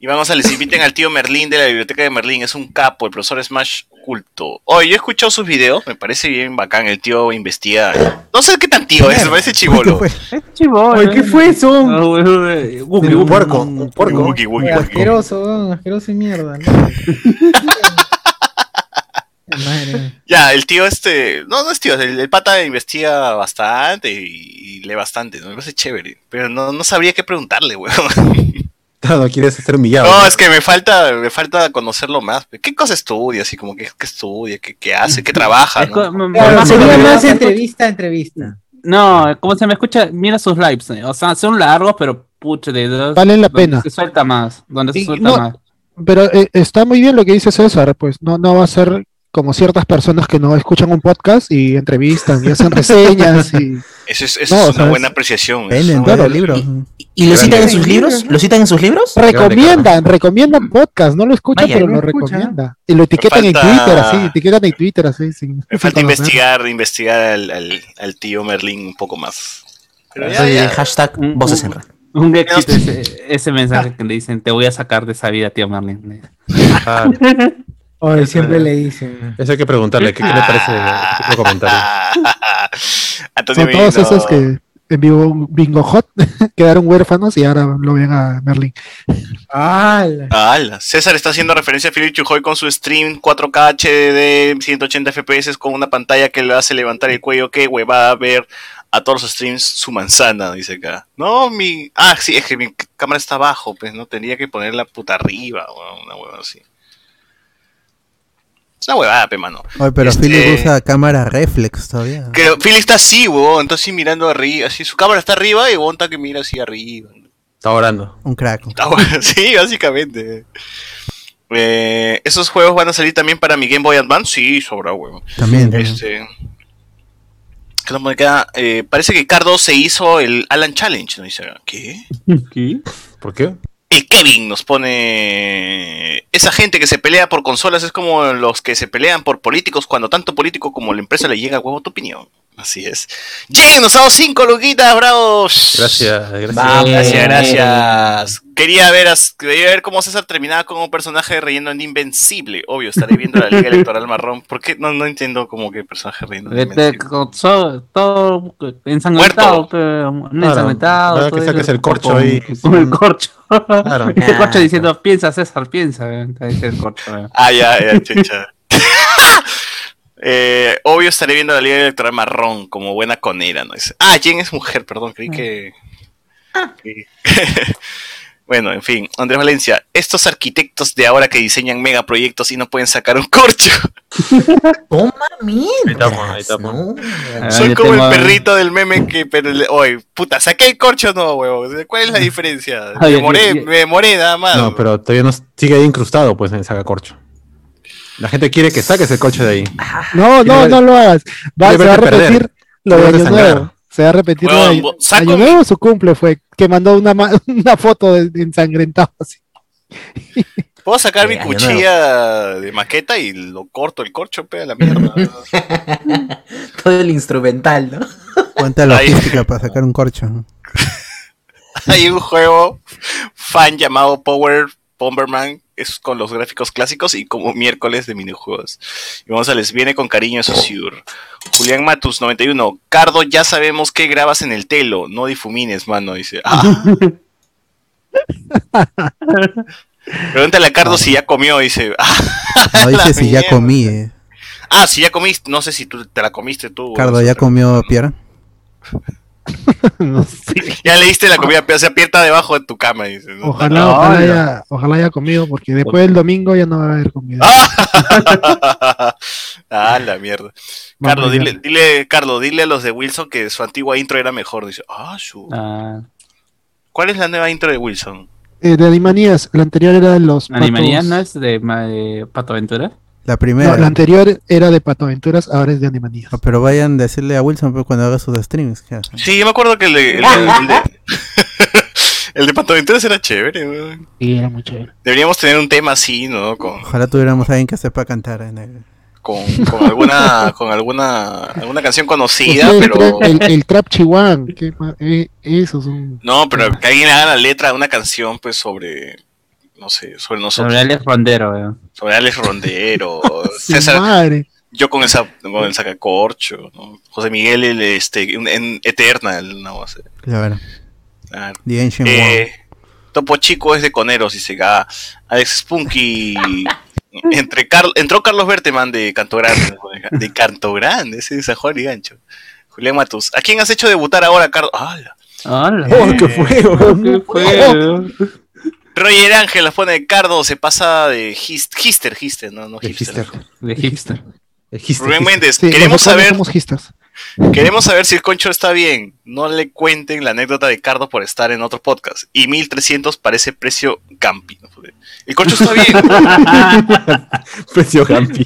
Y vamos a les inviten al tío Merlín de la biblioteca de Merlín, es un capo, el profesor Smash culto. Oye, yo he escuchado sus videos, me parece bien bacán, el tío investiga. No sé qué tan tío es, me parece chivolo.
Oye, ¿qué fue eso?
Ah, güey, güey. Wookie,
Un
wookie.
puerco, un puerco.
Wookie, wookie, wookie.
Asqueroso, weón, asqueroso y mierda. ¿no? Madre.
Ya, el tío este, no, no es tío, el, el pata investiga bastante y, y lee bastante, ¿no? me parece chévere, pero no, no sabría qué preguntarle, weón.
No quieres ser humillado.
No, es que me falta, me falta conocerlo más. ¿Qué cosa estudia? Así como que, que estudia, qué qué hace,
Mm,
qué trabaja.
Es co-
¿no?
me- me-
Claro,
más o
sería
menos-
más entrevista a entrevista.
No, como se me escucha, mira sus lives. eh. O sea, son largos, pero puche de dos.
Valen la
donde
pena.
Se suelta más. Donde se
Y
suelta
no-
más.
Pero eh, está muy bien lo que dice César, pues no, no va a ser como ciertas personas que no escuchan un podcast y entrevistan y hacen reseñas y
Eso es, eso
No,
es
o
una
sea, es-
buena apreciación. es
Venden
una
todos
buena-
los libros.
¿Y lo citan en
Grande.
sus libros? ¿Lo citan en sus libros?
recomiendan, recomiendan podcast, no lo escuchan
Vaya,
pero
no
lo
escucha.
recomiendan. Y lo etiquetan
falta-
en Twitter así, etiquetan en Twitter así. Sin,
Me
sin conocer.
falta investigar, investigar al, al- al tío Merlín un poco más. Pero ya,
Soy
ya.
el hashtag
Un- un-
voces en red.
Un éxito ese, ese mensaje que le dicen, te voy a sacar de esa vida, tío Marlene.
Ah,
Oye, siempre le dicen.
eso hay que preguntarle. ¿Qué, qué le parece el tipo de comentario?
Ah, *laughs* Antonio
Son todos
Merino.
esos que en vivo Bingo Hot *laughs* quedaron huérfanos y ahora lo ven a Merlin.
¡Hala!
Ala, César está haciendo referencia a Philip Chujoy con su stream 4K HDD 180 FPS con una pantalla que le hace levantar el cuello. Qué huevada ver a todos los streams su manzana, dice acá. No, mi. Ah, sí, es que mi c- cámara está abajo, pues no tenía que ponerla puta arriba, weón, una huevada así. Es una huevada, pe mano.
Oye, pero
Este-
Philip usa cámara reflex todavía.
Que Philip está así, weón, entonces sí mirando arriba, así su cámara está arriba y weón está que mira así arriba.
Está orando.
Un crack.
Está Ah, bueno, *laughs* sí, básicamente. Eh, ¿Esos juegos van a salir también para mi Game Boy Advance? Sí, sobra, huevo.
También.
Este. ¿Qué nos queda? Eh, parece que Cardo se hizo el Alan Challenge, ¿no? Dice, ¿qué?
*laughs* ¿Qué?
¿Por qué?
El Kevin nos pone. Esa gente que se pelea por consolas es como los que se pelean por políticos cuando tanto político como la empresa le llega huevo tu opinión. Así es. Jiggy nos ha dado cinco luquitas, bravos.
Gracias, gracias.
Vamos.
Gracias, gracias. Quería ver, a- quería ver cómo César terminaba como un personaje reyendo en Invencible. Obvio, estaré viendo la Liga Electoral Marrón. ¿Por qué? No, no entiendo como que personaje reyendo en
Este,
Invencible.
con- so- todo ensangrentado,
Muerto.
pero no ensangrentado.
Ahora que
todo
saques
eso,
el corcho
con-
ahí.
Con el corcho.
Claro.
Este corcho diciendo, piensa César, piensa. eh, está diciendo el corcho. eh.
Ah, ya, ya, chucha. *laughs* Eh, obvio, estaré viendo la Liga Electoral Marrón como buena conera. ¿no? Dice- Ah, Jen es mujer, perdón, creí que. *laughs* que- Bueno, en fin, Andrés Valencia, estos arquitectos de ahora que diseñan megaproyectos y no pueden sacar un corcho.
Toma mierda.
Ah,
Son como el perrito del meme que pero le- oye, puta, saqué el corcho o no, huevo. ¿Cuál
*laughs*
es la diferencia?
Ay,
Demoré,
ay, ay.
me demoré nada más.
No, pero todavía no sigue ahí incrustado pues en el sacacorcho. La gente quiere que saques el coche de ahí.
No,
Quiere
no,
ver-
no lo hagas. Va,
quiere
Ah, se va a
verte perder.
repetir lo de
Quiere
Año
verte sangrar.
Nuevo. Se va a repetir lo de
Huevón,
Año-
bo- saco
Año Nuevo. Su cumple fue que mandó una, ma- *laughs* una foto de, de ensangrentado así. *laughs*
Puedo sacar mi
Año
cuchilla de maqueta y lo corto el corcho, pe, a la mierda.
*laughs*
*laughs*
Todo el instrumental, ¿no?
Cuánta
Ahí.
logística para sacar un
*laughs*
corcho.
Hay un juego fan llamado Power Bomberman, es con los gráficos clásicos y como miércoles de minijuegos. Y vamos a les viene con cariño eso Sur. Julián Matus 91, Cardo, ya sabemos que grabas en el telo, no difumines, mano, dice.
*laughs*
Ah, pregúntale a Cardo si ya comió, dice. *laughs* Ah,
No dice
la
si ya
mierda.
comí, eh.
Ah, si ya comiste, no sé si tú te la comiste tú.
Cardo, ¿ya comió Pierre?
Ya leíste la comida, pero se apierta debajo de tu cama, dice. ¿no?
Ojalá,
Ah,
ojalá,
no.
haya, ojalá haya comido, porque después del domingo ya no va a haber comida.
*laughs* ah, la mierda.
Vamos
Carlos,
allá.
dile, dile, Carlos, dile a los de Wilson que su antigua intro era mejor. Dice, ah, su. ¿Cuál es la nueva intro de Wilson?
Eh, de Animanías, la anterior era de los.
Animanías
patos-
no es de, ma- de Pato Aventura.
La
No,
primera.
la anterior era de Pato Aventuras, ahora es de Animanías.
Ah, Pero vayan a decirle a Wilson pues, cuando haga sus streams. ¿qué hace?
Sí, yo me acuerdo que el de, el de- el de- el de Pato Aventuras era chévere. weón.
Sí, era muy chévere.
Deberíamos tener un tema así, ¿no? Con,
Ojalá tuviéramos a alguien que sepa cantar. En el...
con, con alguna con alguna, alguna canción conocida,
Ustedes
pero.
traen El, el Trap Chihuahua, que ma- eh, eso es un.
No, pero que alguien haga la letra de una canción, pues, sobre. No sé, sobre nosotros.
Sobre Alex Rondero, weón.
Sobre Alex Rondero,
Su
César,
madre.
Yo con esa con el sacacorcho, ¿no? José Miguel el, este un- en Eternal, no sé.
Claro.
Claro.
The Ancient
Eh, Topo Chico es de Coneros y se gana. Alex Spunky entre Carl- entró Carlos Berteman de Canto Grande, ¿no? de Canto Grande, ese de San Juan y Gancho. Julián Matus, ¿a quién has hecho debutar ahora, Carlos? ¡Hala!
Oh,
Eh,
qué fue,
¿Qué
Oh,
fue, weón?
Roger Ángel las pone de Cardo, se pasa de Hist- Hister, Hister, no, no Hipster.
De hipster.
Rubén Méndez,
Sí,
queremos
nosotros
saber
somos hipsters.
Queremos saber si el concho está bien. No le cuenten la anécdota de Cardo por estar en otro podcast. Y 1300 parece precio campi. El concho está bien.
Precio Gampi.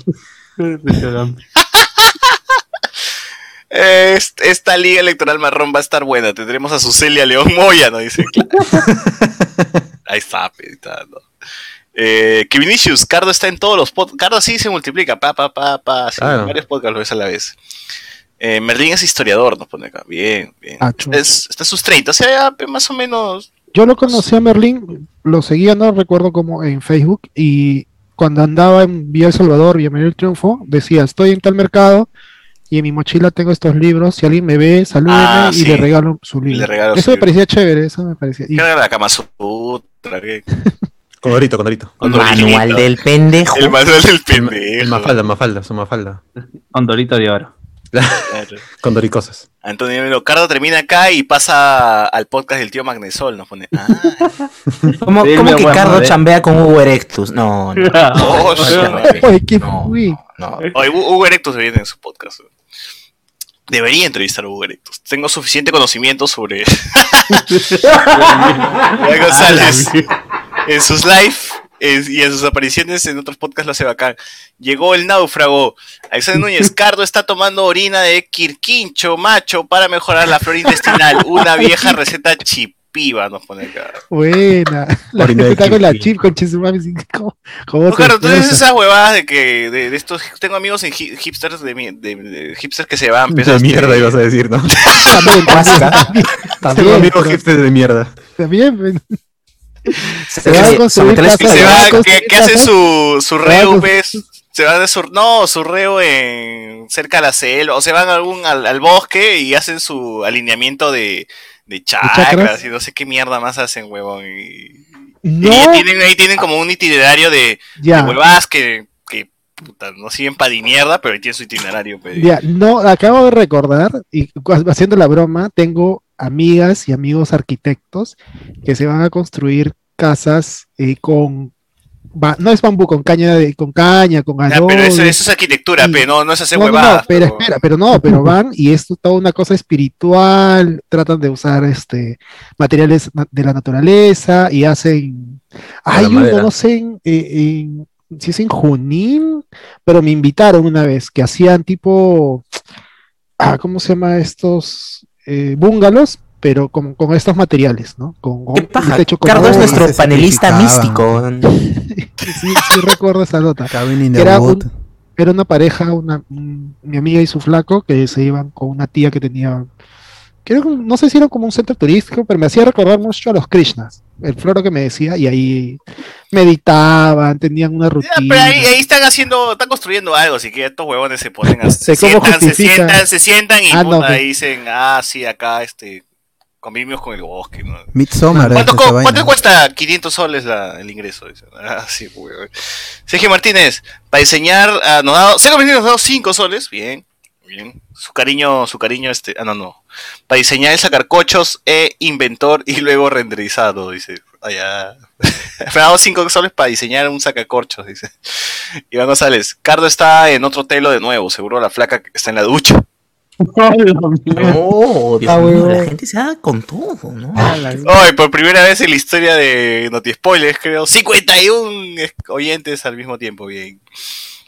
Eh, est- Esta liga electoral marrón va a estar buena. Tendremos a Sucelia León Moya, ¿no? Dice. claro. Ahí está, pe, ahí está, ¿no? Eh, que Vinicius, Cardo está en todos los podcasts. Cardo sí se multiplica, pa, pa, pa, pa. sí,
Claro.
Varios podcasts lo ves a la vez. Eh, Merlín es historiador, nos pone acá. Bien, bien.
Acho.
Es- está en sus 30, o sea, ya, pe, más o menos
Yo lo conocí a Merlín, lo seguía, no recuerdo cómo, en Facebook, y cuando andaba en Vía El Salvador, Vía Manuel Triunfo, decía, estoy en tal mercado y en mi mochila tengo estos libros, si alguien me ve, salúdeme
Ah,
y
sí.
le regalo su libro.
regalo
eso
su
me
libro.
parecía chévere, eso me parecía. Y
¿Qué era la Kama Sutra? ¿Qué?
Condorito, Condorito.
Manual del
pendejo.
El manual del pendejo.
El Mafalda, Mafalda, su Mafalda.
Condorito de oro.
Claro.
Condoricosas.
Antonio Melocardo termina acá y pasa al podcast del tío Magnesol. Nos pone. Ah,
¿Cómo,
Sí,
cómo
me
que
voy a
Cardo
mover.
chambea con Hugo Erectus? No,
*laughs*
no.
oh, sí,
*laughs* Ay, qué fui.
Oye, Hu- Hugo Erectus viene en su podcast. Debería entrevistar a Hugo Erectus. Tengo suficiente conocimiento sobre. Juan
Ah,
González.
*laughs*
En sus live es- y en sus apariciones en otros podcasts lo hace bacán. Llegó el náufrago. Alexander
*laughs*
Núñez Cardo está tomando orina de quirquincho macho para mejorar la flora intestinal. Una vieja receta chipiva, nos pone acá.
Buena. *laughs* La
Orina
gente
de
está con la
Kirby.
chip, con chismami. *laughs* ¿Cómo, cómo
No, claro, tú
se
dices esas huevadas de que de, de estos tengo amigos en hi- hipsters de, mi- de- de hipsters que se van, pues,
De
este,
mierda ibas a decir, *laughs* ¿no?
*laughs* También, también,
Tengo
*laughs* también,
amigos hipster de mierda.
también, pues, también.
Se,
va a construir
someter la
casa,
que se
va a
va, que,
construir
que hace
casa.
su, su
Claro.
reo, pues, se va de su, no, su reo en cerca de la selva, o se van a algún al, al bosque y hacen su alineamiento de, de chakras,
chakras.
y no sé qué mierda más hacen, huevón. Y, y
No,
ahí tienen, ahí tienen como un itinerario de,
Ya.
de huevadas que, que puta, no sirven pa' ni mierda, pero ahí tienen su itinerario, pues.
Ya, no, acabo de recordar, y cu- haciendo la broma, tengo amigas y amigos arquitectos que se van a construir casas eh, con. ba- no es bambú, con caña, de, con caña, con
Ya, pero eso,
adobe.
eso es arquitectura, pe, no, no es hacer
No, no, no,
huevadas.
pero espera, pero no, pero van y es toda una cosa espiritual, tratan de usar este materiales na- de la naturaleza y hacen hay uno,
madera.
no sé en- eh, en- en- si es en Junín, pero me invitaron una vez que hacían tipo ah, ¿cómo se llama estos eh, búngalos? Pero con, con estos materiales, ¿no? Con, con
¿Qué
un
paja?
techo con
Cardo es
adobe.
nuestro panelista místico.
sí, sí recuerdo esa nota.
in the
Era,
wood.
un- era una pareja, una, un- mi amiga y su flaco, que se iban con una tía que tenía, creo que no sé si era como un centro turístico, pero me hacía recordar mucho a los Krishnas, el floro que me decía, y ahí meditaban, tenían una
Ah, Pero
rutina.
ahí, ahí están haciendo, están construyendo algo, así que estos huevones se
*laughs*
ponen a
sé
se
cómo
sientan, se
justifica.
sientan, se sientan y
Ah, no,
puta,
que-
ahí dicen, ah, sí, acá este convivimos con el bosque. ¿no?
Midsommar.
¿Cuánto,
es
co-
esa vaina.
cuánto cuesta 500 soles la- el ingreso? Dice. Ah, sí, huevón. Sergio Martínez, para diseñar, ah, nos ha dado, Sergio Martínez nos ha dado 5 soles, bien, bien. Su cariño, su cariño, este, ah, no, no. Para diseñar el sacarcochos, e inventor y luego renderizado, dice. Allá. *laughs* Me ha dado 5 soles para diseñar un sacacorchos, dice. Iván González, Cardo está en otro telo de nuevo, seguro la flaca que está en la ducha.
No, Dios
Ah,
mío,
huevón.
la gente se da con todo, ¿no?
Hoy, por primera vez en la historia de Noti Spoilers, creo, 51 es- oyentes al mismo tiempo, bien.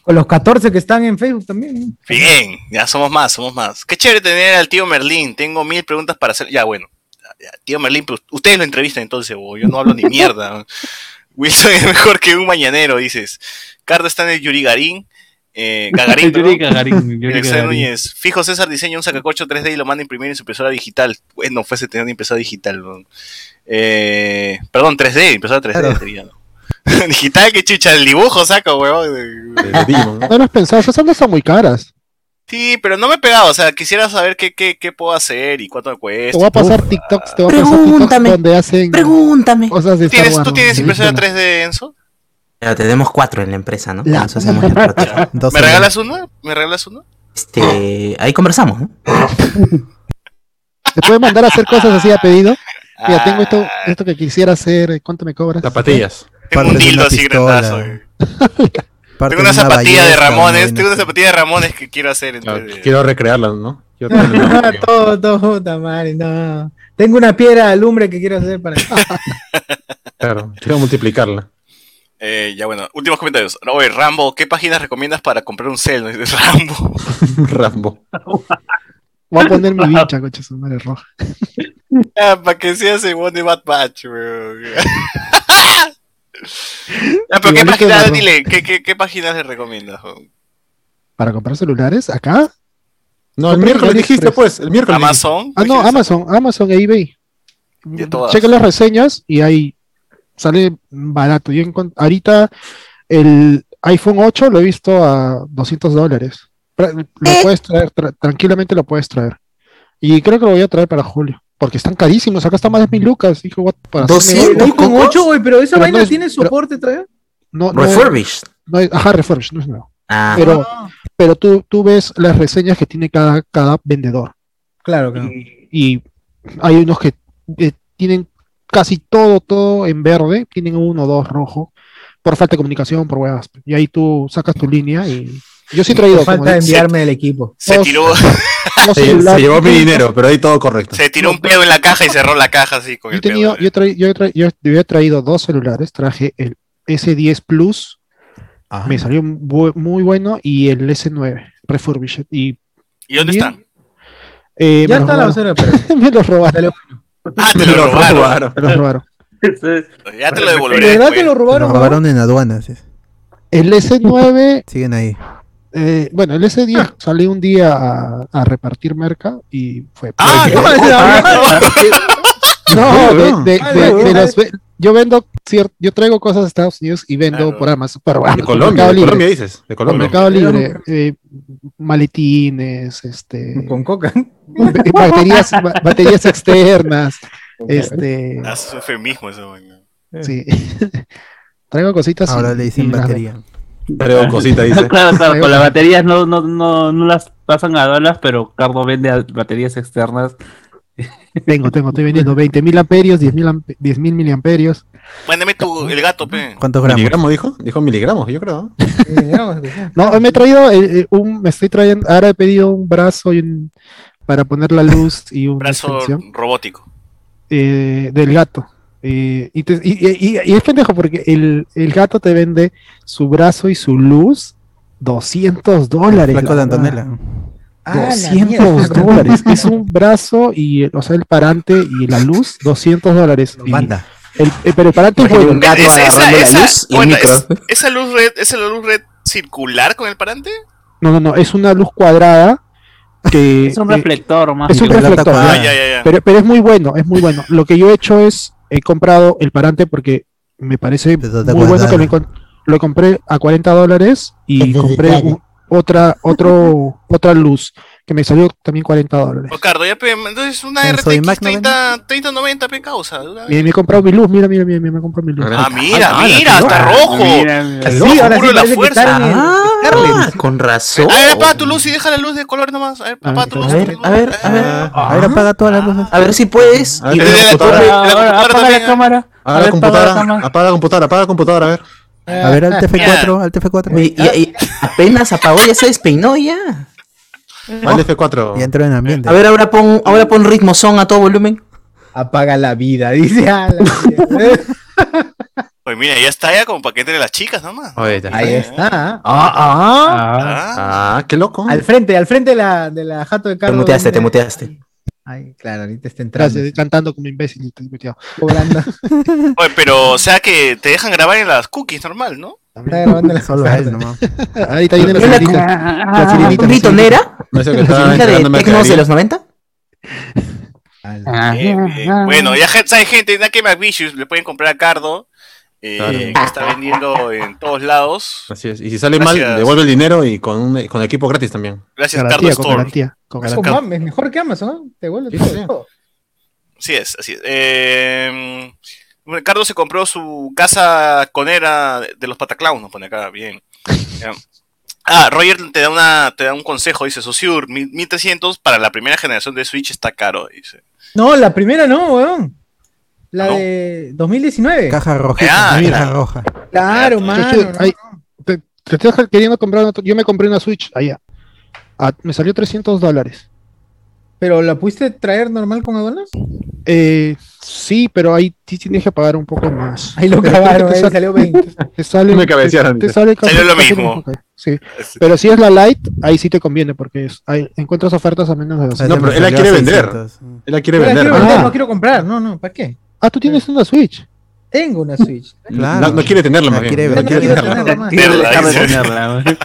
Con los 14 que están en Facebook también.
Bien, ya somos más, somos más. Qué chévere tener al tío Merlín. Tengo mil preguntas para hacer. Ya, bueno. Ya, ya. Tío Merlín, pero ustedes lo entrevistan entonces, bo. yo no hablo ni mierda. *laughs* Wilson es mejor que un mañanero, dices. Cardo está en el Yurigarín. Eh,
*laughs*
Gagarín, perdón.
Yuri Gagarín, Yuri
Alexander
Gagarín.
Núñez. Fijo, César diseña un sacacorcho 3D y lo manda a imprimir en su impresora digital. Bueno, fuese tener una impresora digital. bo. Eh, perdón, 3D, impresora 3D
Claro.
sería, ¿no? *laughs* digital, que chucha, el dibujo saca, huevón.
*laughs* No los pensaba, esas ondas son muy caras.
Sí, pero no me he pegado, o sea, quisiera saber qué, qué, qué puedo hacer y cuánto me
Te
cuesta.
voy a pasar TikToks, te voy a pasar TikToks donde hacen
pregúntame.
cosas de Star
¿Tienes,
Wars.
¿Tú tienes
Sí,
impresora
bueno.
3D, Enzo?
Pero tenemos cuatro en la empresa, ¿no?
La-
Eso hacemos
*laughs*
el prototipo.
¿Me regalas una? ¿Me regalas una?
Este, ahí conversamos, ¿no?
Te pueden mandar a hacer cosas así a pedido. Mira,
Ah.
tengo esto, esto que quisiera hacer. ¿cuánto me cobras?
Zapatillas.
Tengo un
Parte de
dildo
una
así
pistola.
grandazo. eh.
Parte
Tengo una
de una
zapatilla de
ballesta,
Ramones,
una
tengo una zapatilla de Ramones que quiero hacer. entonces,
Quiero recrearla, ¿no? *laughs* Yo
todo, todo, puta madre, no. Tengo una piedra de alumbre que quiero hacer para.
Claro, quiero multiplicarla.
eh, ya bueno, últimos comentarios. Oye, Rambo, ¿qué páginas recomiendas para comprar un *laughs* cel? Rambo.
*laughs* Rambo.
*laughs* Voy a poner
*laughs*
mi vincha, coche, su madre roja.
Ah, para que sea ese one de Bad Batch, weón. *laughs* Ah, pero ¿qué
Igualito
páginas,
Rambo.
dile, ¿qué, qué, qué páginas le recomiendas? weón?
¿Para comprar celulares? ¿Acá?
No,
Compré
el
en
miércoles dijiste,
AliExpress.
pues. El miércoles.
Amazon. Pues,
Ah, no, Amazon, Amazon e eBay.
De todas.
Checa las reseñas y ahí sale barato. Yo encon- ahorita el iPhone 8 lo he visto a 200 dólares. Pra- Lo
Eh.
puedes traer, tra- tranquilamente lo puedes traer. Y creo que lo voy a traer para julio. Porque están carísimos. Acá está más de mil lucas. Dije, what, para hacer
Oye,
negocio.
ahí con 8, güey, pero esa
Pero
vaina
no es-
tiene soporte todavía.
No, no-
Refurbished.
no es- ajá, refurbished, no es nuevo.
Ah.
Pero, pero tú, tú ves las reseñas que tiene cada, cada vendedor.
Claro, claro.
y hay unos que eh, tienen casi todo, todo en verde, tienen uno o dos rojo, por falta de comunicación, por huevas. Y ahí tú sacas tu línea y yo sí he traído.
Por falta de enviarme
el
del equipo.
Se tiró,
Se, se llevó mi dinero, pero ahí todo correcto.
se tiró un pedo en la caja y cerró la caja así con
Yo, he
el
tenido-
pedo. eh.
yo, he traí- yo he traí- yo he- yo he traído dos celulares, traje el S10 Plus, me salió bu- muy bueno, y el S9 refurbished. ¿Y,
¿Y dónde
bien.
están?
Eh,
Ya
me los
está la basura,
robaron.
pero-
*laughs* me los robaron. *laughs*
Ah, te lo robaron.
Me los robaron.
Ya te lo
¿De
devolveré.
verdad
después.
te lo robaron?
Lo robaron en aduanas. es.
El S9
Siguen ahí.
Eh, bueno, el S10 salí un día a, a repartir merca y fue.
¡Ah,
no! *laughs*
no!
de- de-
Ah,
de- de las ve- yo vendo, cier- yo traigo cosas de Estados Unidos y vendo por Amazon. Por Amazon,
De
por
Colombia,
Mercado
de
Libre.
Colombia dices. De
Por
Colombia.
Mercado Libre, eh, maletines, este.
Con coca.
eh, Baterías, ba- baterías externas, este.
Ah, es un eufemismo eso, weón.
Sí. *laughs* traigo cositas.
Ahora le dicen
las
batería.
vendo.
Traigo cositas, dice.
*laughs* Claro, claro, con las baterías no, no, no, no las pasan a dólares, pero Cardo vende a- baterías externas.
Tengo, tengo, estoy vendiendo 20.000 amperios, 10.000 ampe- 10.000 miliamperios.
Mándame tu, el gato, pe.
¿Cuántos
gramos? ¿Miligramos dijo? Dijo miligramos, yo creo. ¿no?
No, hoy me he traído eh, eh, un, me estoy trayendo, ahora he pedido un brazo y un- para poner la luz y un
Brazo robótico.
del gato. Eh, y, te- y- y- y- y es pendejo porque el, el gato te vende su brazo y su luz 200 dólares.
Flaco de
la verdad.
Antonella.
Ah, la
200
mierda.
dólares. Es un brazo y, o sea, el parante y la luz, 200 dólares. Y El, eh, pero el parante es
Imagínate
bueno.
un gato
Esa- esa-
agarrando la
esa-
luz y el
aguanta,
micro.
es- ¿Esa luz red, esa luz red circular con el parante?
No, no, no, es una luz cuadrada que
*laughs* Es un
eh,
reflector más.
es un reflector.
Ah,
ya.
ya, ya, ya.
Pero, pero es muy bueno, es muy bueno. Lo que yo he hecho es, he comprado el parante porque me parece muy bueno
acuerdas.
que lo, encon- lo compré a 40 dólares y compré
detalle.
u- otra, otro, otra luz que me salió también 40 dólares.
Ricardo, ya, pe, entonces una
Con
RTX
Sodimac
30, 3090, pe, causa. de una vez.
Mira, me he comprado mi luz, mira, mira, mira, mira, me compró mi luz.
Ah, mira,
Ah, la
mira, está
pelota.
rojo.
Mira, mira.
Está
Sí,
rojo,
ahora sí
puro de la
parece que
fuerza.
está en el-
Ah,
Ah, con razón.
A ver, apaga tu luz y deja la luz de color nomás. A ver,
A
apaga
ver,
tu
a
luz.
ver, a ver, a ver.
Ah,
A ver, apaga todas las luces.
A ver si puedes.
A ver,
Y-
te doy la
Ahora,
computadora.
ahora,
La computadora
apaga
¿eh?
la
también.
cámara.
Apaga la
apaga la
computadora,
Ah,
cámara.
apaga la computadora, apaga la computadora, a ver.
A ver, al F4, al
Y,
F4.
y- y apenas apagó, ya se despeinó ya.
Al F4.
Y entró en ambiente.
A ver, ahora pon, ahora pon ritmo son a todo volumen.
Apaga la vida, dice. ah, la mierda.
Pues mira, ya está ya como paquete de las chicas nomás.
Oye, ya.
Ahí está. Ah,
Ah, qué loco.
Al frente, al frente de la, de la jato de
Te
Carlos.
muteaste, te
¿dónde?
muteaste.
Ay, claro, ahorita está entrando.
Gracias, estoy cantando como imbécil. estoy muteado.
*laughs*
Cobrando.
Oye, pero o sea que te dejan grabar en las cookies normal, ¿no?
Está grabando la
Solo
*laughs*
a él nomás.
Ahorita viene la
¿Es la-
sirenita. La
¿Un
sirenita.
ritonera?
Me dice que
¿La
estaba
sirenita de
entregándome a
Tecnos de
Karim.
los 90?
Bien, bien. Eh, Bueno, ya gente- hay gente, ya que McVicious le pueden comprar a Cardo, eh,
Claro. Pues,
que está vendiendo en todos lados.
Así es. Y si sale mal,
Gracias.
devuelve el dinero y con, un- con equipo gratis también.
Gracias,
Garantía,
Cardo
con
Store.
garantía, con
Gracias,
Oh,
Cardo.
mames, mejor que Amazon, ¿no? Te vuelve todo.
Así es, así es. Eh, bueno, Cardo se compró su casa conera de los pataclowns, nos pone acá, bien. Ya. Ah, Roger te da, una, te da un consejo, dice, Sociur, 1300 para la primera generación de Switch está caro, dice.
No, la primera no, weón. La
¿No?
de 2019.
Caja rojita,
Ah,
caja
claro.
roja.
Ah,
Claro,
Yo
mano.
estoy-
¿no?
ay, te, te estoy queriendo comprar una, yo me compré una Switch allá. Ah, me salió 300 dólares.
Pero la pudiste traer normal con aduanas.
Eh, sí, pero ahí sí tienes que pagar un poco más.
Ahí lo
Pero
cagaron,
te
ahí
sal-
salió 20.
*laughs* Te sale,
Me cabecearon,
Te, te
dice.
sale casi-
Salió lo
casi
mismo.
que- Sí. Pero si es la Lite, ahí sí te conviene porque es- ahí encuentras ofertas a menos de 200.
No, pero él la quiere vender. Él la quiere
Yo la
vender.
quiero
¿no?
vender, no quiero comprar. No, no, ¿para qué?
Ah, tú tienes una Switch.
Tengo una Switch.
No, no quiere tenerla,
La
más bien.
quiere
No
vender.
quiere
Quiero
tenerla.
tenerla Ah, más.
Mierda,
Deja de
dice.
*laughs* ponerla, güey.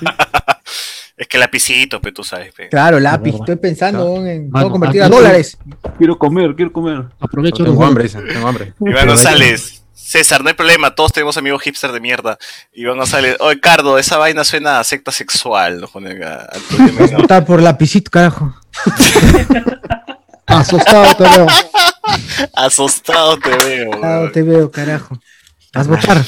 Es que lapicito, pe, tú sabes, pe.
Claro, lápiz. Estoy pensando weón, en
Mano,
todo convertido a
aquí-
dólares.
Quiero comer, quiero comer.
Aprovecho.
Tengo
los-
hambre, dice. Tengo hambre.
Iván González. César, no hay problema, todos tenemos amigos hipster de mierda. Iván González, oye Cardo, esa vaina suena a secta sexual, nos pone acá.
*laughs*
Antonio Mendoza.
Está por lapicito, carajo.
Asustado, te veo.
Asustado te veo.
Ah,
weón.
te veo, carajo. Vas a votar.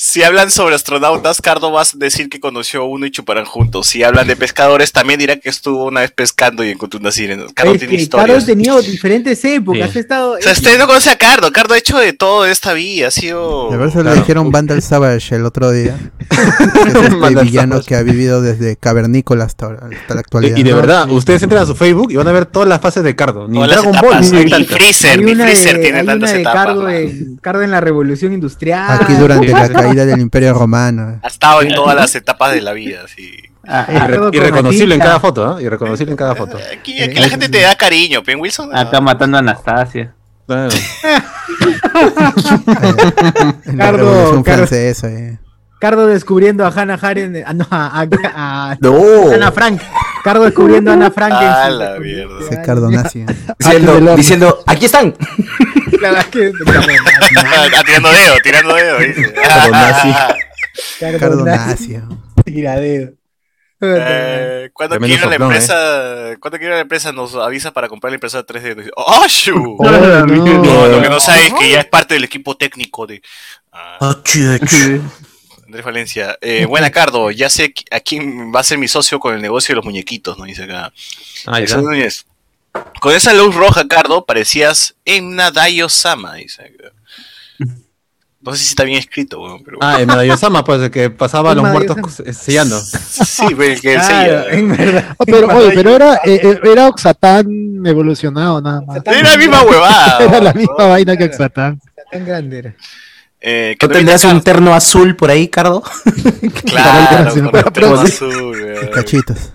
Si hablan sobre astronautas, Cardo vas a decir que conoció a uno y chuparán juntos. Si hablan de pescadores, también dirá que estuvo una vez pescando y encontró una sirena. Cardo
Es
tiene
que Caro
historias.
ha tenido diferentes épocas.
Sí.
Ha estado.
O sea, este usted no conoce a Cardo. Cardo ha hecho de todo en esta vida. Ha sido.
A ver si le dijeron Vandal Savage el otro
*laughs*
día. Que es este
Vandal
villano
Savage.
que ha vivido desde cavernícola hasta, hasta la actualidad.
Y, y de
¿no?
verdad, ustedes entran a su Facebook y van a ver todas las fases de Cardo. Ni
Todas las
Dragon Ball,
etapas.
ni
Ni
Tanto.
Freezer, ni Freezer tiene
hay
tantas
una de
etapas.
Cardo
man.
en, Cardo en la Revolución Industrial.
Aquí durante
Ah.
la caída del Imperio Romano. eh,
Ha estado en todas las etapas de la vida. sí.
Ah,
Irre-
ah,
Cardo con
irreconocible en
Matita.
cada foto, ¿ah? Irreconocible en cada foto.
Aquí, aquí la gente te da cariño, Pen Wilson. Ah,
acá matando a Anastasia.
Ah,
En la
Cardo, Cardo.
Revolución Francesa. eh.
Cardo descubriendo a Hannah Haren. Ah, no, a, a- a-
No.
Ana Frank. Cardo descubriendo a Ana Frank. en su-
Ah, la mierda.
Ese Cardo nazi.
Ah,
Antes del
Diciendo,
horno.
diciendo, aquí están.
Claro, que-
Ah, tirando dedo, tirando dedo. dice. Ah,
Cardo nazi.
Cardo
Cardo
nazi,
nazi.
tiradeo.
Eh, cuando
Tremendo
quiera la
soplón,
empresa, cuando quiera la empresa nos avisa para comprar la impresora 3D. Nos dice, ¡Oh, shoo!
*laughs*
Oh, no.
No, lo que no sabe es que ya es parte del equipo técnico de Andrés Valencia. Eh, buena, Cardo, ya sé qui- a quién va a ser mi socio con el negocio de los muñequitos, nos dice acá.
ahí está.
Jesús Núñez. Con esa luz roja, Cardo, parecías Emna Dayo Sama, dice. acá. No sé si está bien escrito, weón, pero.
Ah, el Medallosama, pues, el que pasaba a los muertos eh, sellando.
*laughs* Sí, pero el que él
Claro,
seguía.
en verdad.
Oh, pero, oye, pero era, eh, eh, era Oxatán evolucionado nada más.
Era la misma huevada,
Era la
¿no?
misma vaina que Oxatán.
Tan grande era.
Eh,
¿No tendrás un *laughs* terno azul por
*laughs*
ahí, Cardo?
Claro,
Pero-
con el terno
pero-
azul, weón.
Cachitos.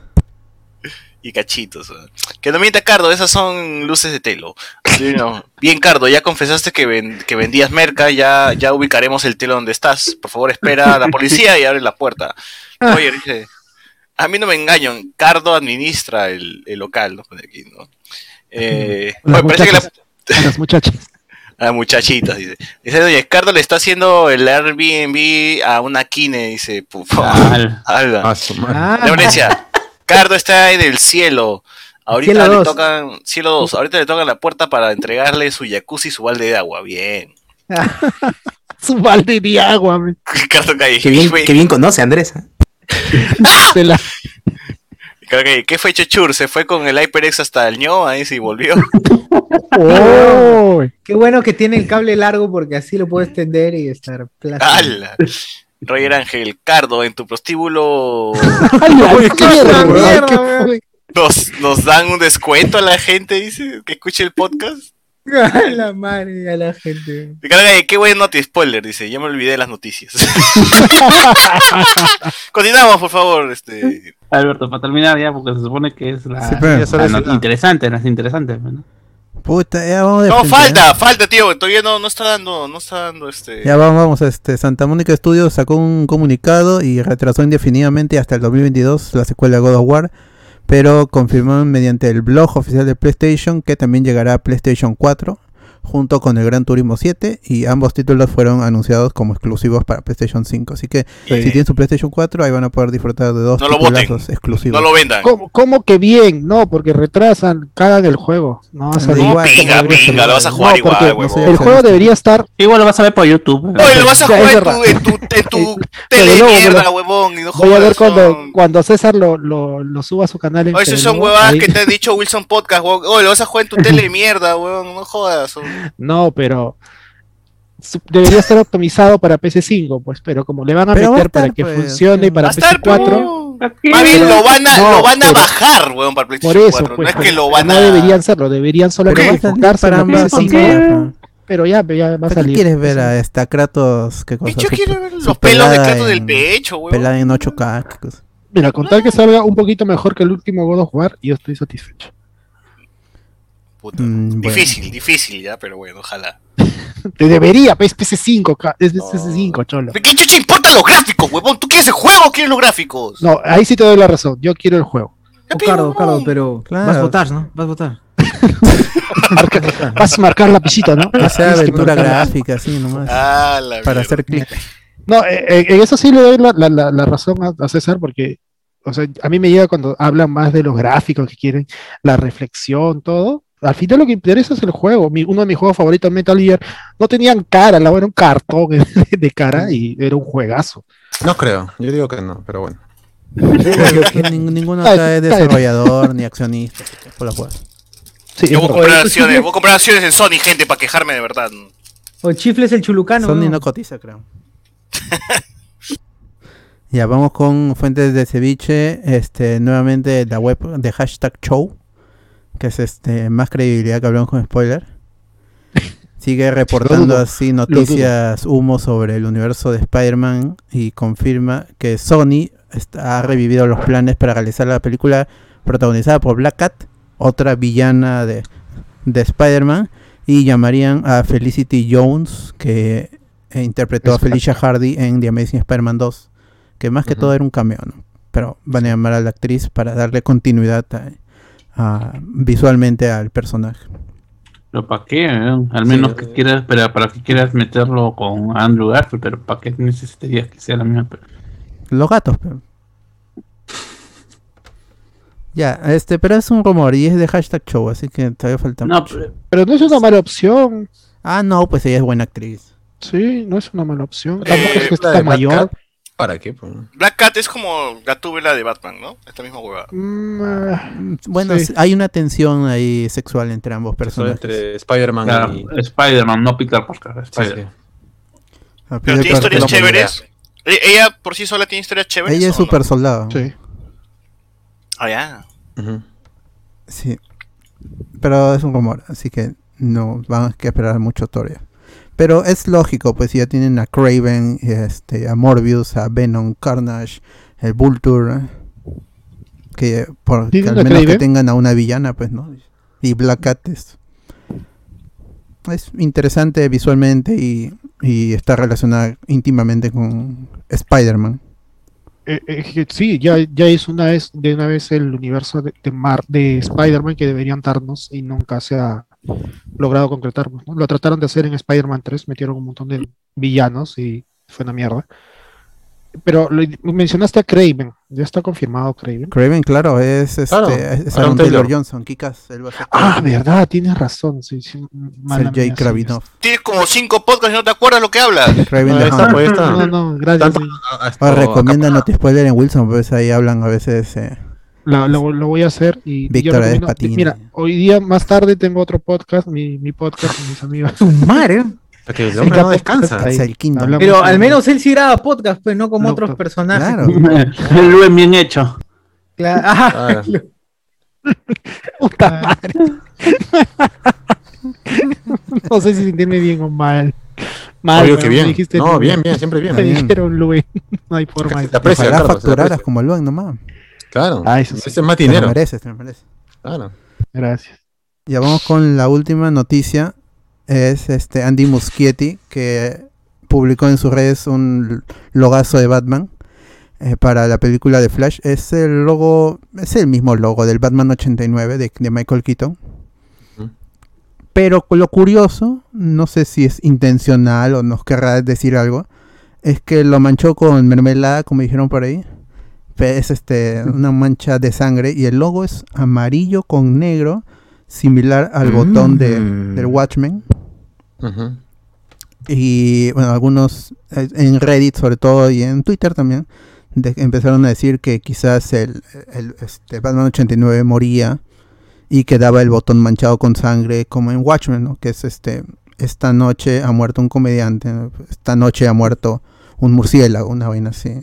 y cachitos. weón. Que no mienta, Cardo, esas son luces de telo. Sí, no. *laughs* Bien, Cardo, ya confesaste que, ven- que vendías merca, ya, ya ubicaremos el telo donde estás. Por favor, espera a la policía y abre la puerta. Oye, dice, a mí no me engañan, Cardo administra el, el local, ¿no? Pone aquí, ¿no? Eh,
Las
oye, parece que la,
muchachas. A las muchachas. *laughs*
a muchachitas, dice. Dice, doña Escardo le está haciendo el Airbnb a una kine, dice. Pufo.
Ah,
A
Ah, su
madre.
Ah.
Laurencia, Cardo está en el cielo. Ahorita
Cielo
le
dos.
tocan, cielo 2, ahorita le tocan la puerta para entregarle su jacuzzi y su balde de agua. Bien. *laughs*
Su balde de agua, men.
Cardo Calle.
Que bien, que bien conoce, Andrés. ¿eh?
*laughs*
Se la-
Cardo Calle, ¿Qué fue Chochur? Se fue con el HyperX hasta el ño, ahí sí
*laughs*
volvió.
¡Oh!
Qué bueno que tiene el cable largo porque así lo puedo extender y estar plástico.
¡Hala! Roger Ángel, Cardo, en tu
*laughs*
prostíbulo
Oye,
qué mierda,
weón!
mierda,
Qué
weón.
nos, nos dan un descuento a la gente, dice, que escuche el podcast.
A la madre, a la gente.
Y carga de, Qué buen noti spoiler, dice. Ya me olvidé de las
*laughs*
noticias. *laughs* Continuamos, por favor. Este.
Alberto, para terminar ya, porque se supone que es la,
pero-
la
solo es
no-
una.
interesante, las interesantes. ¿no?
Puta, ya vamos de
No,
frente,
falta,
¿eh?
falta, tío. Todavía no, no está dando, no está dando este.
Ya vamos, vamos, este, Santa Mónica Studios sacó un comunicado y retrasó indefinidamente hasta el 2022 la secuela de God of War, pero confirmaron mediante el blog oficial de PlayStation que también llegará a PlayStation 4 junto con el Gran Turismo 7 y ambos títulos fueron anunciados como exclusivos para PlayStation 5, así que si tienen su PlayStation 4 ahí van a poder disfrutar de dos
No lo voten.
titulazos exclusivos.
No lo vendan.
¿Cómo, cómo que bien? No, porque retrasan, cagan el juego. No, vas a
No,
igual, debería
pinga,
ser
pinga,
igual.
lo vas a jugar igual,
porque
huevón.
El juego debería estar.
Igual lo vas a ver por YouTube. ¿eh?
Oye, lo vas a
Ya, es
jugar en
verdad.
tu, en tu, en tu
*laughs* Pero
tele
no, me
mierda,
lo-
huevón. Y no
Voy a ver
jodas,
cuando,
son-
cuando César lo, lo, lo suba a su canal. en
Oye, esas son
Telenor,
huevadas
ahí-
que te ha dicho Wilson Podcast, huevón. Oye, lo vas a jugar en tu tele mierda, huevón. No jodas. son-
*laughs* No, pero su- debería estar optimizado para PC5, pues, pero como le van a
Pero va a
meter
estar,
para que
pues.
funcione
Va
para
a estar,
PC4,
pero- Más bien lo van a, lo van a bajar, huevón, para
por
PlayStation
eso,
4.
pues,
no es que
pero
lo van
no
a.
deberían hacerlo, deberían
Pero va
solamente
a salir
enfocarse
para
en la
ambas,
PC5,
¿no?
pues. pero ya, pero ya va a
¿Para qué
salir.
quieres ver a esta Kratos? ¿Qué cosa?
Yo
Su-
quiero ver
su
los pelos de
pelada
Kratos del
en-
pecho, huevón.
Pelada en 8K. qué cosa.
Mira, con tal que salga un poquito mejor que el último God of War, yo estoy satisfecho.
Puta.
Mm, bueno.
Difícil, difícil ya, pero bueno, ojalá.
Te debería, pues PC5, ca- es PC5, cholo.
¿Pero ¿Qué chucha importa los gráficos, huevón? ¿Tú quieres el juego o quieres los gráficos?
No, ahí sí te doy la razón, yo quiero el juego.
Ya,
Oh,
pe,
Cardo,
huevón.
Cardo, pero
Claro.
vas a votar, ¿no? Vas a votar.
Vas a marcar la pisita, ¿no?
*laughs*
Este,
Que sea
Tienes que
aventura
marcar la-
gráfica, así nomás.
Ah, la
para
mierda.
hacer clic.
No, eh, eh, en eso sí le doy la, la- la- la razón a, a César, porque o sea, a mí me llega cuando hablan más de los gráficos que quieren, la reflexión, todo. Al final lo que interesa es el juego. Mi- uno de mis juegos favoritos, Metal Gear, no tenían cara, la era un cartón *laughs* de cara y era un juegazo.
No creo, yo digo que no, pero bueno.
Ning- ninguno acá es desarrollador ni accionista. Por la jugada.
*laughs* Sí,
Yo
es
voy a
verdad.
comprar acciones, voy a comprar acciones en Sony, gente, para quejarme de verdad.
O chifles el chulucano.
Sony
¿no?
no cotiza, creo. *laughs* ya, vamos con fuentes de ceviche. Este, nuevamente la web de hashtag show, que es este más credibilidad que hablamos con spoiler. Sigue
*laughs* Lo
reportando
dudo,
así noticias humo sobre el universo de Spider-Man y confirma que Sony está- ha revivido los planes para realizar la película protagonizada por Black Cat, otra villana de, de Spider-Man, y llamarían a Felicity Jones, que eh, interpretó a
Exacto.
Felicia Hardy en The Amazing Spider-Man 2, que más que todo era un cameo, ¿no? Pero van a llamar a la actriz para darle continuidad a- a- visualmente al personaje.
Pero ¿para qué? weón? Al menos
Sí,
que
eh.
quieras, pero para que quieras meterlo con Andrew Garfield, pero ¿para qué necesitarías que sea la misma? per-
Los gatos, pero. Ya, este, pero es un rumor y es de hashtag show, así que todavía falta
No,
mucho.
pero-
Pero no es una mala opción.
Ah, no, pues ella es buena actriz.
Sí, no es una mala opción.
Eh,
Tampoco es que
¿La
está
de Black
mayor.
Cat? ¿Para qué? pues?
Black Cat es como Gatúbela de Batman, ¿no? Esta misma huevada.
Mm, ah,
Mm, Bueno,
Sí.
s- hay una tensión ahí sexual entre ambos
Eso
personajes.
Ah,
entre Spider-Man
Claro,
y.
Spider-Man, no Peter Parker,
Sí,
Spider-Man.
sí.
A
Pero
pie de
tiene historias
cartón.
chéveres. E- Ella por sí sola tiene historias chéveres.
Ella es
¿o no?
super soldado. Sí.
Ah, ya.
Sí. Pero es un rumor, así que no van a esperar mucho todavía. Pero es lógico, pues si ya tienen a Craven, este, a Morbius, a Venom, Carnage, el Vulture. Que por que
¿Tienen
al
a
menos que
Kraven?
tengan a una villana, pues, ¿no? Y Black Cat es, es interesante visualmente y, y está relacionada íntimamente con Spider-Man.
Eh, eh, que sí, ya, ya es una vez, de una vez el universo de, de Mar- de Spider-Man que deberían darnos y nunca se ha logrado concretar. pues, ¿no? Lo trataron de hacer en Spider-Man 3, metieron un montón de villanos y fue una mierda. Pero lo- mencionaste a Craven, ya está confirmado Craven.
Craven, claro, es, este,
Claro,
es
Aaron
Aaron Taylor
Taylor.
Johnson, Kikas, él va a ser-
Ah, verdad, tienes razón. Sí, sí, mala
Sergei
mía, sí,
Kravinov.
Tienes como cinco podcasts y no te acuerdas lo que hablas.
Craven the Hunter.
pues,
No, Oh, no, gracias. sí.
Ah,
Ahora recomienda no te spoiler en Wilson, pues ahí hablan a veces. eh,
La- lo, lo voy a hacer y y yo
Víctor
recomiendo-
Espatini.
Mira, hoy día más tarde tengo otro podcast, mi, mi podcast con mis amigos.
madre!
Porque
el hombre no descansa.
Es el quinto.
Hablamos
Pero
de-
al menos él sí graba podcast, pues no como otros personajes.
Claro.
*laughs* Lo es bien hecho.
Cla- *laughs* Ah,
Claro.
Puta madre. *laughs* no sé si se entiende bien o mal. Mal.
Obvio
pero
que
me
bien.
dijiste
No,
Luen.
bien, bien, siempre bien.
Me
Bien.
dijeron Luen. *laughs* No hay forma. de-
Te aprecia,
Ojalá
Carlos, te
facturaras
aprecia.
como el Luan nomás.
Claro.
Ah, eso sí.
Ese es más
Te lo
dinero.
mereces, te lo mereces.
Claro.
Gracias.
Ya vamos con la última noticia. Es este Andy Muschietti que publicó en sus redes un logazo de Batman eh, para la película de Flash. Es el logo, es el mismo logo del Batman 89 de, de Michael Keaton. Pero lo curioso, no sé si es intencional o nos querrá decir algo, es que lo manchó con mermelada, como dijeron por ahí. Pe- Es este, una mancha de sangre y el logo es amarillo con negro, similar al botón de-
Mm.
del Watchmen. Y bueno, algunos eh, en Reddit sobre todo y en Twitter también de- empezaron a decir que quizás el, el, este, Batman 89 moría y quedaba el botón manchado con sangre como en Watchmen, ¿no? que es este esta noche ha muerto un comediante, ¿no? esta noche ha muerto un murciélago, una vaina así.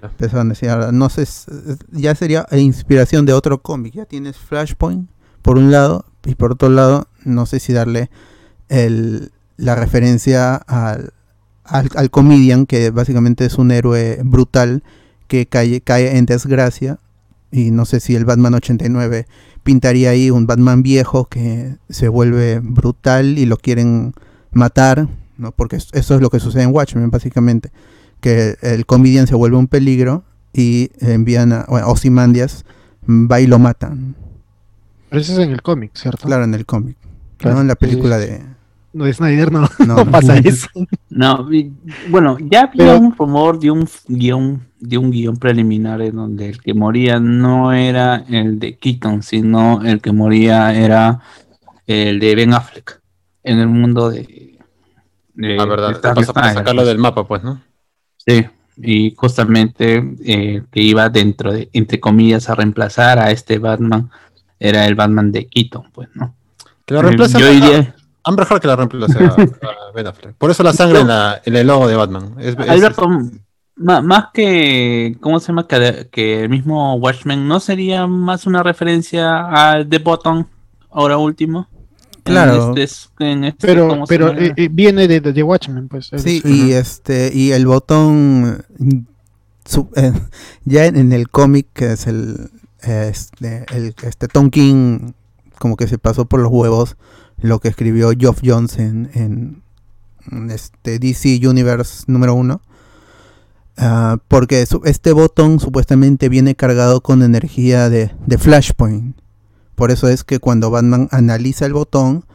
Empezaron a decir, ahora, no sé, es- es- ya sería inspiración de otro cómic, ya tienes Flashpoint por un lado y por otro lado no sé si darle el- la referencia al, al, al comedian, que básicamente es un héroe brutal que cae, cae en desgracia. Y no sé si el Batman 89 pintaría ahí un Batman viejo que se vuelve brutal y lo quieren matar, ¿no? Porque es- eso es lo que sucede en Watchmen, básicamente. Que el comedian se vuelve un peligro y envían a bueno, Ozymandias, va y lo matan.
Ah. Pero eso es en el cómic, ¿cierto?
Claro, en el cómic.
Claro.
No en la película
Sí, sí,
de...
No, de Snyder no,
No,
*laughs* no,
no.
pasa eso.
No, y- bueno, ya había
Pero-
un rumor de un guión, de un guión preliminar en donde el que moría no era el de Keaton, sino el que moría era el de Ben Affleck en el mundo de, de-
Ah, verdad.
de Zack
Pasa para
Snyder.
sacarlo del mapa, pues, ¿no?
Sí, y justamente eh, que iba dentro de, entre comillas, a reemplazar a este Batman, era el Batman de Keaton, pues, ¿no?
Que la
Eh,
reemplaza.
Yo diría,
a- Amber Heard Ah, que la reemplaza. a- a Ben Affleck. Por eso la sangre en, la- en el logo de Batman. Es, es-
Alberto, ma- más que, ¿cómo se llama? Que, que el mismo Watchmen, ¿no sería más una referencia a The Bottom, ahora último?
Claro.
En este- en este,
Pero,
¿cómo se
pero
llama?
eh, eh, viene de, de, de Watchmen, pues. es-
Sí, y este y el botón mm, su- eh, ya en, en el cómic que es el eh, este, el- este Tom King como que se pasó por los huevos lo que escribió Geoff Jones en, en, mm, este DC Universe número uno Ah, porque su- este botón supuestamente viene cargado con energía de, de Flashpoint por eso es que cuando Batman analiza el botón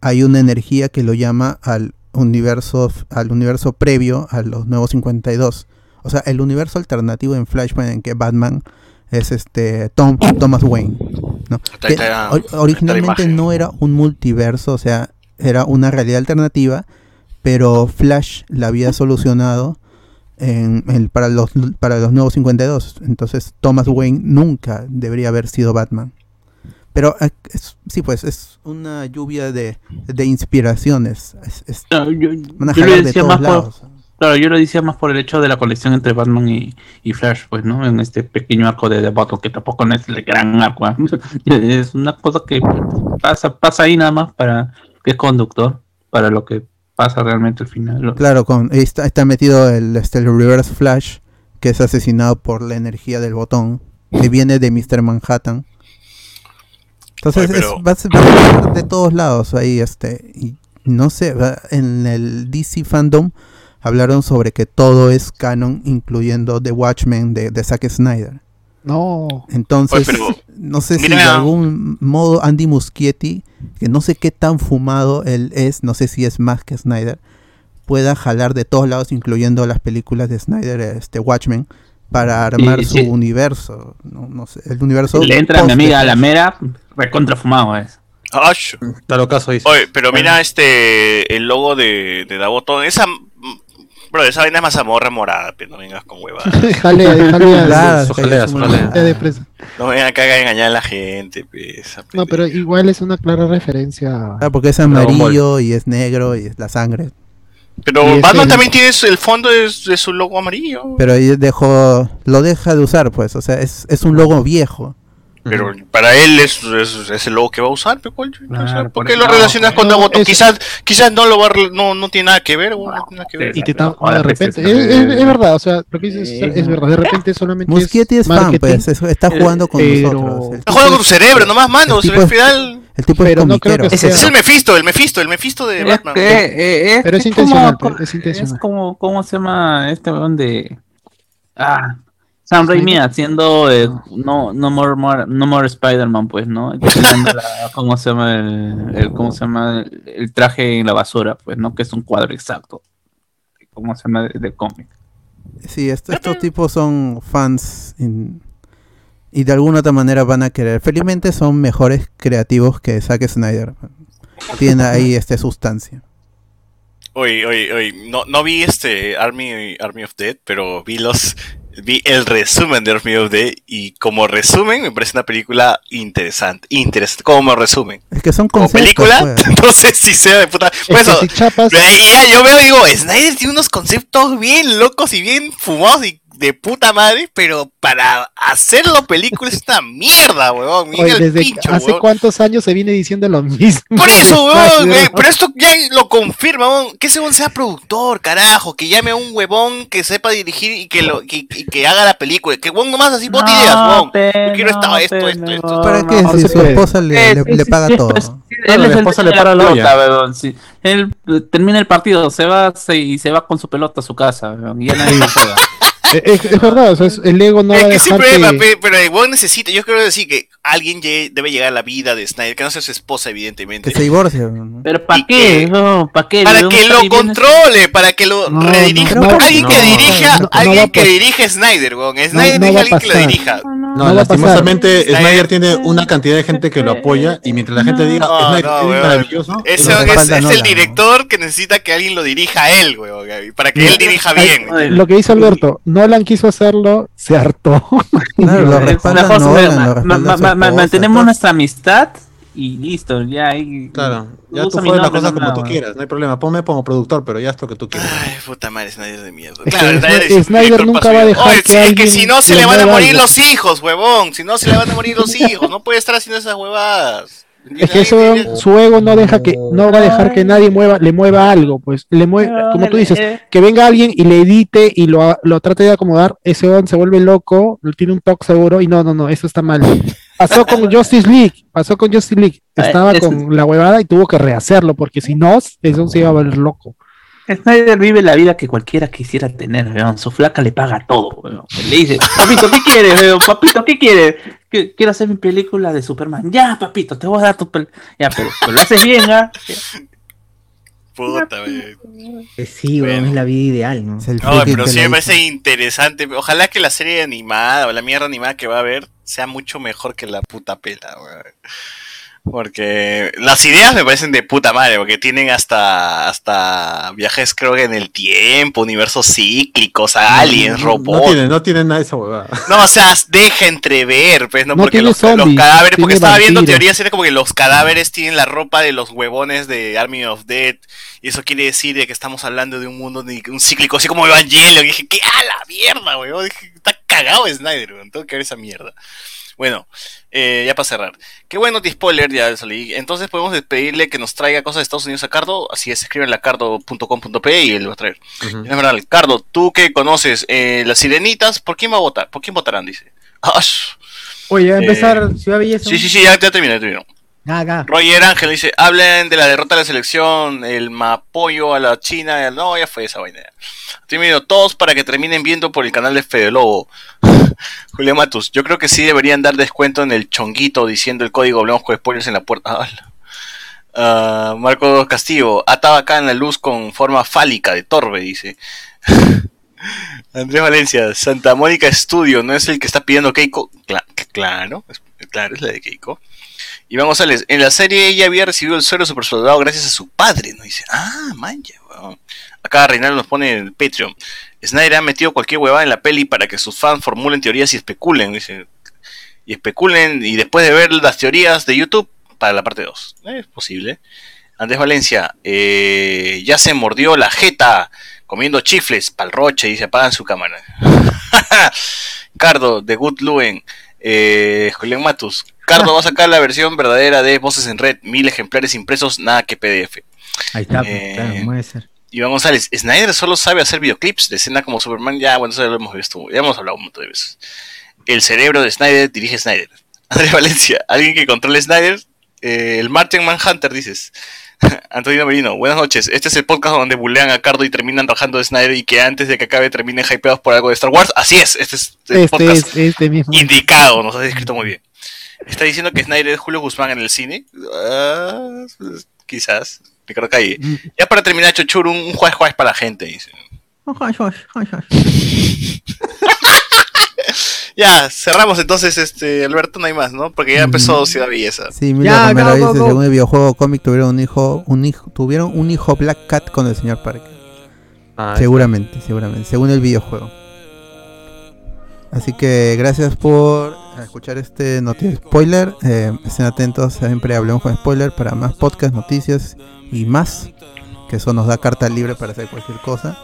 hay una energía que lo llama al universo, al universo previo a los nuevos 52. O sea, el universo alternativo en Flashpoint en que Batman es este Tom, Thomas Wayne. ¿no?
Está-
Que
está-
or-
está la
originalmente
imagen.
no era un multiverso, o sea, era una realidad alternativa, pero Flash la había solucionado en el- para, los, para los nuevos 52. Entonces Thomas Wayne nunca debería haber sido Batman. Pero eh, es- sí, pues es una lluvia de, de inspiraciones. Es- es-
Claro, yo,
van a
yo lo
jalar de
decía
todos
más
lados.
por, claro, yo lo decía más por el hecho de la colección entre Batman y, y Flash, pues, ¿no? En este pequeño arco de The Battle, que tampoco no es el gran arco. ¿ah? *laughs* es una cosa que pasa, pasa ahí nada más para que es conductor para lo que pasa realmente al final. Lo-
Claro, con, está, está metido el, este, el Reverse Flash, que es asesinado por la energía del botón, que viene de Mr. Manhattan. Entonces
Oye, pero-
es- va, a ser- va a estar de todos lados ahí, este, y no sé, va- en el DC fandom hablaron sobre que todo es canon, incluyendo The Watchmen de, de Zack Snyder.
No. *laughs*
Entonces,
Oye, pero-
no sé si de
Miren a-
algún modo Andy Muschietti, que no sé qué tan fumado él es, no sé si es más que Snyder, pueda jalar de todos lados, incluyendo las películas de Snyder, este Watchmen, para armar
Y-
su
y-
universo. No, no sé, el universo.
Le entra a mi
post-
amiga a la mera, recontrafumado es.
Osh.
Está lo caso dice.
Oye, pero mira este el logo de, de Dabotón, esa bro, esa vaina es mazamorra morada, pero no vengas con huevadas.
jalea, *laughs* jalea.
Claro,
Su jalea, su jalea.
Jalea de presa.
No me vengan acá a engañar a la gente, pues.
No, pero igual es una clara referencia.
Ah, porque es amarillo y es negro y es la sangre.
Pero
Y es
Batman
el-
también tiene su- el fondo de, su- de su logo amarillo.
Pero ahí dejó, lo deja de usar, pues, o sea, es, es un logo viejo.
Pero para él es, es, es el logo que va a usar, pe, coño. O sea, ¿Por
por
qué
eso.
lo
No,
relacionas con
no,
Dabotón?
eso-
Quizás, quizás no lo va a re- no, no tiene nada que ver, güey, no tiene nada que ver.
Y te tam-
Ah,
de repente, es, es-
eh,
es verdad, o sea, lo que dices es, es verdad, de repente solamente
Muschietti es fan,
marketing,
pues, es- está jugando con
pero-
nosotros. El
Está jugando
tipo
con tu
es-
cerebro, nomás, mano.
el
se
tipo
ve al
es-
final.
El tipo es
Pero no
pues, comiquero.
Ese es el Mephisto, el Mephisto, el Mephisto de Batman.
Pero es
como-
intencional,
co-
es intencional.
Es como, ¿cómo se llama este weón de. Ah, Sam Raimi haciendo eh, no, no More, More- no more Spider-Man, pues, ¿no? Tirando la- *laughs* ¿Cómo se llama, el, el- ¿cómo se llama el, el traje en la basura? Pues, ¿no? Que es un cuadro exacto. ¿Cómo se llama? De, de cómic.
Sí, est- estos tipos son fans in- y de alguna otra manera van a querer. Felizmente son mejores creativos que Zack Snyder. Tienen ahí este sustancia.
Oye, oye, oye, no, no vi este Army, Army of Dead, pero vi los vi el resumen de Army of Dead y como resumen me parece una película interesante, interesante como resumen.
Es que son
Como
conceptos.
película,
pues.
*laughs* no sé si sea de puta. Por
Es que
eso,
si chapas-
lo leía, yo veo y digo, Snyder tiene unos conceptos bien locos y bien fumados y de puta madre, pero para hacerlo película es una mierda, weón. Mira
Oye,
el
desde
pincho,
hace
huevón.
cuántos años se viene diciendo lo mismo. *laughs*
Por eso,
Espacio,
weón, güey,
¿no?
pero esto ya lo confirma, weón. Que ese weón sea productor, carajo. Que llame a un huevón que sepa dirigir y que, lo, que, y que haga la película. Que weón nomás así, vos
No,
ideas, weón.
pe,
Yo quiero esta-
no,
esto,
pe,
esto, esto.
no,
¿Para
no,
qué?
no
Si
se
su
puede.
esposa le,
Eh,
le-
sí,
le
sí,
paga
sí,
todo.
pues, sí,
Claro,
él
la
es el
esposa le
dueño de
para
la
la olla.
pelota, weón, sí. Él eh, termina el partido, se va se- y se va con su pelota a su casa, weón, y ya nadie lo juega.
Eh, *laughs* Es, es verdad, o sea, es- el ego no va a
Que
dejar
siempre hay
que...
papel, pero el weón necesita. Yo quiero decir que alguien llegue- debe llegar a la vida de Snyder. Que no sea su esposa, evidentemente.
Que se *laughs* divorcie. ¿no?
Pero ¿para qué? No, ¿Para qué?
Para
Weón,
que
está
lo
viviendo-
controle, para que lo
No,
redirija.
no, no,
alguien
no,
que dirija,
no, no va
alguien
a
que
pas-
dirija a Snyder, weón. Snyder
no
es
va a
alguien que lo
pasar.
dirija.
No, lastimosamente Snyder tiene una cantidad de gente que lo apoya y mientras la gente diga
No,
Snyder
no,
es
weón.
maravilloso,
Ese
nos
weón es,
respalda
es el
Nolan.
director que necesita que alguien lo dirija a él, weón. Gaby, Para que él dirija
Ay,
bien.
Lo que hizo Alberto, Nolan quiso hacerlo, se hartó.
lo
Es
respalda
mejor,
Nolan,
ma-
lo respalda
ma-
su
ma- ma-
esposa,
Mantenemos
todo.
nuestra amistad y listo, ya ahí.
Claro, ya tú
usa mi
juegas las
nombre,
cosas
no
como
nada,
tú
weón.
quieras, no hay problema. Ponme como productor, pero ya es lo que tú quieras.
Ay, puta madre, Snyder de mierda.
Es que
Claro,
Snyder-
Snyder es
Snyder
director
nunca
para
va a
su-
dejar
Oye,
que
sí, es que
alguien
si no se
le
le van a
mueva
morir
algo.
los hijos, huevón. Si no se le van a morir
*laughs*
los hijos. No puede estar haciendo esas huevadas.
Es que eso, su ego no deja que, no va a dejar que nadie mueva, le mueva algo, pues, le mueve, como tú dices, que venga alguien y le edite y lo, lo trate de acomodar, ese don se vuelve loco, tiene un toque seguro y no, no, no, eso está mal. Pasó con Justice League, pasó con Justice League, estaba
es-
con la huevada y tuvo que rehacerlo, porque si no, eso se iba a volver loco.
Snyder vive la vida que cualquiera quisiera tener, weón. Su flaca le paga todo, weón. Le dice, papito, ¿qué quieres, weón? Papito, ¿qué quieres? Que- Quiero hacer mi película de Superman. Ya, papito, te voy a dar tu pel... Ya, pero, pero lo haces bien, ¿ah?
Puta, weón.
Eh, Sí, weón, es la vida ideal, ¿no?
No, pero sí me parece interesante. Ojalá que la serie animada o la mierda animada que va a haber sea mucho mejor que la puta pela, weón. Porque las ideas me parecen de puta madre, porque tienen hasta, hasta viajes, creo que en el tiempo, universos cíclicos, aliens,
no,
robots.
No tiene, no tiene nada esa huevada.
No, o sea, deja entrever, pues, ¿no?
No
porque
tiene
los, los
zombies,
cadáveres, porque
tiene
estaba viendo
vampiros.
teorías, era como que los cadáveres tienen la ropa de los huevones de Army of Dead, y eso quiere decir de que estamos hablando de un mundo, de un cíclico, así como Evangelion, y dije, ¿qué a la mierda, weón? Dije, está cagado Snyder, weón, tengo que ver esa mierda. Bueno, eh, ya para cerrar. Qué bueno spoiler, ya salí. Entonces podemos pedirle que nos traiga cosas de Estados Unidos a Cardo. Así es, escriben a cardo.com.p y él lo va a traer. Es verdad, Cardo, tú que conoces eh, las sirenitas, ¿por quién va a votar? ¿Por quién votarán? Dice. Ash.
Oye, va a
Eh,
empezar Ciudad Belleza.
Sí, sí, sí, ya, ya terminé, terminó.
Ah, acá.
Roger Ángel dice, hablen de la derrota de la selección, el mapoyo a la China, no, ya fue esa vaina. Estoy viendo todos para que terminen viendo por el canal de Fede Lobo. *laughs* Julián Matus, yo creo que sí deberían dar descuento en el chonguito diciendo el código Hablamos con spoilers en la puerta. *laughs* Ala. Ah, Marco Castillo, ataba acá en la luz con forma fálica de torbe, dice. *laughs* Andrés Valencia, Santa Mónica Studio, ¿no es el que está pidiendo Keiko? Cla- claro, es- claro, es la de Keiko. Iván González, en la serie ella había recibido el suelo super soldado gracias a su padre, ¿no? Dice, ah, mancha, weón. Acá Reinaldo nos pone en el Patreon. Snyder ha metido cualquier huevada en la peli para que sus fans formulen teorías y especulen, dice. Y especulen, y después de ver las teorías de YouTube, para la parte 2. Es posible. Andrés Valencia, eh, ya se mordió la jeta comiendo chifles pa'l roche y se apagan su cámara. *laughs* Cardo, de Good Luen, eh, Julián Matus. Cardo va a sacar la versión verdadera de Voces en Red, mil ejemplares impresos, nada que PDF.
Ahí está, pues,
Eh,
claro, puede ser.
Iván González, Snyder solo sabe hacer videoclips de escena como Superman, ya bueno, eso ya lo hemos visto, ya hemos hablado un montón de veces. El cerebro de Snyder dirige Snyder. *laughs* Andrés Valencia, alguien que controle Snyder, Eh, el Martin Manhunter, dices. *laughs* Antonio Merino, buenas noches. Este es el podcast donde bulean a Cardo y terminan rajando de Snyder y que antes de que acabe terminen hypeados por algo de Star Wars. Así es, este es el
Este
podcast
es este mismo.
indicado, nos has descrito muy bien. ¿Está diciendo que Snyder es Julio Guzmán en el cine? Ah, quizás. Ricardo Calle. Ya para terminar, Chochur, un, un juez juez para la gente, dice. *laughs* Ya, cerramos entonces, este, Alberto, no hay más, ¿no? Porque ya empezó Ciudad Belleza.
Sí, Emilio
Ya,
Romero
go, go,
dice,
go.
según el videojuego cómic tuvieron un hijo, un hijo, tuvieron un hijo Black Cat con el señor Parker.
Ah,
seguramente, seguramente, según el videojuego. Así que gracias por escuchar este noticia spoiler. Eh, estén atentos, siempre hablemos con spoiler para más podcast, noticias y más. Que eso nos da carta libre para hacer cualquier cosa.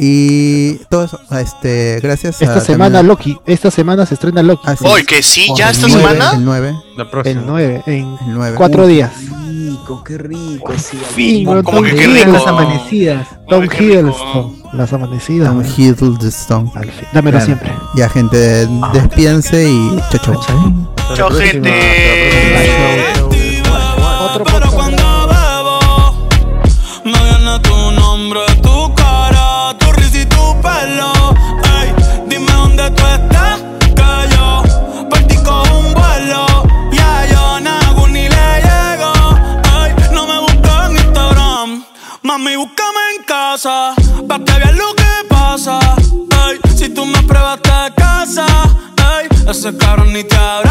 Y todo eso, este, gracias
Esta
a- también-
semana
Ah,
Loki, esta semana se estrena Loki.
Así es. El 9, El 9.
El 9, en
El 9.
cuatro días.
Rico, qué rico. Sí,
fin,
Tom
como que qué
Hiddleston,
rico.
Las amanecidas.
Tom Hiddleston, las amanecidas.
Tom Hiddleston.
Dámelo
Claro.
siempre.
Ya, gente,
Ah.
despídense y chao, chao.
Chao, gente.
Pero cuando bebo, me viene tu nombre, tu cara, tu risa y tu pelo. Ey, dime dónde tú estás, que yo partí con un vuelo. Ya yo nago ni le llego. Ey, no me busco en Instagram, mami, búscame en casa, pa' que veas lo que pasa. Ey, si tú me pruebas, te casa. Ey, ese carro ni te abre.